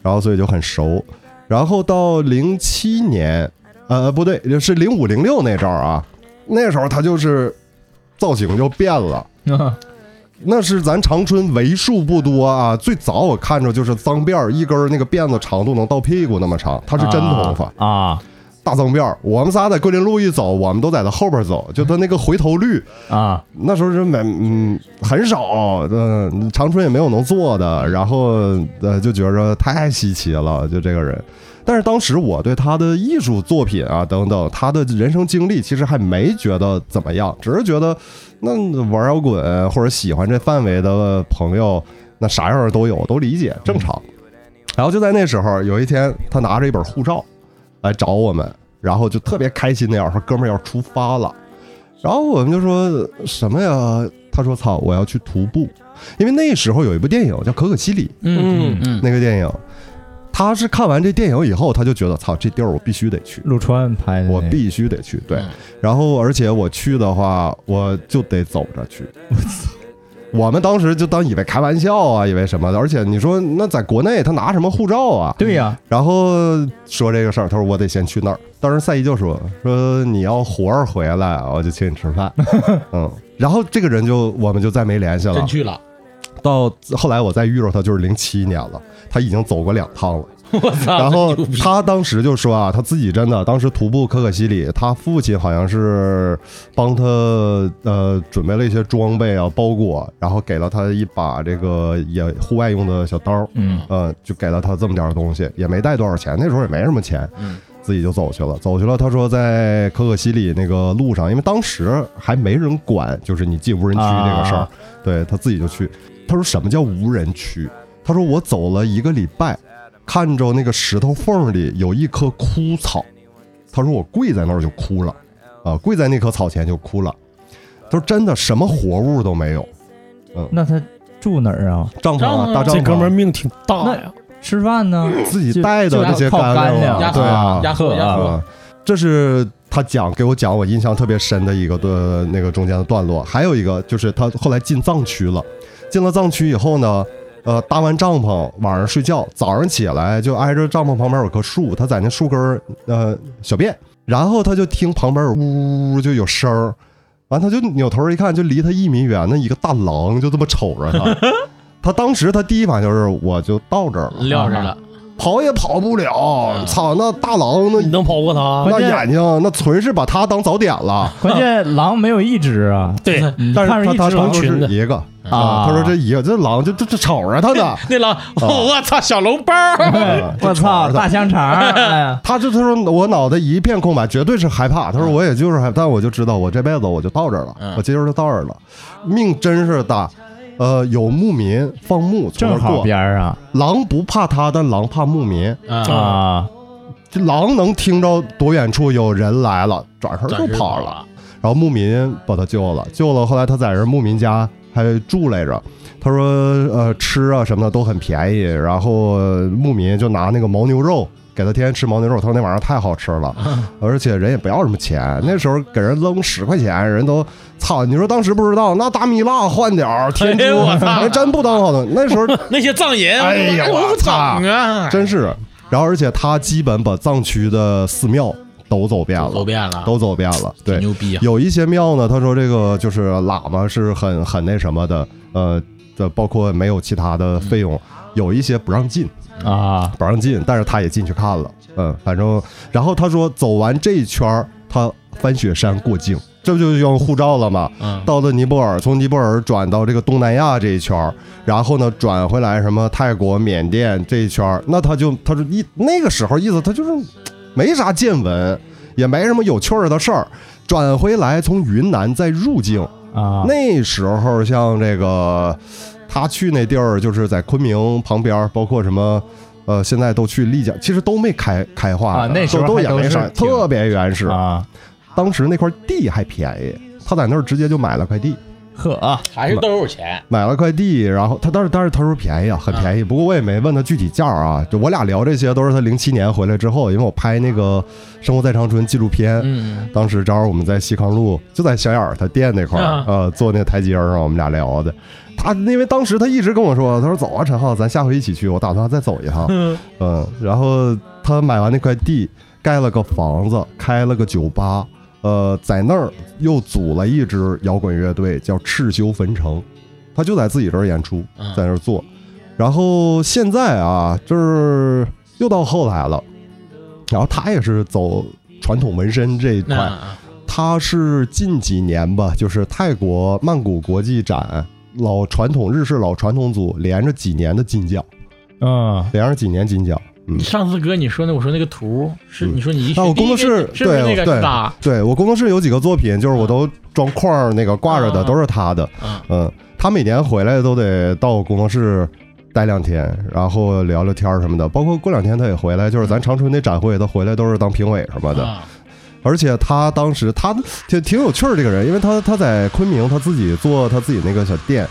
Speaker 4: 然后所以就很熟。然后到零七年，呃，不对，是零五零六那阵儿啊，那时候他就是造型就变了。那是咱长春为数不多啊，最早我看着就是脏辫儿，一根儿那个辫子长度能到屁股那么长，它是真头发，
Speaker 5: 啊
Speaker 4: 大脏辫儿。我们仨在桂林路一走，我们都在他后边走，就他那个回头率，
Speaker 5: 啊
Speaker 4: 那时候是没嗯很少，嗯、长春也没有能做的，然后呃就觉着太稀奇了，就这个人。但是当时我对他的艺术作品啊等等，他的人生经历其实还没觉得怎么样，只是觉得那呃玩摇滚或者喜欢这范围的朋友，那啥样的都有，都理解正常。然后就在那时候，有一天他拿着一本护照来找我们，然后就特别开心那样说：“哥们儿要出发了。”然后我们就说什么呀？他说：“操，我要去徒步，因为那时候有一部电影叫《可可西里》，
Speaker 8: 嗯嗯，
Speaker 4: 那个电影，他是看完这电影以后，他就觉得操，这地儿我必须得去，
Speaker 5: 陆川拍的那个，
Speaker 4: 我必须得去。对
Speaker 8: 嗯，
Speaker 4: 然后而且我去的话，我就得走着去。 我们当时就当以为开玩笑啊，以为什么的。而且你说那在国内他拿什么护照啊？
Speaker 5: 对呀，
Speaker 4: 然后说这个事儿，他说我得先去那儿。当时赛一就说说你要活着回来，我就请你吃 饭。嗯，然后这个人就我们就再没联系了
Speaker 8: 真。去了，
Speaker 4: 到后来我再遇到他就是零七年了，他已经走过两趟了。
Speaker 8: 我操！
Speaker 4: 然后
Speaker 8: 真牛逼
Speaker 4: 他当时就说啊，他自己真的当时徒步可可西里，他父亲好像是帮他呃准备了一些装备啊、包裹，然后给了他一把这个也户外用的小刀，
Speaker 5: 嗯
Speaker 4: 呃，就给了他这么点儿东西，也没带多少钱，那时候也没什么钱，
Speaker 8: 嗯
Speaker 4: 自己就走去了。走去了，他说在可可西里那个路上，因为当时还没人管，就是你进无人区这个事儿，
Speaker 5: 啊
Speaker 4: 对他自己就去。他说什么叫无人区？他说我走了一个礼拜，看着那个石头缝里有一棵枯草，他说我跪在那儿就哭了，啊、跪在那棵草前就哭了。他说真的什么活物都没有，
Speaker 5: 那他住哪儿啊？
Speaker 4: 帐篷啊，大帐篷啊，
Speaker 3: 这哥们儿命挺大呀，
Speaker 5: 吃饭 呢？
Speaker 4: 自己
Speaker 5: 就
Speaker 4: 带的
Speaker 5: 就
Speaker 4: 那些
Speaker 5: 靠
Speaker 4: 干
Speaker 5: 干
Speaker 4: 粮
Speaker 5: 粮
Speaker 4: 啊，
Speaker 8: 鸭
Speaker 4: 对啊
Speaker 8: 喝，鸭喝
Speaker 5: 啊
Speaker 8: 鸭喝，
Speaker 4: 啊，这是他讲给我讲我印象特别深的一个的那个中间的段落。还有一个就是他后来进藏区了，进了藏区以后呢，呃，搭完帐篷晚上睡觉，早上起来就挨着帐篷旁边有棵树，他在那树根儿呃小便，然后他就听旁边有呜呜呜就有声儿。完，他就扭头一看，就离他一米远，那一个大狼就这么瞅着 他。他当时他第一反应就是，我就到这儿了，
Speaker 8: 嗯撂着了，
Speaker 4: 跑也跑不了。操，那大狼那
Speaker 3: 你能跑过他？
Speaker 4: 那
Speaker 5: 关键
Speaker 4: 眼睛那纯是把他当早点了，
Speaker 5: 关键狼没有一只啊，
Speaker 3: 对，
Speaker 5: 你
Speaker 4: 但
Speaker 5: 看
Speaker 4: 是
Speaker 5: 着一
Speaker 4: 他他
Speaker 5: 只
Speaker 4: 说
Speaker 5: 狼
Speaker 4: 是一个
Speaker 5: 啊，
Speaker 4: 他说这一个这狼就这这瞅着他呢，
Speaker 8: 那狼， 我操，小笼包儿，
Speaker 4: 啊
Speaker 5: 我操，大 香肠儿，哎呀，
Speaker 4: 他这他说我脑袋一片空白，绝对是害怕。他说我也就是害，但我就知道我这辈子我就到这儿了
Speaker 8: 嗯，
Speaker 4: 我今儿就到这儿了，命真是大。呃，有牧民放牧从那
Speaker 5: 正
Speaker 4: 儿
Speaker 5: 好
Speaker 4: 过，
Speaker 5: 边儿啊
Speaker 8: 嗯
Speaker 4: 狼不怕他，但狼怕牧民。
Speaker 8: 啊，
Speaker 5: 啊
Speaker 4: 这狼能听着多远处有人来了，转身就跑了。然后牧民把他救了，救了。后来他在人牧民家还住来着。他说，呃，吃啊什么的都很便宜。然后牧民就拿那个牦牛肉给他天天吃牦牛肉，他说那玩意儿太好吃 了，而且人也不要什么钱。那时候给人扔十块钱，人都操！你说当时不知道，那大米辣换点儿天 珠，人真不当好东西。那时候，
Speaker 2: 那些藏银，
Speaker 4: 哎呀，我
Speaker 2: 整
Speaker 4: 操，
Speaker 2: 啊，
Speaker 4: 真是。然后，而且他基本把藏区的寺庙都走遍了，
Speaker 2: 走遍了，
Speaker 4: 都走遍了。对，
Speaker 2: 牛逼啊！
Speaker 4: 有一些庙呢，他说这个就是喇嘛是很很那什么的，呃，这包括没有其他的费
Speaker 2: 嗯
Speaker 4: 用，有一些不让进，
Speaker 5: 啊，
Speaker 4: 不让进，但是他也进去看了，嗯，反正，然后他说走完这一圈儿，他翻雪山过境，这不就用护照了吗？
Speaker 2: 嗯，
Speaker 4: 到了尼泊尔，从尼泊尔转到这个东南亚这一圈儿，然后呢转回来什么泰国、缅甸这一圈儿，那他就他说一那个时候意思他就是没啥见闻，也没什么有趣儿的事儿，转回来从云南再入境，
Speaker 5: 啊，
Speaker 4: 那时候像这个他去那地儿就是在昆明旁边儿，包括什么。呃，现在都去丽江，其实都没开开化
Speaker 5: 啊
Speaker 4: 呢
Speaker 5: 那时候
Speaker 4: 都都
Speaker 5: 还
Speaker 4: 也
Speaker 5: 都
Speaker 4: 没
Speaker 5: 是
Speaker 4: 啥，
Speaker 5: 挺
Speaker 4: 特别原始。
Speaker 5: 啊，
Speaker 4: 当时那块地还便宜，他在那儿直接就买了块地，
Speaker 5: 呵啊，
Speaker 2: 还是都有钱，
Speaker 4: 买了块地，然后他当时当时他说便宜啊，很便宜，不过我也没问他具体价儿啊。就我俩聊这些都是他零七年回来之后，因为我拍那个《生活在长春》纪录片，
Speaker 2: 嗯，
Speaker 4: 当时正好我们在西康路，就在小眼儿他店那块儿
Speaker 3: 啊，
Speaker 4: 呃，坐那台阶儿上我们俩聊的。他因为当时他一直跟我说，他说走啊，陈浩，咱下回一起去，我打算再走一趟。
Speaker 3: 嗯
Speaker 4: 嗯，然后他买完那块地，盖了个房子，开了个酒吧，呃，在那儿又组了一支摇滚乐队，叫赤修焚城，他就在自己这儿演出，
Speaker 2: 嗯
Speaker 4: 在那儿做。然后现在啊，就是又到后来了，然后他也是走传统纹身这一块，
Speaker 2: 那
Speaker 4: 他是近几年吧，就是泰国曼谷国际展老传统日式老传统组连着几年的金奖，
Speaker 5: 嗯，
Speaker 4: 连着几年金奖。嗯，
Speaker 8: 上次哥你说那我说那个图是
Speaker 4: 嗯
Speaker 8: 你说你一
Speaker 4: 啊，我工作室
Speaker 8: 是不是那个
Speaker 4: 对
Speaker 8: 大？
Speaker 4: 对对，我工作室有几个作品，就是我都装框儿那个挂着的，
Speaker 8: 啊
Speaker 4: 都是他的。
Speaker 8: 啊
Speaker 4: 嗯，他每年回来都得到我工作室待两天，然后聊聊天儿什么的。包括过两天他也回来，就是咱长春那展会，他回来都是当评委什么的。
Speaker 8: 啊
Speaker 4: 而且他当时他挺挺有趣儿这个人，因为他他在昆明他自己做他自己那个小店，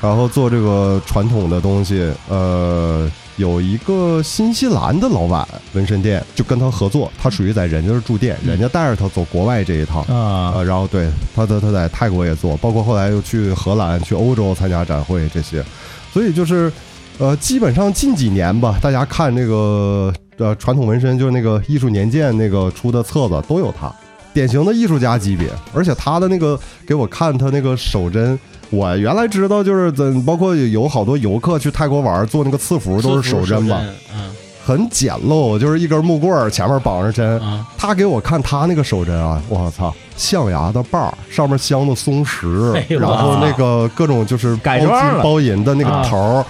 Speaker 4: 然后做这个传统的东西。呃，有一个新西兰的老板纹身店就跟他合作，他属于在人家这儿驻店，人家带着他走国外这一趟。
Speaker 5: 啊，
Speaker 4: 啊，然后对他他他在泰国也做，包括后来又去荷兰、去欧洲参加展会这些，所以就是，呃，基本上近几年吧，大家看这个呃传统纹身，就是那个艺术年鉴那个出的册子都有他，典型的艺术家级别，而且他的那个给我看他那个手针。我原来知道，就是怎包括有好多游客去泰国玩，做那个刺符都是手针嘛，，
Speaker 2: 嗯
Speaker 4: 很简陋，就是一根木棍儿前面绑着针，
Speaker 2: 啊，
Speaker 4: 他给我看他那个手针啊，我操，象牙的把儿上面镶的松石，
Speaker 2: 哎呦
Speaker 4: 然后那个各种就是
Speaker 5: 改
Speaker 4: 包
Speaker 5: 装
Speaker 4: 金
Speaker 5: 了啊
Speaker 4: 包银的那个头儿，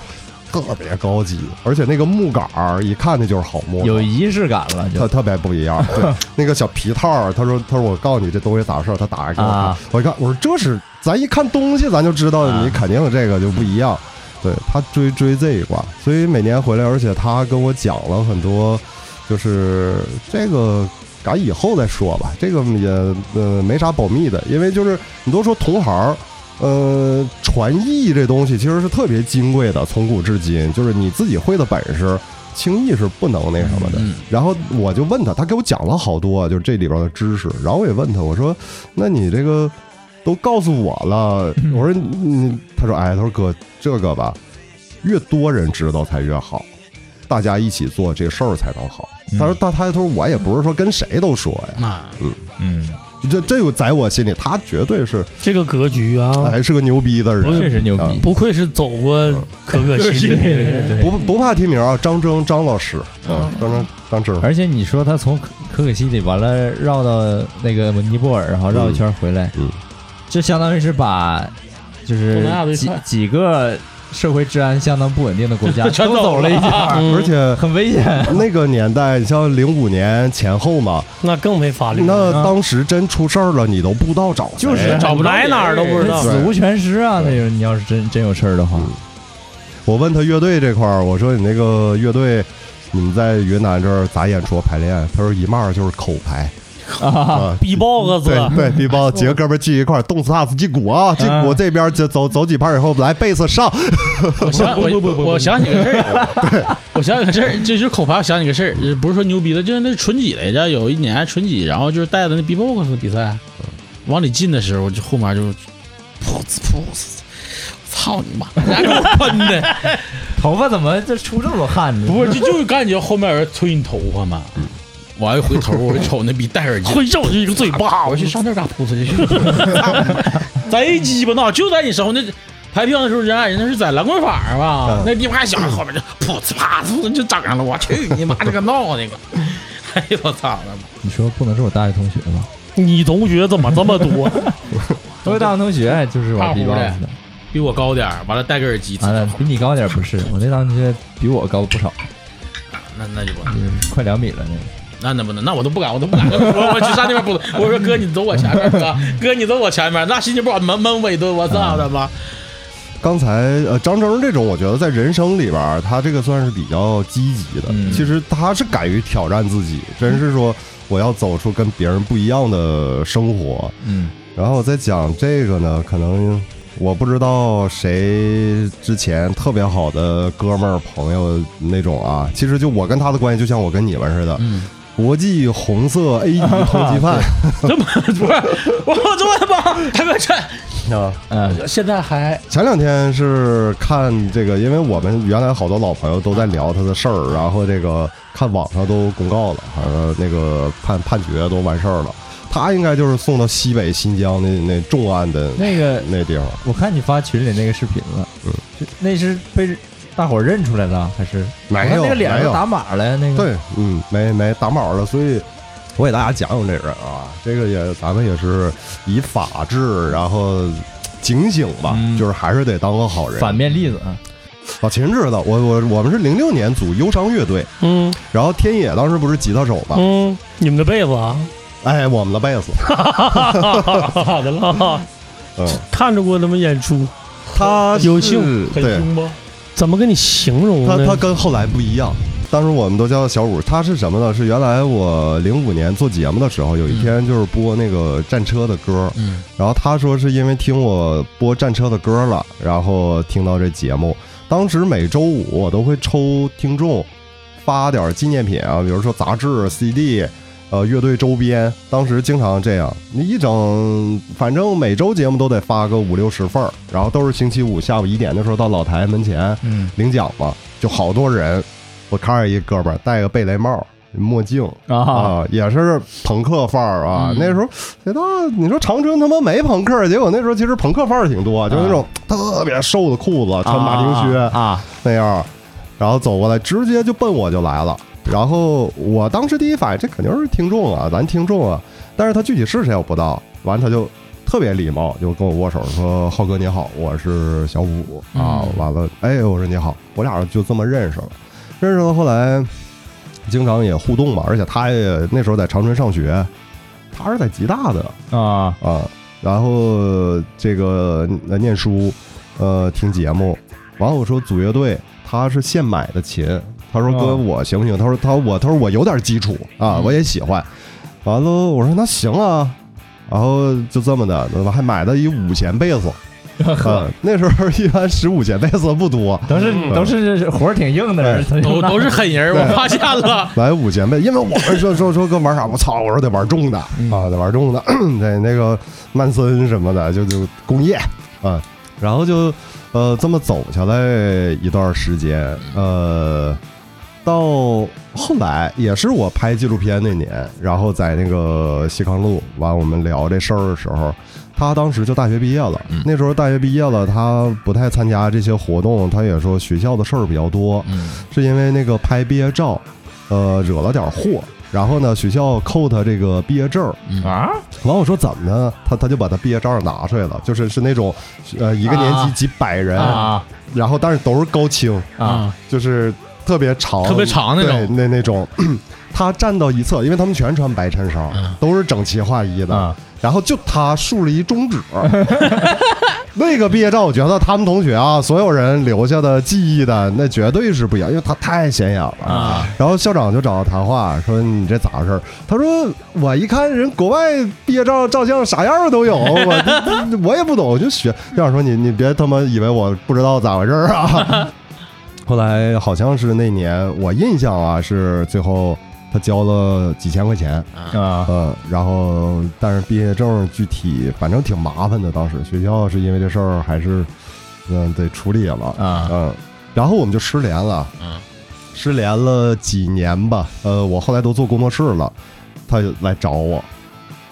Speaker 4: 特别高级，而且那个木杆儿一看那就是好木头，
Speaker 5: 有仪式感了，就
Speaker 4: 特特别不一 样。对，那个小皮套儿，他说他说我告诉你这东西咋回事儿，他打开给我看，
Speaker 5: 啊
Speaker 4: 我一看我说这是咱一看东西咱就知道
Speaker 5: 啊
Speaker 4: 你肯定这个就不一样。对他追追这一挂，所以每年回来，而且他跟我讲了很多，就是这个。赶以后再说吧，这个也呃没啥保密的，因为就是你都说同行儿，呃，传艺这东西其实是特别金贵的，从古至今，就是你自己会的本事，轻易是不能那什么的。
Speaker 2: 嗯
Speaker 4: 然后我就问他，他给我讲了好多就是这里边的知识。然后我也问他，我说：“那你这个都告诉我了，我说你，他说哎，他说哥，这个吧，越多人知道才越好，大家一起做这事儿才能好。”他说：“但他他说我也不是说跟谁都说呀，
Speaker 2: 那
Speaker 5: 嗯，
Speaker 4: 这这个在我心里，他绝对是
Speaker 3: 这个格局啊，
Speaker 4: 还是个嗯牛逼的人，
Speaker 5: 确实牛逼，
Speaker 3: 不愧是走过可可西的人，
Speaker 4: 不不怕提名啊，张征张老师，嗯，张征张征，
Speaker 5: 而且你说他从可可可西里完了绕到那个尼泊尔，然后绕一圈回来，
Speaker 4: 嗯嗯
Speaker 5: 就相当于是把就是
Speaker 8: 东南亚这一
Speaker 5: 几
Speaker 8: 块
Speaker 5: 几个社会治安相当不稳定的国 家
Speaker 8: 全啊
Speaker 5: 都走了一圈儿，
Speaker 8: 嗯
Speaker 4: 而且
Speaker 5: 很危险。
Speaker 4: 那个年代，你像零五年前后嘛，
Speaker 3: 那更没
Speaker 2: 啊
Speaker 3: 法律。
Speaker 4: 那当时真出事儿了，你都不知道找谁
Speaker 2: 哎
Speaker 5: 就是
Speaker 3: 找不着
Speaker 8: 来哪儿都不知道
Speaker 5: 那死无全尸啊！那就是你要是真真有事儿的话，
Speaker 4: 我问他乐队这块儿，我说你那个乐队你们在云南这儿咋演出排练？他说一骂儿就是口排啊，
Speaker 3: 比 box
Speaker 4: 对对，比包几个哥们儿聚一块儿，动次打次击鼓啊，击鼓这边儿就走走几拍儿以后，来贝斯上，
Speaker 2: 我想我我我想起个事 儿，我想起个事儿，这就是口牌，我想起个事儿，呃不是说牛逼的，就是那春季来着，有一年春季，然后就是带着那 B-box 的比赛，往里进的时候，就后面就噗呲噗呲，操你妈！然后
Speaker 5: 喷的，头发怎么就出这么多汗呢？
Speaker 2: 不是就就是感觉后面有人吹你头发嘛，完一回头嗯我就瞅那逼戴耳机，
Speaker 3: 挥手就一个嘴 巴，
Speaker 2: 我去上那儿咋扑他 去？贼鸡巴闹，就在你身后那。排票的时候，人家人家是在蓝棍坊吧
Speaker 4: 嗯？
Speaker 2: 那地方还小，后面就噗呲啪呲就整上了。我去你妈这个闹那个！ 哎呦我操了妈！
Speaker 5: 你说不能是我大学同学吧？
Speaker 3: 你同学怎么这么多？
Speaker 5: 我有大学同学哎就是
Speaker 2: 胖
Speaker 5: 玩
Speaker 2: 乎
Speaker 5: B
Speaker 2: 的
Speaker 5: box 的，
Speaker 2: 比我高点儿，完了戴个耳机，
Speaker 5: 完了比你高点儿不是？我那大学同学比我高不少，
Speaker 2: 那那就不
Speaker 5: 就是快两米了那个。
Speaker 2: 那那不能，那我都不敢，我都不敢。 我我去上那边不，我说哥你走我前面，哥哥你走我前面，那心情不好闷闷我一顿，我操他 妈！
Speaker 4: 刚才呃，张征这种，我觉得在人生里边儿，他这个算是比较积极的。
Speaker 5: 嗯
Speaker 4: 其实他是敢于挑战自己，真是说我要走出跟别人不一样的生活。
Speaker 5: 嗯，
Speaker 4: 然后我在讲这个呢，可能我不知道谁之前特别好的哥们儿朋友那种啊，其实就我跟他的关系，就像我跟你们似的。
Speaker 2: 嗯，
Speaker 4: 国际红色 A 级通缉犯
Speaker 2: 这不不是我这吧？他们这
Speaker 4: 啊。
Speaker 5: 嗯，
Speaker 2: 现在还
Speaker 4: 前两天是看这个，因为我们原来好多老朋友都在聊他的事儿，然后这个看网上都公告了，好像那个判判决都完事儿了。他应该就是送到西北新疆那那重案的
Speaker 5: 那个
Speaker 4: 那地方，
Speaker 5: 我看你发群里那个视频了，
Speaker 4: 嗯
Speaker 5: 就那是被大伙儿认出来了还是？
Speaker 4: 没
Speaker 5: 我看
Speaker 4: 有
Speaker 5: 那个脸
Speaker 4: 没
Speaker 5: 上
Speaker 4: 有
Speaker 5: 打码了呀，那个。
Speaker 4: 对，嗯，没没打码了，所以我给大家讲讲这人啊，这个也咱们也是以法治，然后警醒吧，
Speaker 5: 嗯
Speaker 4: 就是还是得当个好人。
Speaker 5: 反面例子啊，
Speaker 4: 老秦知道，我我我们是零六年组忧伤乐队，
Speaker 3: 嗯
Speaker 4: 然后天野当时不是吉他手嘛，
Speaker 3: 嗯，你们的被子啊，
Speaker 4: 哎，我们的贝斯，
Speaker 3: 咋的了？
Speaker 4: 嗯，
Speaker 3: 看着过他们演出，
Speaker 4: 他
Speaker 3: 有
Speaker 4: 是
Speaker 3: 幸很
Speaker 4: 对
Speaker 3: 凶吗？嗯怎么跟你形容
Speaker 4: 他他
Speaker 3: 呢？
Speaker 4: 跟后来不一样。当时我们都叫他小五，他是什么呢？是原来我零五年做节目的时候，有一天就是播那个战车的歌，
Speaker 2: 嗯，
Speaker 4: 然后他说是因为听我播战车的歌了，然后听到这节目。当时每周五我都会抽听众发点纪念品啊，比如说杂志、CD，呃，乐队周边。当时经常这样，你一整，反正每周节目都得发个五六十份儿，然后都是星期五下午一点的时候到老台门前
Speaker 5: 嗯
Speaker 4: 领奖嘛，就好多人。我看着一哥们儿戴个贝雷帽、墨镜，
Speaker 5: 啊，嗯
Speaker 4: 啊，也是朋克范儿啊。那时候，觉得你说长春他妈没朋克，结果那时候其实朋克范儿挺多，就是那种特别瘦的裤子，穿马丁靴
Speaker 5: 啊，
Speaker 4: 那样，然后走过来，直接就奔我就来了。然后我当时第一反应，这肯定是听众啊，咱听众啊。但是他具体是谁我不知道。完，他就特别礼貌，就跟我握手说：“浩哥你好，我是小五啊。”完了，哎，我说你好，我俩就这么认识了。认识到后来，经常也互动嘛，而且他也那时候在长春上学，他是在吉大的，
Speaker 5: 啊
Speaker 4: 啊，然后这个呃念书，呃听节目，完了我说组乐队，他是现买的琴，他说哥
Speaker 5: 哦
Speaker 4: 我行不行？他说他我他说我有点基础啊，我也喜欢，完了我说那行啊，然后就这么的，我还买的一五弦贝斯，啊，那时候一般十五弦贝斯不多，
Speaker 5: 都是都是活儿挺硬的人，
Speaker 2: 都都是狠人，我发现了。
Speaker 4: 来五千倍，因为我们说说说哥玩啥，我操，我说得玩重的啊，得玩重的， 得那个曼森什么的，就就工业啊，然后就呃这么走下来一段时间，呃，到后来也是我拍纪录片那年，然后在那个西康路完我们聊这事儿的时候。他当时就大学毕业了，那时候大学毕业了，他不太参加这些活动，他也说学校的事儿比较多，是因为那个拍毕业照，呃，惹了点祸。然后呢，学校扣他这个毕业证儿，
Speaker 5: 啊，
Speaker 4: 完我说怎么呢？他他就把他毕业照拿出来了，就是是那种，呃，一个年级
Speaker 5: 啊
Speaker 4: 几百人，
Speaker 5: 啊
Speaker 4: 然后但是都是高清，
Speaker 5: 啊
Speaker 4: 就是特别长，
Speaker 2: 特别长那种
Speaker 4: 对那那种。 他站到一侧，因为他们全穿白衬
Speaker 2: 嗯
Speaker 4: 嗯衫，都是整齐划一的，
Speaker 5: 啊
Speaker 4: 然后就他竖了一中指， 那个毕业照，我觉得他们同学啊，所有人留下的记忆的那绝对是不一样，因为他太显眼了
Speaker 2: 啊。
Speaker 4: 然后校长就找他谈话，说你这咋回事儿？他说我一看人国外毕业照照相啥样儿都有，我 我也不懂，我就学。校长说你你别他妈以为我不知道咋回事儿啊。 后来好像是那年，我印象啊是最后他交了几千块钱，
Speaker 5: 啊，
Speaker 4: 嗯，然后但是毕业证具体反正挺麻烦的，当时学校是因为这事儿还是嗯得处理了
Speaker 5: 啊
Speaker 4: 嗯，然后我们就失联了，
Speaker 2: 嗯，
Speaker 4: 失联了几年吧，呃，我后来都做工作室了，他就来找我，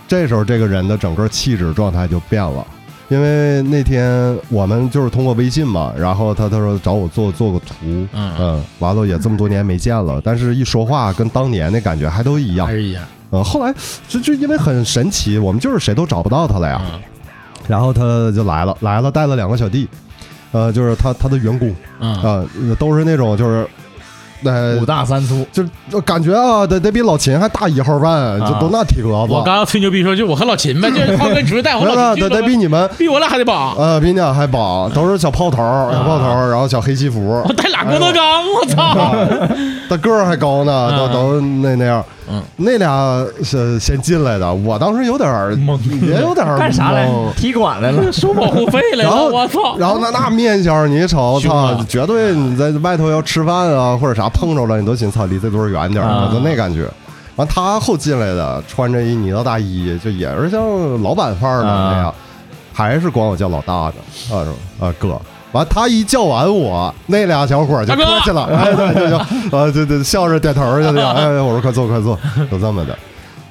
Speaker 4: 这时候这个人的整个气质状态就变了。因为那天我们就是通过微信嘛，然后他他说找我做做个图，
Speaker 2: 嗯
Speaker 4: 嗯，完了也这么多年没见了，但是一说话跟当年那感觉还都一样
Speaker 2: 还，是一样，
Speaker 4: 嗯，后来就就因为很神奇，我们就是谁都找不到他了呀。
Speaker 2: 嗯
Speaker 4: 然后他就来了，来了带了两个小弟，呃，就是他他的员工
Speaker 2: 嗯，
Speaker 4: 啊、呃都是那种就是，呃
Speaker 5: 五，大三粗，
Speaker 4: 就就感觉啊，得得比老秦还大一号半，就都那体格子。
Speaker 2: 啊我刚刚吹牛逼说就我和老秦呗，就是他们出去带我和
Speaker 4: 没有
Speaker 2: 老
Speaker 4: 了
Speaker 2: 秦去
Speaker 4: 得
Speaker 2: 了
Speaker 4: 得
Speaker 2: 吗
Speaker 4: 比你们
Speaker 2: 比我俩还得棒，
Speaker 4: 呃比你俩还棒，都是小炮头儿，小炮头儿，然后小黑西服
Speaker 2: 啊我，带俩郭
Speaker 4: 哎
Speaker 2: 德纲，我操！
Speaker 4: 他个儿还高呢，都
Speaker 2: 嗯
Speaker 4: 都那那样。
Speaker 2: 嗯，
Speaker 4: 那俩是先进来的，我当时有点儿
Speaker 2: 懵
Speaker 4: 也 有点儿
Speaker 5: 干啥来
Speaker 4: 懵？
Speaker 5: 踢馆来了，
Speaker 2: 收保护费来
Speaker 4: 然
Speaker 2: 了，
Speaker 4: 后
Speaker 2: 我操！
Speaker 4: 然后那那面相，你一瞅，
Speaker 2: 凶
Speaker 4: 操
Speaker 2: 啊，
Speaker 4: 绝对你在外头要吃饭啊或者啥碰着了，你都寻思操离这堆儿远点儿，
Speaker 5: 啊
Speaker 4: 就那感觉。完他后进来的，穿着一呢子大衣，就也是像老板范儿的
Speaker 5: 啊
Speaker 4: 那样，还是管我叫老大的啊啊哥。完他一叫完我，那俩小伙儿就
Speaker 2: 大哥
Speaker 4: 客气了，哎对对就啊对对笑着点头儿就那样，哎我说快坐快坐，就这么的。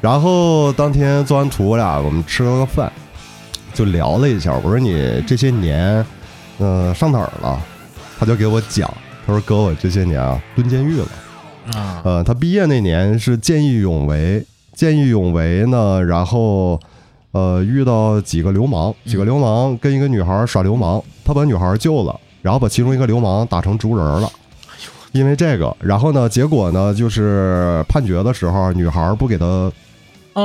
Speaker 4: 然后当天做完图，我俩我们吃了个饭，就聊了一下。我说你这些年，嗯、上哪儿了？他就给我讲，他说哥，我这些年啊蹲监狱了。
Speaker 2: 啊，
Speaker 4: 呃，他毕业那年是见义勇为，见义勇为呢，然后呃遇到几个流氓，几个流氓跟一个女孩耍流氓，他把女孩救了，然后把其中一个流氓打成猪人了。因为这个，然后呢，结果呢，就是判决的时候，女孩不给他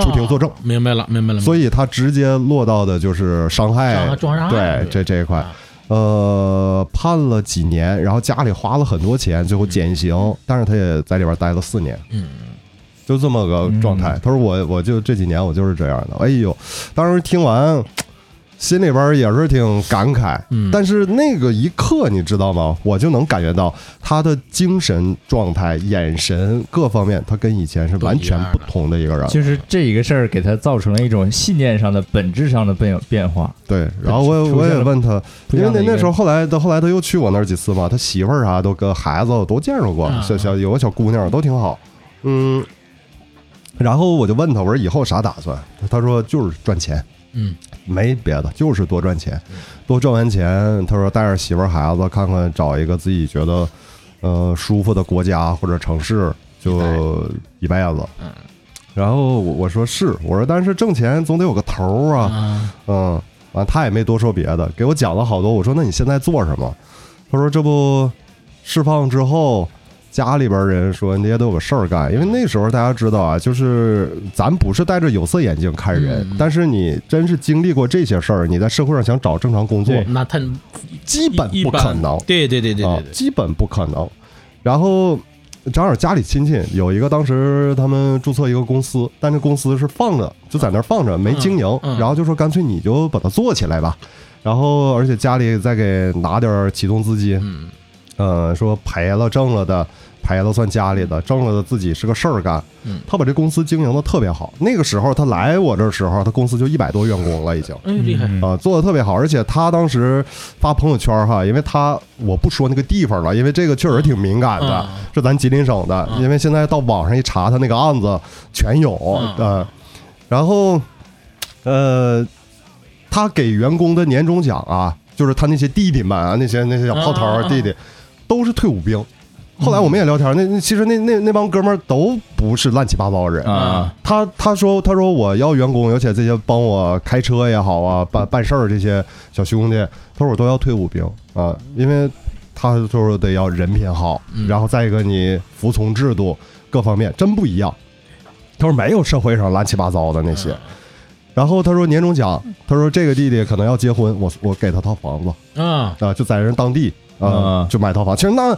Speaker 4: 出庭作证，
Speaker 2: 嗯明白了，明白了。
Speaker 4: 所
Speaker 2: 以
Speaker 4: 以他直接落到的就是伤害，
Speaker 2: 撞上
Speaker 4: 对这这一块
Speaker 2: 啊，
Speaker 4: 呃，判了几年，然后家里花了很多钱，最后减刑，但是他也在里边待了四年，
Speaker 2: 嗯，
Speaker 4: 就这么个状态。他说我我就这几年我就是这样的，哎呦，当时听完。心里边也是挺感慨，
Speaker 2: 嗯
Speaker 4: 但是那个一刻你知道吗？我就能感觉到他的精神状态、眼神各方面，他跟以前是
Speaker 2: 不一
Speaker 4: 完全
Speaker 2: 样了
Speaker 4: 不同的一个人。
Speaker 5: 就是这一个事儿给他造成了一种信念上的本质上的变变化，
Speaker 4: 对，然后我也
Speaker 5: 出
Speaker 4: 我
Speaker 5: 现
Speaker 4: 也
Speaker 5: 了
Speaker 4: 问他，
Speaker 5: 不
Speaker 4: 因
Speaker 5: 一
Speaker 4: 为
Speaker 5: 样的
Speaker 4: 那
Speaker 5: 一个
Speaker 4: 那时候后来他后来他又去我那儿几次嘛，他媳妇儿啥都跟孩子我都见着过，
Speaker 2: 嗯
Speaker 4: 小小有个小姑娘都挺好，嗯。然后我就问他，我说以后啥打算？他说就是赚钱，
Speaker 2: 嗯，
Speaker 4: 没别的，就是多赚钱，多赚完钱，他说带着媳妇儿孩子看看，找一个自己觉得呃舒服的国家或者城市，就一辈子。
Speaker 2: 嗯。
Speaker 4: 然后我我说是，我说但是挣钱总得有个头儿啊，
Speaker 2: 啊，
Speaker 4: 嗯，完他也没多说别的，给我讲了好多。我说那你现在做什么？他说这不释放之后，家里边人说你也得有个事儿干，因为那时候大家知道啊，就是咱不是戴着有色眼镜看人，
Speaker 2: 嗯
Speaker 4: 但是你真是经历过这些事儿，你在社会上想找正常工作
Speaker 5: 对，
Speaker 2: 那他
Speaker 4: 基本
Speaker 2: 一
Speaker 4: 不可能。
Speaker 2: 对对对对
Speaker 4: 啊
Speaker 2: 对，对，
Speaker 4: 基本不可能。然后正好家里亲戚有一个，当时他们注册一个公司，但这公司是放着，就在那儿放着没经营，
Speaker 2: 嗯
Speaker 4: 然后就说干脆你就把它做起来吧。然后而且家里再给拿点儿启动资金，
Speaker 2: 嗯
Speaker 4: 呃，说赔了挣了的，赔了算家里的，挣了的自己是个事儿干。
Speaker 2: 嗯
Speaker 4: 他把这公司经营的特别好。那个时候他来我这儿时候，他公司就一百多员工了已经。
Speaker 2: 哎厉害，
Speaker 4: 啊、做的特别好，而且他当时发朋友圈儿哈，因为他我不说那个地方了，因为这个确实挺敏感的，
Speaker 2: 嗯
Speaker 4: 是咱吉林省的，
Speaker 2: 嗯
Speaker 4: 因为现在到网上一查，他那个案子全有
Speaker 2: 嗯
Speaker 4: 呃，然后呃，他给员工的年终奖啊，就是他那些弟弟们啊，那些那些小炮头
Speaker 2: 嗯
Speaker 4: 儿
Speaker 2: 嗯嗯
Speaker 4: 弟弟，都是退伍兵。后来我们也聊天儿，那那其实那那那帮哥们儿都不是乱七八糟的人，
Speaker 5: 啊，
Speaker 4: 他他说他说我要员工，而且这些帮我开车也好啊，办办事儿这些小兄弟，他说我都要退伍兵啊，因为他就是得要人品好，
Speaker 2: 嗯
Speaker 4: 然后再一个你服从制嗯度各方面真不一样。他说没有社会上乱七八糟的那些，然后他说年终奖，他说这个弟弟可能要结婚，我我给他套房子
Speaker 2: 啊，
Speaker 4: 啊，就在人当地啊
Speaker 5: 啊
Speaker 4: 就买套房。其实那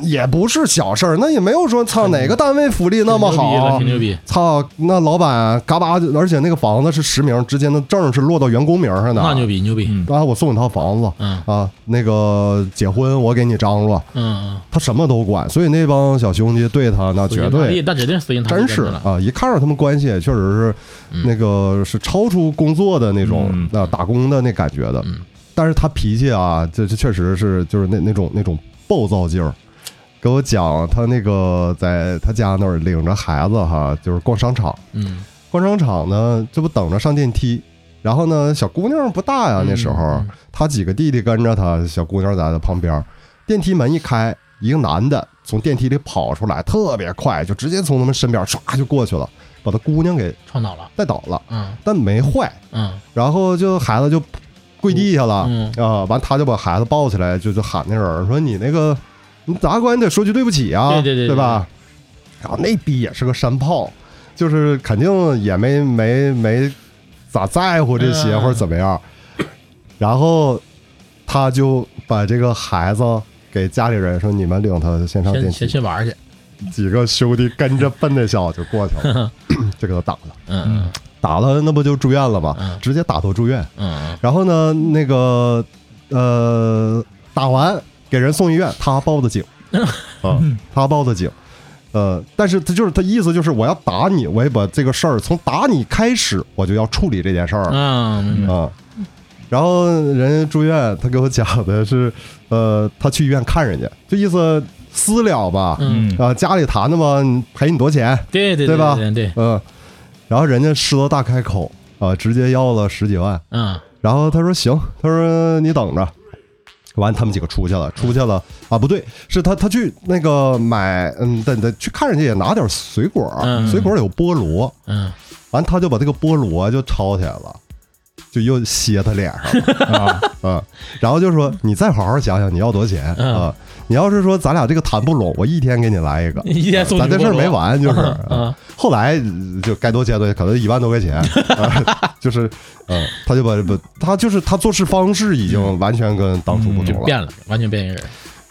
Speaker 4: 也不是小事儿，那也没有说操哪个单位福利那么
Speaker 2: 挺牛逼了
Speaker 4: 好啊
Speaker 2: 挺，牛逼。
Speaker 4: 操那老板嘎巴，而且那个房子是实名，之前的证是落到员工名上的，
Speaker 2: 那牛逼牛逼，
Speaker 4: 然后我送你套房子
Speaker 2: 嗯
Speaker 4: 啊，那个结婚我给你张罗，
Speaker 2: 嗯，
Speaker 4: 他什么都管，所以那帮小兄弟对他那
Speaker 2: 嗯死心
Speaker 4: 绝
Speaker 2: 塌地
Speaker 4: 对
Speaker 2: 那指定死心塌地
Speaker 4: 真是
Speaker 2: 的了。嗯
Speaker 4: 啊，一看着他们关系确实是那个是超出工作的那种
Speaker 5: 嗯
Speaker 4: 啊打工的那感觉的
Speaker 2: 嗯，
Speaker 4: 但是他脾气啊，这这确实是就是那那种那种暴躁劲儿。给我讲，他那个在他家那儿领着孩子哈，就是逛商场，
Speaker 2: 嗯，
Speaker 4: 逛商场呢，这不等着上电梯，然后呢，小姑娘不大呀，啊那时候、
Speaker 2: 嗯
Speaker 4: 他几个弟弟跟着他，小姑娘在他旁边儿，电梯门一开，一个男的从电梯里跑出来，特别快，就直接从他们身边唰就过去了，把他姑娘给
Speaker 2: 撞倒了。
Speaker 4: 带倒了，
Speaker 2: 嗯
Speaker 4: 但没坏，
Speaker 2: 嗯
Speaker 4: 然后就孩子就跪地下了，
Speaker 2: 嗯
Speaker 4: 啊，完他就把孩子抱起来，就就喊那人儿说你那个你咋管你得说句对不起啊，
Speaker 2: 对对对对
Speaker 4: 吧？然后那逼也是个山炮，就是肯定也没没没咋在乎这些
Speaker 2: 嗯
Speaker 4: 或者怎么样，然后他就把这个孩子。给家里人说：“你们领他先上电
Speaker 2: 先先
Speaker 4: 梯。
Speaker 2: 去玩去。”
Speaker 4: 几个兄弟跟着奔那小子就过去 了，就给他打了，
Speaker 2: 嗯
Speaker 4: 打了那不就住院了吗？
Speaker 2: 嗯
Speaker 4: 直接打头住院。
Speaker 2: 嗯
Speaker 4: 然后呢，那个呃，打完给人送医院，他报 的警，啊，他报的警，呃，但是他就是他意思就是我要打你，我也把这个事儿从打你开始，我就要处理这件事儿啊、
Speaker 2: 嗯
Speaker 4: 然后人家住院，他给我讲的是，呃，他去医院看人家，就意思私了吧，
Speaker 2: 嗯，
Speaker 5: 嗯
Speaker 4: 啊、家里谈的嘛，你赔你多少钱，
Speaker 2: 对对
Speaker 4: 对吧
Speaker 2: 对对，
Speaker 4: 嗯、然后人家狮子大开口啊、直接要了十几万。
Speaker 2: 嗯
Speaker 4: 然后他说行，他说你等着。完，他们几个出去了，出去了啊，不对，是他他去那个买，嗯，得得去看人家也拿点水果，
Speaker 2: 嗯
Speaker 4: 水果有菠萝，
Speaker 2: 嗯，
Speaker 4: 完他就把这个菠萝就抄起来了，就又歇他脸上了
Speaker 5: 啊，
Speaker 4: 啊，然后就说你再好好想想你要多少钱
Speaker 2: 嗯，
Speaker 4: 啊，你要是说咱俩这个谈不拢，我一天给你来一个
Speaker 2: 一天 送
Speaker 4: 咱这事儿没完，就是
Speaker 2: 啊，
Speaker 4: 后来呃就该多钱多钱，可能一万多块钱， 啊就是，嗯，他就把把他就是他做事方式已经完全跟当初不
Speaker 2: 嗯就
Speaker 4: 同了。
Speaker 2: 变了，完全变一个人。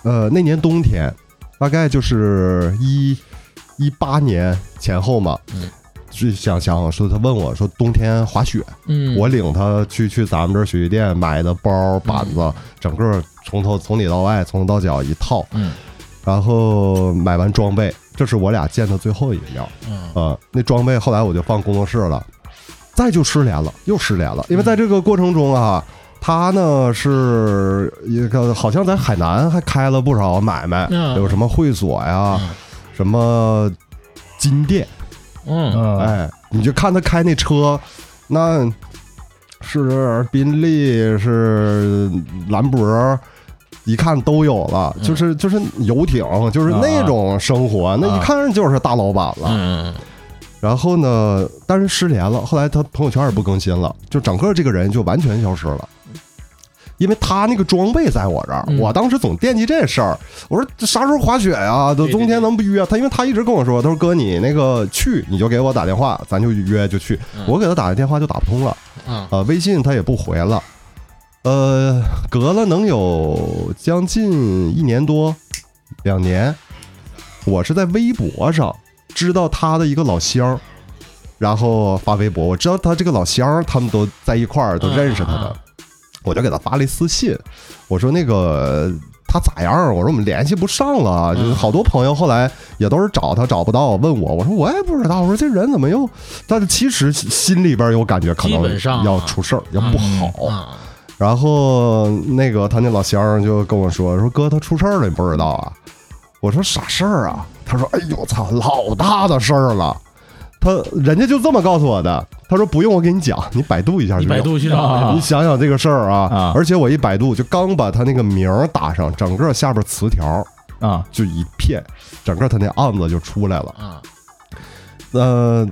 Speaker 4: 呃，那年冬天，大概就是一一八年前后嘛
Speaker 2: 嗯，
Speaker 4: 是想想说他问我说冬天滑雪，
Speaker 2: 嗯，
Speaker 4: 我领他去去咱们这儿雪具店买的包板子，整个从头从里到外从头到脚一套，
Speaker 2: 嗯
Speaker 4: 然后买完装备，这是我俩见的最后一面。
Speaker 2: 嗯
Speaker 4: 呃，那装备后来我就放工作室了，再就失联了，又失联了。因为在这个过程中啊，他呢是一个好像在海南还开了不少买卖，
Speaker 2: 嗯
Speaker 4: 有什么会所呀，什么金店，
Speaker 2: 嗯
Speaker 5: 嗯，
Speaker 4: 哎，你就看他开那车，那是宾利，是兰博。一看都有了，
Speaker 2: 嗯
Speaker 4: 就是就是游艇，就是那种生活，那一看就是大老板了。
Speaker 2: 嗯
Speaker 4: 然后呢，但是失联了，后来他朋友圈也不更新了，就整个这个人就完全消失了。因为他那个装备在我这儿，
Speaker 2: 嗯
Speaker 4: 我当时总惦记这事儿。我说这啥时候滑雪呀、都
Speaker 2: 对
Speaker 4: 冬天能不约？他因为他一直跟我说，他说哥你那个去你就给我打电话，咱就约就去。
Speaker 2: 嗯
Speaker 4: 我给他打的电话就打不通了，
Speaker 2: 嗯
Speaker 4: 啊，微信他也不回了。呃，隔了能有将近一年多，两年，我是在微博上知道他的一个老乡儿，然后发微博，我知道他这个老乡儿，他们都在一块儿，都认识他
Speaker 2: 嗯嗯
Speaker 4: 的，我就给他发了一私信，我说那个他咋样？我说我们联系不上了，
Speaker 2: 嗯
Speaker 4: 就是好多朋友后来也都是找他找不到，问我，我说我也不知道，我说这人怎么又，但是其实心里边有感觉，可
Speaker 2: 基
Speaker 4: 能
Speaker 2: 本上啊
Speaker 4: 要出事儿，要不好。
Speaker 2: 嗯
Speaker 4: 然后那个他那老乡儿就跟我说：“说哥，他出事儿了，你不知道啊？”我说：“啥事儿啊？”他说：“哎呦，操，老大的事儿了。”他人家就这么告诉我的。他说：“不用我给你讲，你百度一下就
Speaker 2: 你
Speaker 4: 啊有
Speaker 2: 百度去找
Speaker 4: 你
Speaker 2: 去。
Speaker 4: 想想这个事儿啊
Speaker 5: 啊！
Speaker 4: 而且我一百度，就刚把他那个名儿打上，整个下边词条
Speaker 5: 啊，
Speaker 4: 就一片，整个他那案子就出来了。
Speaker 2: 啊，
Speaker 4: 呃，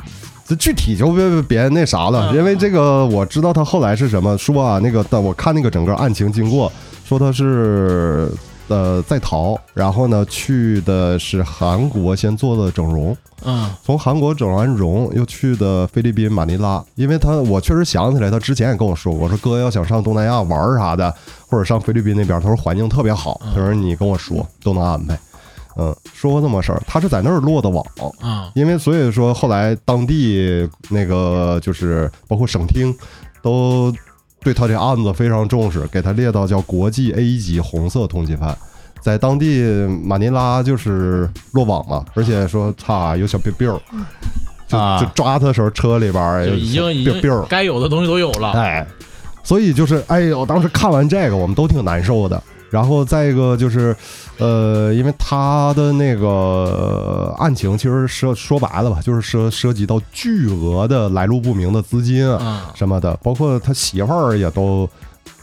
Speaker 4: 这具体就别别那啥了，
Speaker 2: 嗯
Speaker 4: 因为这个我知道他后来是什么说啊，那个但我看那个整个案情经过，说他是呃在逃，然后呢去的是韩国，先做的整容，
Speaker 8: 嗯，
Speaker 4: 从韩国整完容又去的菲律宾马尼拉，因为他我确实想起来，他之前也跟我说过，我说哥要想上东南亚玩儿啥的，或者上菲律宾那边，他说环境特别好，他说你跟我说都能安排。嗯，说过这么事儿，他是在那儿落的网，
Speaker 2: 嗯
Speaker 8: 啊，
Speaker 4: 因为所以说后来当地那个就是包括省厅都对他这案子非常重视，给他列到叫国际 A 级红色通缉犯。在当地马尼拉就是落网嘛，而且说差有小病病儿，就
Speaker 5: 啊
Speaker 4: 就抓他的时候车里边儿
Speaker 8: 就
Speaker 4: 有
Speaker 8: 已经已
Speaker 4: 小病病
Speaker 8: 经
Speaker 4: 儿，
Speaker 8: 该有的东西都有
Speaker 2: 啊
Speaker 8: 了，
Speaker 4: 哎，所以就是，哎呦，当时看完这个，我们都挺难受的。然后再一个就是，呃，因为他的那个呃案情其实涉说白了吧，就是涉涉及到巨额的来路不明的资金
Speaker 2: 嗯
Speaker 4: 啊
Speaker 8: 啊，
Speaker 4: 什么的，包括他媳妇儿也都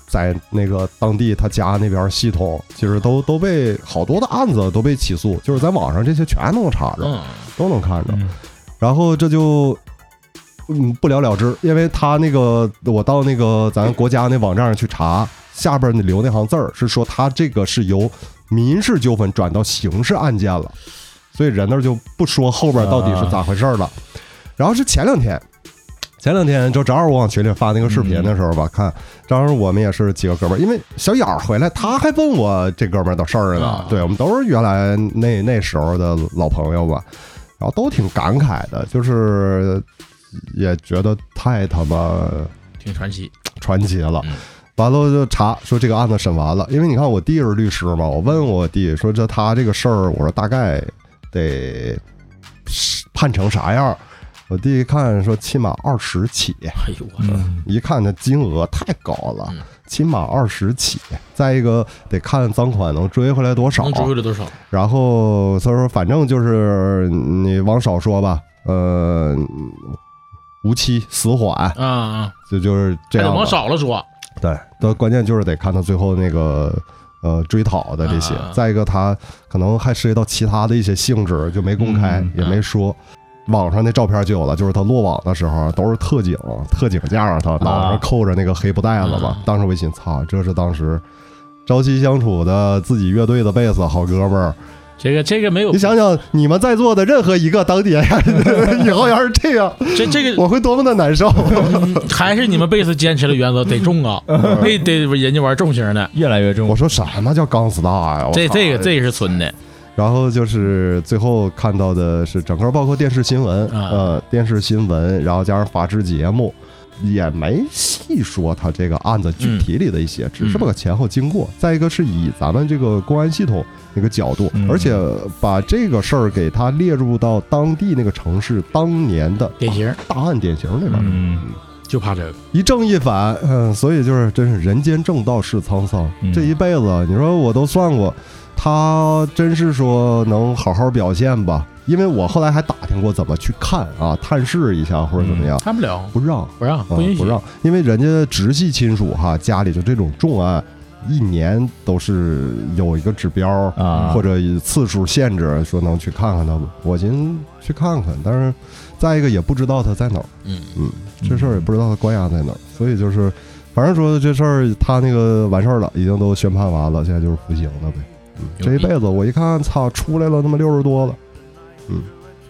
Speaker 4: 在那个当地他家那边系统，其实都都被好多的案子都被起诉，就是在网上这些全能查着。
Speaker 8: 嗯，
Speaker 4: 都能看着。然后这就嗯不了了之，因为他那个我到那个咱国家那网站上去查，下边那留那行字儿是说他这个是由民事纠纷转到刑事案件了，所以人那儿就不说后边到底是咋回事儿了。然后是前两天。前两天就正好我往群里发那个视频的时候吧，看正好我们也是几个哥们儿，因为小眼儿回来，他还问我这哥们儿的事儿呢
Speaker 8: 啊。
Speaker 4: 对我们都是原来那那时候的老朋友吧，然后都挺感慨的，就是也觉得太他妈
Speaker 8: 挺传奇，
Speaker 4: 传奇了
Speaker 8: 嗯。
Speaker 4: 完了就查说这个案子审完了，因为你看我弟是律师嘛，我问我弟说这他这个事儿，我说大概得判成啥样儿？我弟一看说起码二十起，
Speaker 8: 哎呦
Speaker 4: 嗯
Speaker 8: 我的，
Speaker 5: 嗯
Speaker 4: 一看这金额太高了
Speaker 8: 嗯，
Speaker 4: 起码二十起。再一个得看赃款能追回来多少，啊
Speaker 8: 能追回来多少？
Speaker 4: 然后他说，反正就是你往少说吧，呃，无期死缓，
Speaker 8: 啊啊，
Speaker 4: 就就是这
Speaker 8: 还
Speaker 4: 样
Speaker 8: 得
Speaker 4: 吧。
Speaker 8: 往少了说，
Speaker 4: 对，但关键就是得看他最后那个呃追讨的这些
Speaker 8: 啊。
Speaker 4: 再一个，他可能还涉及到其他的一些性质，就没公开
Speaker 5: 嗯，
Speaker 4: 也没说。网上那照片就有了，就是他落网的时候都是特警，特警架着他，脑上扣着那个黑布袋子嘛
Speaker 8: 啊。
Speaker 4: 当时我一寻，操，这是当时朝夕相处的自己乐队的贝斯好哥们儿，
Speaker 8: 这个这个没有
Speaker 4: 你，想想，你们在座的任何一个当年 以后要是这样，
Speaker 8: 这这个
Speaker 4: 我会多么的难受。
Speaker 8: 嗯还是你们贝斯坚持的原则，得重啊，
Speaker 4: 嗯
Speaker 8: 得得人家玩重型的，
Speaker 5: 越来越重
Speaker 4: 我。说什么叫钢丝大啊呀？我
Speaker 8: 这
Speaker 4: 操哎
Speaker 8: 这个。这个是纯的，
Speaker 4: 然后就是最后看到的是整个包括电视新闻，
Speaker 8: 啊
Speaker 4: 呃，电视新闻，然后加上法制节目，也没细说他这个案子具体里的一些，只是把个前后经过。再一个是以咱们这个公安系统那个角度，
Speaker 5: 嗯
Speaker 4: 而且把这个事儿给他列入到当地那个城市当年的
Speaker 8: 典型
Speaker 4: 大案典型里边。
Speaker 5: 嗯，
Speaker 8: 就怕这个，
Speaker 4: 一正一反，嗯、所以就是真是人间正道是沧桑。
Speaker 5: 嗯
Speaker 4: 这一辈子，你说我都算过，他真是说能好好表现吧？因为我后来还打听过怎么去看啊，探视一下或者怎么
Speaker 2: 嗯
Speaker 4: 样，
Speaker 8: 看不了，
Speaker 4: 不让，
Speaker 8: 不让，
Speaker 4: 啊
Speaker 8: 不允许
Speaker 4: 不，让，因为人家直系亲属哈，家里就这种重案，一年都是有一个指标
Speaker 5: 啊
Speaker 4: 或者次数限制，说能去看看他吗？我寻去看看，但是再一个也不知道他在哪儿，
Speaker 8: 嗯
Speaker 4: 嗯，这事儿也不知道他关押在哪儿，所以就是。反正说这事儿，他那个完事儿了，已经都宣判完了，现在就是服刑了呗。嗯，这一辈子我一看，操，出来了他妈六十多了，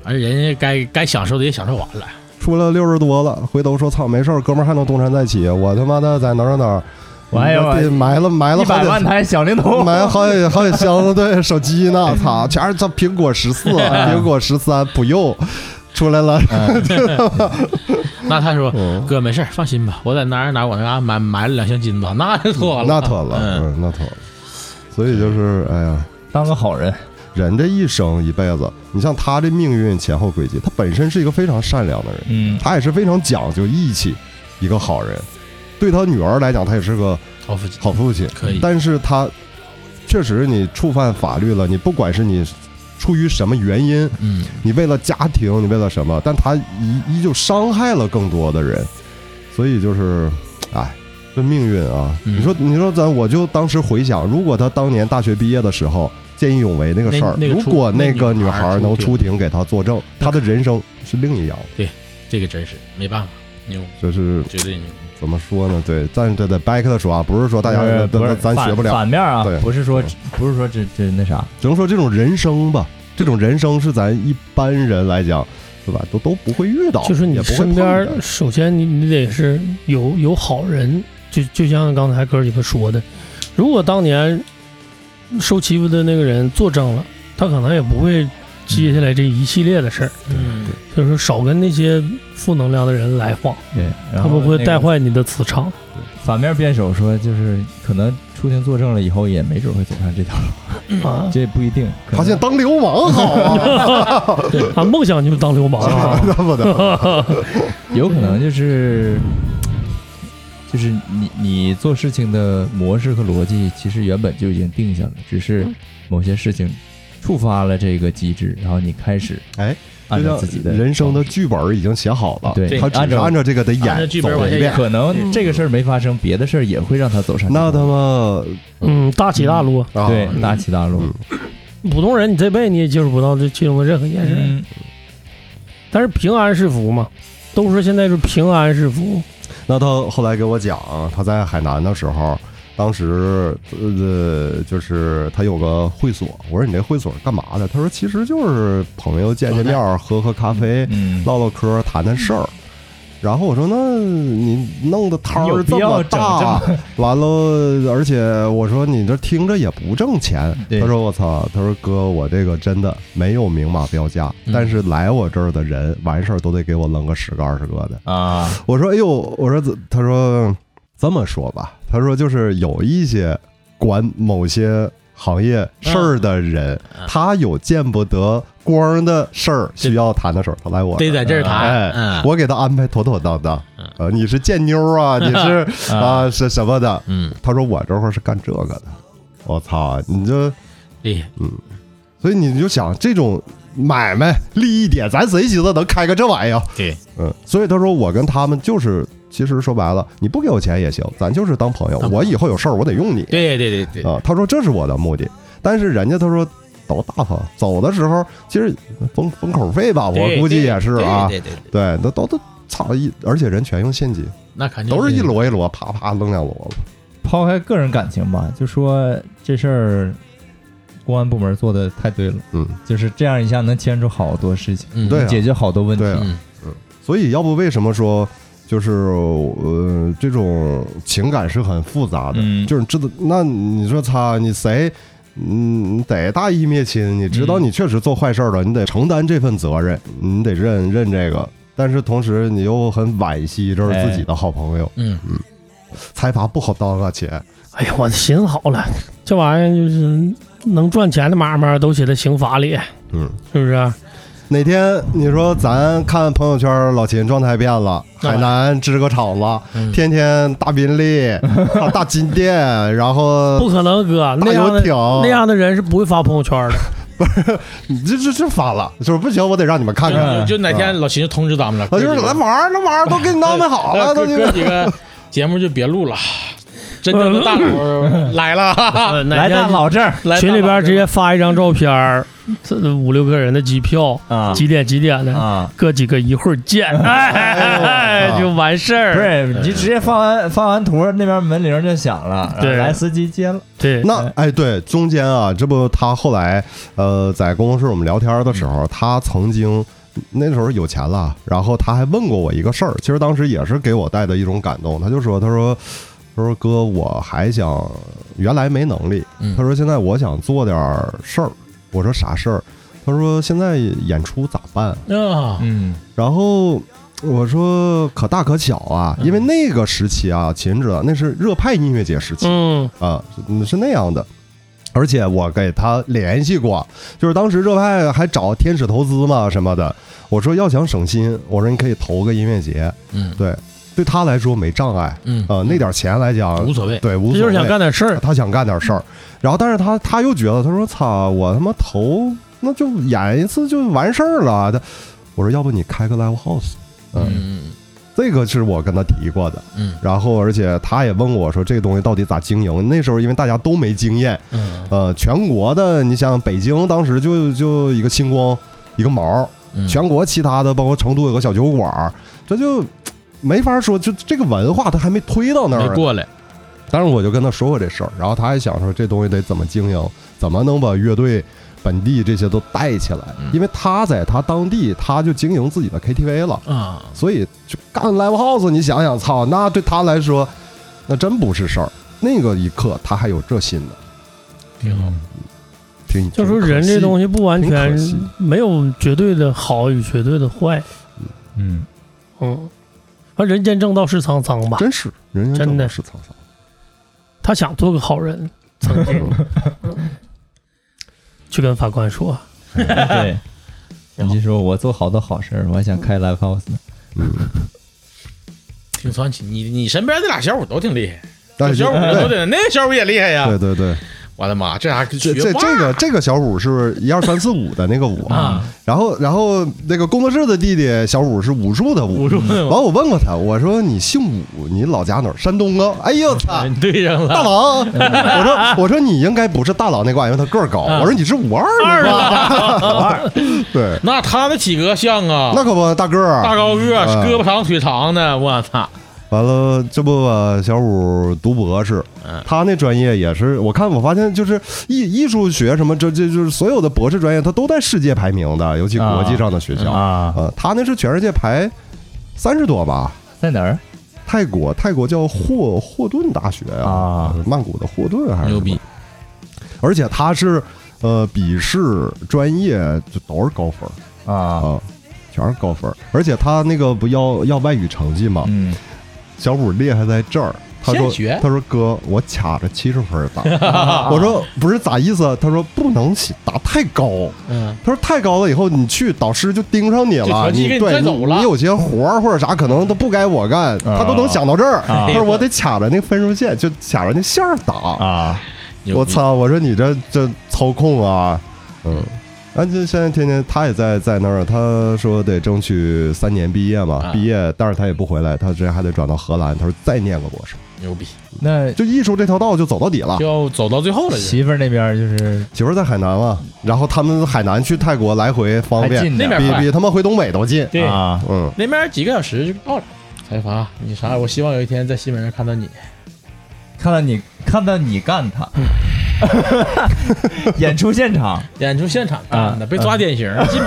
Speaker 8: 而人家该该享受的也享受完了，
Speaker 4: 出来六十多了，回头说操没事儿，哥们儿还能东山再起。我他妈的在哪儿哪儿哪儿，
Speaker 5: 我还有啊
Speaker 4: 得埋了埋了
Speaker 5: 一
Speaker 4: 好
Speaker 5: 百万
Speaker 4: 几
Speaker 5: 台小灵 通，
Speaker 4: 埋了好几好几箱子对手机呢，操，全是这苹果十四、啊苹果十三 Pro 出来了，
Speaker 8: 那他说。
Speaker 4: 嗯，
Speaker 8: 哥，没事儿放心吧，我在哪儿哪儿，我那嘎买买了两箱金子， 那就妥了，
Speaker 4: 那妥了，
Speaker 8: 嗯，
Speaker 4: 嗯，那妥了。所以就是，哎呀，
Speaker 5: 当个好人。
Speaker 4: 人这一生一辈子，你像他这命运前后轨迹，他本身是一个非常善良的人，
Speaker 5: 嗯，
Speaker 4: 他也是非常讲究义气，一个好人。对他女儿来讲，他也是个
Speaker 8: 好父亲，
Speaker 4: 好父亲，
Speaker 8: 可以
Speaker 4: 但是他确实你触犯法律了，你不管是你出于什么原因，
Speaker 8: 嗯，
Speaker 4: 你为了家庭，你为了什么，但他依依旧伤害了更多的人，所以就是，哎。这命运啊！
Speaker 8: 嗯
Speaker 4: 你说，你说咱，我就当时回想，如果他当年大学毕业的时候见义勇为那个事儿，
Speaker 8: 那那个
Speaker 4: 如
Speaker 8: 出
Speaker 4: 果
Speaker 8: 那
Speaker 4: 那个
Speaker 8: 女
Speaker 4: 女
Speaker 8: 孩
Speaker 4: 孩
Speaker 8: 出
Speaker 4: 能
Speaker 8: 庭
Speaker 4: 出庭给他作证，他的人生是另一样的。
Speaker 8: 这个真是没办法，
Speaker 2: 牛，
Speaker 4: 就是
Speaker 2: 绝对牛。
Speaker 4: 怎么说呢？对，但是这得掰开了说啊，不是说大家
Speaker 5: 呃不是
Speaker 4: 咱咱咱学不
Speaker 5: 反
Speaker 4: 了，
Speaker 5: 反面啊
Speaker 4: 对，
Speaker 5: 不是说不是说这这那啥，
Speaker 4: 只能说这种人生吧，这种人生是咱一般人来讲，对吧？都都不会遇到，
Speaker 3: 就是你
Speaker 4: 也不会
Speaker 3: 身边
Speaker 4: 碰
Speaker 3: 儿，
Speaker 4: 见
Speaker 3: 首先你你得是有有好人，就就像刚才哥几个说的，如果当年受欺负的那个人作证了，他可能也不会接下来这一系列的事儿。
Speaker 2: 嗯，
Speaker 3: 所以说，少跟那些负能量的人来往，
Speaker 5: 对，
Speaker 3: 他
Speaker 5: 然后
Speaker 3: 们会
Speaker 5: 那个
Speaker 3: 带坏你的磁场。
Speaker 5: 反面辩手说，就是可能出庭作证了以后，也没准会走上这条路，
Speaker 3: 啊
Speaker 5: 这不一定。可
Speaker 4: 发
Speaker 5: 能
Speaker 4: 现当流氓好 啊，
Speaker 3: 啊！梦想就是当流氓啊！
Speaker 4: 那不得
Speaker 5: 有可能就是就是你你做事情的模式和逻辑，其实原本就已经定下了，只是某些事情触发了这个机制，然后你开始
Speaker 4: 哎，
Speaker 5: 按照
Speaker 4: 就
Speaker 5: 自己的
Speaker 4: 像人生的剧本已经写好了，
Speaker 5: 对
Speaker 4: 他只
Speaker 5: 按
Speaker 4: 是
Speaker 5: 照
Speaker 4: 按照这个得
Speaker 2: 按照
Speaker 4: 演
Speaker 2: 剧
Speaker 4: 走
Speaker 2: 本往
Speaker 4: 一
Speaker 2: 下
Speaker 4: 遍
Speaker 2: 演。
Speaker 5: 可能这个事儿没发生，别的事儿也会让他走上
Speaker 4: 那他妈
Speaker 3: 嗯，大起大落，
Speaker 4: 啊，
Speaker 5: 对大起大落。
Speaker 3: 普通人你这辈子你也接触不到这其中的任何一件事。
Speaker 5: 嗯，
Speaker 3: 但是平安是福嘛，都说现在是平安是福，
Speaker 4: 那他后来给我讲，他在海南的时候，当时呃就是他有个会所，我说你这会所是干嘛的？他说其实就是朋友见见面儿，喝喝咖啡，
Speaker 5: 嗯
Speaker 4: 唠唠嗑，谈谈事儿。然后我说，那你弄的摊
Speaker 5: 有
Speaker 4: 儿
Speaker 5: 必
Speaker 4: 这
Speaker 5: 要
Speaker 4: 么
Speaker 5: 整
Speaker 4: 大，啊 完了，而且我说你这听着也不挣钱。
Speaker 5: 对
Speaker 4: 他说我操，他说哥，我这个真的没有明码标价，
Speaker 5: 嗯
Speaker 4: 但是来我这儿的人完事儿都得给我扔个十个二十个的。
Speaker 5: 啊，
Speaker 4: 我说：“哎呦，我说，怎他说这么说吧，他说就是有一些管某些行业事儿的人，
Speaker 5: 嗯
Speaker 4: 他有见不得光的事儿需要谈的时候，他来我这
Speaker 2: 得在
Speaker 4: 儿。”
Speaker 2: 这儿谈，
Speaker 4: 哎
Speaker 2: 嗯，，
Speaker 4: 我给他安排妥妥当当。呃，你是贱妞 啊，你是啊是什么的？
Speaker 2: 嗯，
Speaker 4: 他说我这会儿是干这个的。我操，你这，
Speaker 2: 厉害，
Speaker 4: 所以你就想这种买卖利益点，咱谁寻思能开个这玩意儿？
Speaker 2: 对，
Speaker 4: 嗯，所以他说我跟他们就是，其实说白了，你不给我钱也行，咱就是当朋友。我以后有事儿我得用你
Speaker 2: 对对对对，
Speaker 4: 啊。他说这是我的目的，但是人家他说都大方，走的时候其实封封口费吧，我
Speaker 2: 对
Speaker 4: 估计也是啊。
Speaker 2: 对对对，对
Speaker 4: 对，那都都操一，而且人全用现金，
Speaker 2: 那肯定
Speaker 4: 都是一摞一摞，啪啪扔两摞了。
Speaker 5: 抛开个人感情吧，就说这事儿，公安部门做的太对了，
Speaker 4: 嗯，
Speaker 5: 就是这样一下能牵出好多事情，
Speaker 2: 嗯
Speaker 4: 对啊
Speaker 5: 解决好多问题
Speaker 4: 对。啊
Speaker 2: 嗯，
Speaker 4: 所以要不为什么说就是呃这种情感是很复杂的，
Speaker 5: 嗯
Speaker 4: 就是知道那你说擦你谁嗯得大义灭亲，你知道你确实做坏事儿了，你得承担这份责任，你得认认这个。但是同时，你又很惋惜，这是自己的好朋友，
Speaker 2: 嗯
Speaker 4: 嗯，财阀不好当啊，且
Speaker 3: 哎呀，我寻思好了，这玩意儿就是能赚钱的买卖都写在刑法里，
Speaker 4: 嗯，
Speaker 3: 是不啊是？
Speaker 4: 哪天你说咱看朋友圈，老秦状态变了，
Speaker 3: 那
Speaker 4: 海南支个厂子，
Speaker 2: 嗯
Speaker 4: 天天大 宾利、大大金店，然后
Speaker 3: 不可能，哥，
Speaker 4: 大
Speaker 3: 那样
Speaker 4: 游
Speaker 3: 的
Speaker 4: 艇，
Speaker 3: 那样的人是不会发朋友圈的。
Speaker 4: 你这这这反了，就是不行，我得让你们看看。
Speaker 2: 就就哪天老秦就通知咱们了，
Speaker 4: 我就是来玩儿，来玩儿都给你安排好
Speaker 2: 哎
Speaker 4: 了，
Speaker 2: 哥
Speaker 4: 都你
Speaker 2: 哥几个节目就别录了，真正的大佬来 了，
Speaker 3: 呃
Speaker 5: 来大老郑
Speaker 2: 来
Speaker 3: 群里边直
Speaker 2: 接
Speaker 3: 接发一张照片儿，这五六个人的机票，
Speaker 5: 啊
Speaker 3: 几点几点的，
Speaker 5: 啊，
Speaker 3: 哥几个一会儿见，哎，
Speaker 4: 啊
Speaker 3: 就完事
Speaker 5: 不
Speaker 3: 儿。
Speaker 5: 是你直接发完发完图，那边门铃就响了，
Speaker 3: 对
Speaker 5: 来司机接了，
Speaker 3: 对，
Speaker 4: 那哎，对，中间啊，这不他后来呃，在办公室我们聊天的时候，他曾经那时候有钱了，然后他还问过我一个事儿，其实当时也是给我带的一种感动。他就说，他说，他说哥，我还想原来没能力，
Speaker 2: 嗯
Speaker 4: 他说现在我想做点儿事儿。我说啥事儿？他说现在演出咋办？
Speaker 2: 啊，
Speaker 5: 嗯，
Speaker 4: 然后我说可大可小啊，因为那个时期啊，秦知道那是热派音乐节时期，
Speaker 3: 嗯，
Speaker 4: 啊，是是那样的。而且我给他联系过，就是当时热派还找天使投资嘛什么的，我说要想省心，我说你可以投个音乐节，
Speaker 2: 嗯
Speaker 4: 对，对他来说没障碍
Speaker 2: 嗯，
Speaker 4: 啊、那点钱来讲
Speaker 2: 无所谓，
Speaker 4: 对无
Speaker 3: 这
Speaker 4: 所
Speaker 3: 嗯就
Speaker 4: 谓，
Speaker 3: 是想干点事儿。
Speaker 4: 他想干点事儿，然后但是他他又觉得他说操我他妈投那就演一次就完事儿了，他我说要不你开个 live house，嗯
Speaker 2: 嗯
Speaker 4: 这个是我跟他提过的，
Speaker 2: 嗯
Speaker 4: 然后而且他也问我说这个东西到底咋经营？那时候因为大家都没经验，
Speaker 2: 嗯
Speaker 4: 呃，全国的你想北京当时就就一个星光一个毛，
Speaker 2: 嗯，
Speaker 4: 全国其他的包括成都有个小酒馆儿，这就没法说，就这个文化它还没推到那
Speaker 2: 没
Speaker 4: 儿呢。
Speaker 2: 过来，
Speaker 4: 但是我就跟他说过这事儿，然后他还想说这东西得怎么经营，怎么能把乐队本地这些都带起来，
Speaker 2: 嗯
Speaker 4: 因为他在他当地他就经营自己的 KTV 了。
Speaker 2: 嗯，
Speaker 4: 所以就干 live house，你想想，操，那对他来说，那真不是事儿。那个一刻，他还有这心呢，嗯
Speaker 2: 挺好。
Speaker 4: 挺
Speaker 3: 就说人这东西
Speaker 4: 西，
Speaker 3: 不完
Speaker 4: 挺可
Speaker 3: 全
Speaker 4: 惜，
Speaker 3: 没有绝对的好与绝对的坏，
Speaker 5: 嗯，
Speaker 3: 嗯，反正人间正道是沧桑吧。
Speaker 4: 真是人家
Speaker 3: 真的
Speaker 4: 是沧桑。
Speaker 3: 他想做个好人，曾经去跟法官说，
Speaker 5: 对，你就说我做好多好事儿，我还想开 live house 呢。
Speaker 2: 挺传奇。你你身边那俩小伙都挺厉害，
Speaker 4: 但是
Speaker 2: 小伙都
Speaker 4: 对
Speaker 2: 挺，那个小伙也厉害呀。
Speaker 4: 哎对对对，
Speaker 2: 我的妈，这还
Speaker 4: 这
Speaker 2: 学
Speaker 4: 这
Speaker 2: 霸
Speaker 4: 这个这个小五是一二三四五的那个五
Speaker 2: 啊，
Speaker 4: 然后然后那个工作室的弟弟小五是武术的武。
Speaker 2: 武术
Speaker 4: 完，我问过他，我说你姓武，你老家哪儿？山东啊？哎呦我操！
Speaker 2: 你对上了。
Speaker 4: 大郎，我说我说你应该不是大郎那挂，因为他个儿高。我说你是五二
Speaker 2: 二
Speaker 4: 那挂，
Speaker 2: 了，
Speaker 4: 对，
Speaker 2: 那他那体格像啊，
Speaker 4: 那可不，大个儿，
Speaker 2: 大高个儿，
Speaker 4: 嗯
Speaker 2: 胳膊长腿长的，我操！
Speaker 4: 完了，这不吧，小五读博士
Speaker 2: 嗯，
Speaker 4: 他那专业也是，我看我发现就是艺艺术学什么，这这就是所有的博士专业，他都在世界排名的，尤其国际上的学校
Speaker 5: 啊，
Speaker 4: 呃他那是全世界排三十多吧。
Speaker 5: 在哪儿
Speaker 4: 泰国，泰国叫霍霍顿大学啊，
Speaker 5: 啊？
Speaker 4: 曼谷的霍顿还是
Speaker 2: 牛逼
Speaker 4: 什么，而且他是呃笔试专业就都是高分
Speaker 5: 啊，
Speaker 4: 啊，全是高分，而且他那个不要要外语成绩嘛，
Speaker 5: 嗯，
Speaker 4: 小五厉害在这儿，他说
Speaker 2: 现学
Speaker 4: 他说哥，我卡着七十分儿打， 我说不是咋意思啊？他说不能起打太高，
Speaker 2: 嗯，
Speaker 4: 他说太高了以后你去导师就盯上你
Speaker 2: 就
Speaker 4: 了，
Speaker 2: 成绩
Speaker 4: 你
Speaker 2: 给你
Speaker 4: 对
Speaker 2: 拽
Speaker 4: 你
Speaker 2: 走了
Speaker 4: 你有些活儿或者啥可能都不该我干，他都能想到这儿。
Speaker 5: 啊
Speaker 4: 他说我得卡着那分数线，就卡着那线儿打。
Speaker 5: 啊，
Speaker 2: 牛
Speaker 4: 我
Speaker 2: 逼！
Speaker 4: 操！我说你这这操控啊，嗯。啊，就现在天天他也在在那儿，他说得争取三年毕业嘛，
Speaker 2: 啊
Speaker 4: 毕业，但是他也不回来，他之前还得转到荷兰，他说再念个博士，
Speaker 2: 牛逼，
Speaker 5: 那
Speaker 4: 就艺术这条道就走到底了
Speaker 2: 就。要走到最后了。就
Speaker 5: 媳妇儿那边儿就是
Speaker 4: 媳妇儿在海南嘛，然后他们海南去泰国来回方
Speaker 5: 还
Speaker 4: 便，
Speaker 5: 近
Speaker 2: 那
Speaker 5: 点
Speaker 2: 边
Speaker 4: 哦
Speaker 5: 儿
Speaker 4: 比
Speaker 2: 快
Speaker 4: 比他妈回东北都近。
Speaker 2: 对，
Speaker 5: 啊，
Speaker 4: 嗯，
Speaker 2: 那边几个小时就到了。财阀，你啥？我希望有一天在新闻上看到你。
Speaker 5: 看到你看到你干他，
Speaker 2: 嗯
Speaker 5: 演出现 场
Speaker 2: 演出现场干的，
Speaker 5: 啊
Speaker 2: 被抓典型儿，禁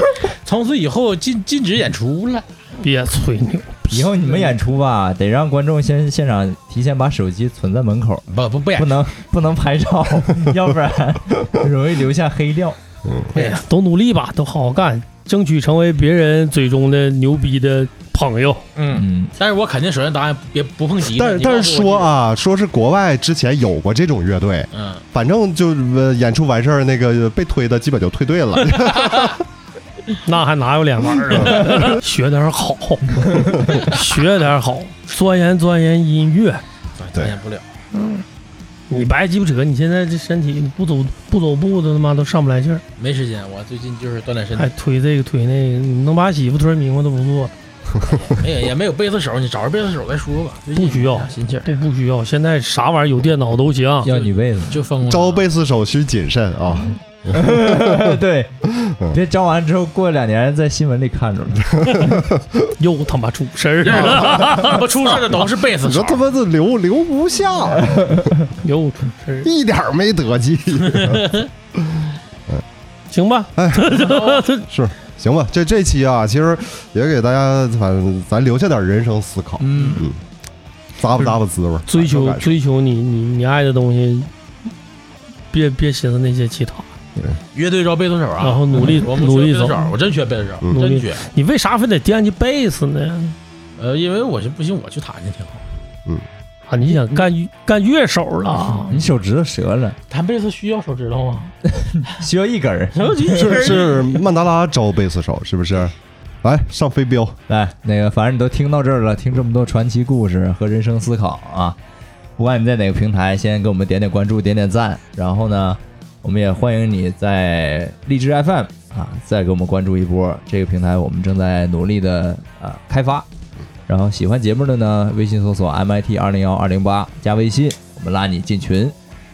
Speaker 2: 从此以后禁禁止演出了。
Speaker 3: 别吹牛，
Speaker 5: 以后你们演出吧，得让观众先现场提前把手机存在门口，
Speaker 2: 不不不演
Speaker 5: 不，能不能拍照， 要 不然容易留下黑料。
Speaker 3: 哎呀，都努力吧，都好好干，争取成为别人嘴中的牛逼的朋友。
Speaker 2: 嗯，
Speaker 5: 嗯，
Speaker 2: 但是我肯定首先答案别不碰吉他。
Speaker 4: 但是
Speaker 2: 你
Speaker 4: 但
Speaker 2: 告
Speaker 4: 是
Speaker 2: 诉我
Speaker 4: 说，啊，说是国外之前有过这种乐队，
Speaker 2: 你嗯，
Speaker 4: 反正就是呃演出完事儿那个被推的基本就 退队了。
Speaker 3: 那还哪有脸玩儿啊？学点儿好， 学点儿好，钻研钻研音乐。
Speaker 4: 对
Speaker 2: 演不了。
Speaker 3: 你白鸡巴扯，你现在这身体不走不走步都他妈都上不来气儿，
Speaker 2: 没时间，我最近就是锻炼身
Speaker 3: 还
Speaker 2: 体，
Speaker 3: 推这个推那个，你能把媳妇推迷糊都不错，
Speaker 2: 没
Speaker 4: 哎
Speaker 2: 有也哎没有贝斯手，你找着贝斯手再说吧。最近
Speaker 3: 不需要
Speaker 2: 心气儿，
Speaker 3: 这不需要。现在啥玩意儿有电脑都行，
Speaker 5: 要女被子，
Speaker 2: 就疯了。
Speaker 4: 招贝斯手需谨慎啊！
Speaker 5: 对，
Speaker 2: 嗯
Speaker 5: 别招完之后过两年在新闻里看着了。
Speaker 3: 又他妈出事儿了，
Speaker 2: 不出事的都是贝斯
Speaker 4: 你说
Speaker 2: 手。啊
Speaker 4: 他妈的留留不下，
Speaker 3: 又 出事儿了，
Speaker 4: 一点儿没得计。
Speaker 3: 行吧？
Speaker 4: 行吧，这这期啊，其实也给大家，反正咱留下点人生思考，
Speaker 2: 嗯，
Speaker 4: 咂吧咂吧滋味儿，
Speaker 3: 追求
Speaker 4: 感受
Speaker 3: 追求你你你爱的东西，别别寻思那些其他，
Speaker 2: 乐队招贝斯手啊，
Speaker 3: 然后努力
Speaker 2: 我不缺
Speaker 3: 努力
Speaker 2: 贝斯
Speaker 3: 走
Speaker 2: 手。，我真缺贝斯手，
Speaker 4: 嗯
Speaker 3: 努
Speaker 2: 真
Speaker 3: 力
Speaker 2: 缺。
Speaker 3: 你为啥非得惦记贝斯呢？
Speaker 2: 呃，因为我是不行，我去弹去挺好。
Speaker 3: 啊，你想干干乐手了？啊
Speaker 5: 你手指头折了，
Speaker 2: 弹贝斯需要手指头吗？啊
Speaker 5: 需要一根儿。
Speaker 4: 是是曼达拉招贝斯手是不是？来上飞镖，
Speaker 5: 来，那个反正你都听到这儿了，听这么多传奇故事和人生思考啊，不管你在哪个平台，先给我们点点关注，点点赞。然后呢，我们也欢迎你在荔枝 FM 啊，再给我们关注一波。这个平台我们正在努力的啊开发。然后喜欢节目的呢，微信搜索 MIT 二零幺二零八加微信，我们拉你进群。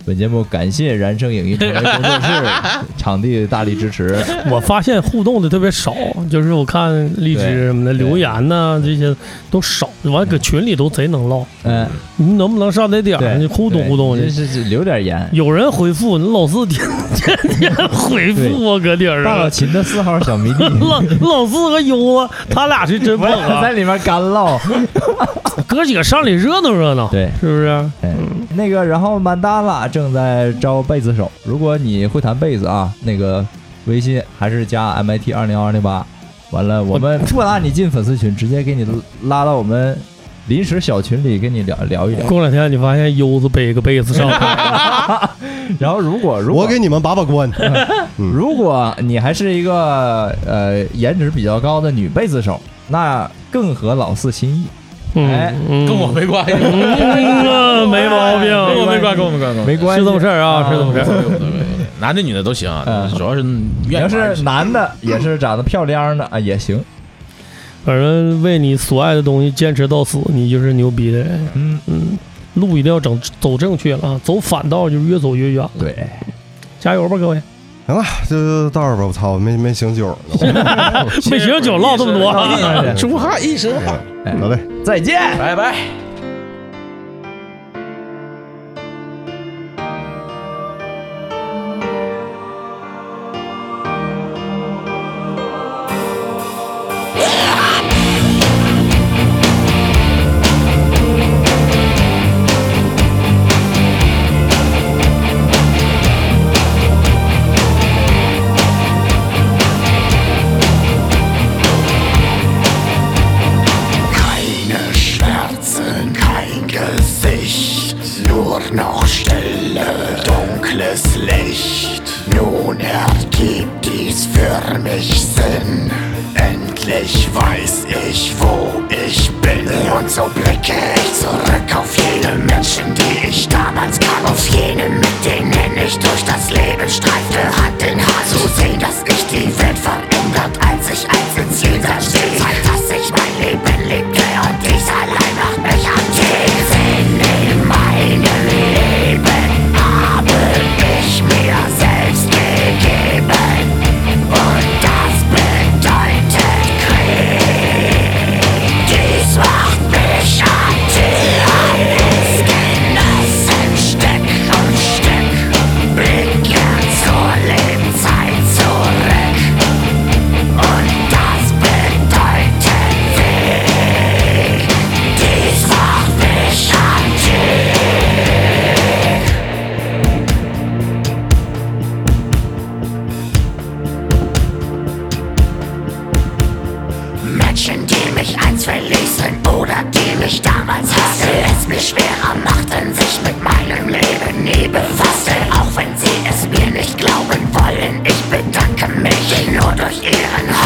Speaker 5: 本节目感谢燃声影艺传媒工作室场地大力支持。
Speaker 3: 我发现互动的特别少，就是我看荔枝什么的
Speaker 5: 对对
Speaker 3: 留言呐、这些都少，完搁群里都贼能唠。
Speaker 5: 嗯，
Speaker 3: 你能不能上那点 儿去
Speaker 5: 对，
Speaker 3: 互动互动
Speaker 5: 对
Speaker 3: 去
Speaker 5: 这？是是留点言。
Speaker 3: 有人回复，你老四天天天 回复我搁顶
Speaker 5: 大老
Speaker 3: 上，
Speaker 5: 秦的四号小迷弟，
Speaker 3: 老老四和优啊，他俩是真
Speaker 5: 我
Speaker 3: 捧
Speaker 5: 俩 在
Speaker 3: 啊，
Speaker 5: 里面干唠。
Speaker 3: 哥几个上里热闹热闹，
Speaker 5: 对，
Speaker 3: 是不是？
Speaker 5: 哎那个，然后曼达拉正在招贝斯手，如果你会弹贝斯啊，那个微信还是加 MIT 二零二零八。完了，我们不拉你进粉丝群，直接给你拉到我们临时小群里，跟你聊聊一聊。
Speaker 3: 过两天你发现优子背个被子上台，
Speaker 5: 然后，如果如果
Speaker 4: 我给你们把把关。
Speaker 5: 如果你还是一个呃颜值比较高的女贝斯手，那更合老四心意。 哎
Speaker 3: 嗯，嗯
Speaker 8: 跟我没关系，跟
Speaker 3: 嗯 啊没毛病，
Speaker 8: 我没关系，跟我没关系，
Speaker 5: 没关系，
Speaker 3: 是这么事儿啊，是这么事儿。
Speaker 8: 男的女的都行啊
Speaker 5: 嗯，
Speaker 8: 主要是
Speaker 5: 你
Speaker 8: 愿意
Speaker 5: 要
Speaker 8: 玩就是行
Speaker 5: 男的，也是长得漂亮的啊，也行。
Speaker 3: 反正为你所爱的东西坚持到死，你就是牛逼的人。
Speaker 5: 嗯，
Speaker 3: 嗯，路一定要整走正确了啊，走反道就是越走越远。
Speaker 5: 对，
Speaker 3: 加油吧，各位！
Speaker 4: 行了，就到这儿吧。我操，我没没醒酒呢。
Speaker 3: 没醒酒唠这么 多啊，
Speaker 8: 出汗一身汗，
Speaker 5: 哎
Speaker 4: 嗯好嘞。
Speaker 5: 再见。
Speaker 8: 拜拜。
Speaker 10: Keine Schmerzen, kein Gesicht, nur noch stille, dunkles Licht. Nun ergibt dies für mich Sinn. Endlich weiß ich, wo ich bin. Und so blicke ich zurück auf jene Menschen, die ich damals kannte. Auf jene, mit denen ich durch das Leben streifte. Hat den Haar zu sehen, dass ich die Welt verändert, als ich als ins Jenseits stehe. Zeit, dass ich mein Leben lebte und dies allein macht mich an den Sinn in meinem Leben habe ich mir selbst gegeben und das bedeutet Krieg. Dies macht mich an alles genossen Stück um Stück blicke zur Lebenszeit zurück. Und das bedeutet Weg. Dies macht mich antik. Menschen, die mich einst verließen oder die mich damals hasste, es mir schwerer machten, sich mit meinem Leben nie befasste. Auch wenn sie es mir nicht glauben wollen, ich bedanke mich nur durch ihren Hass.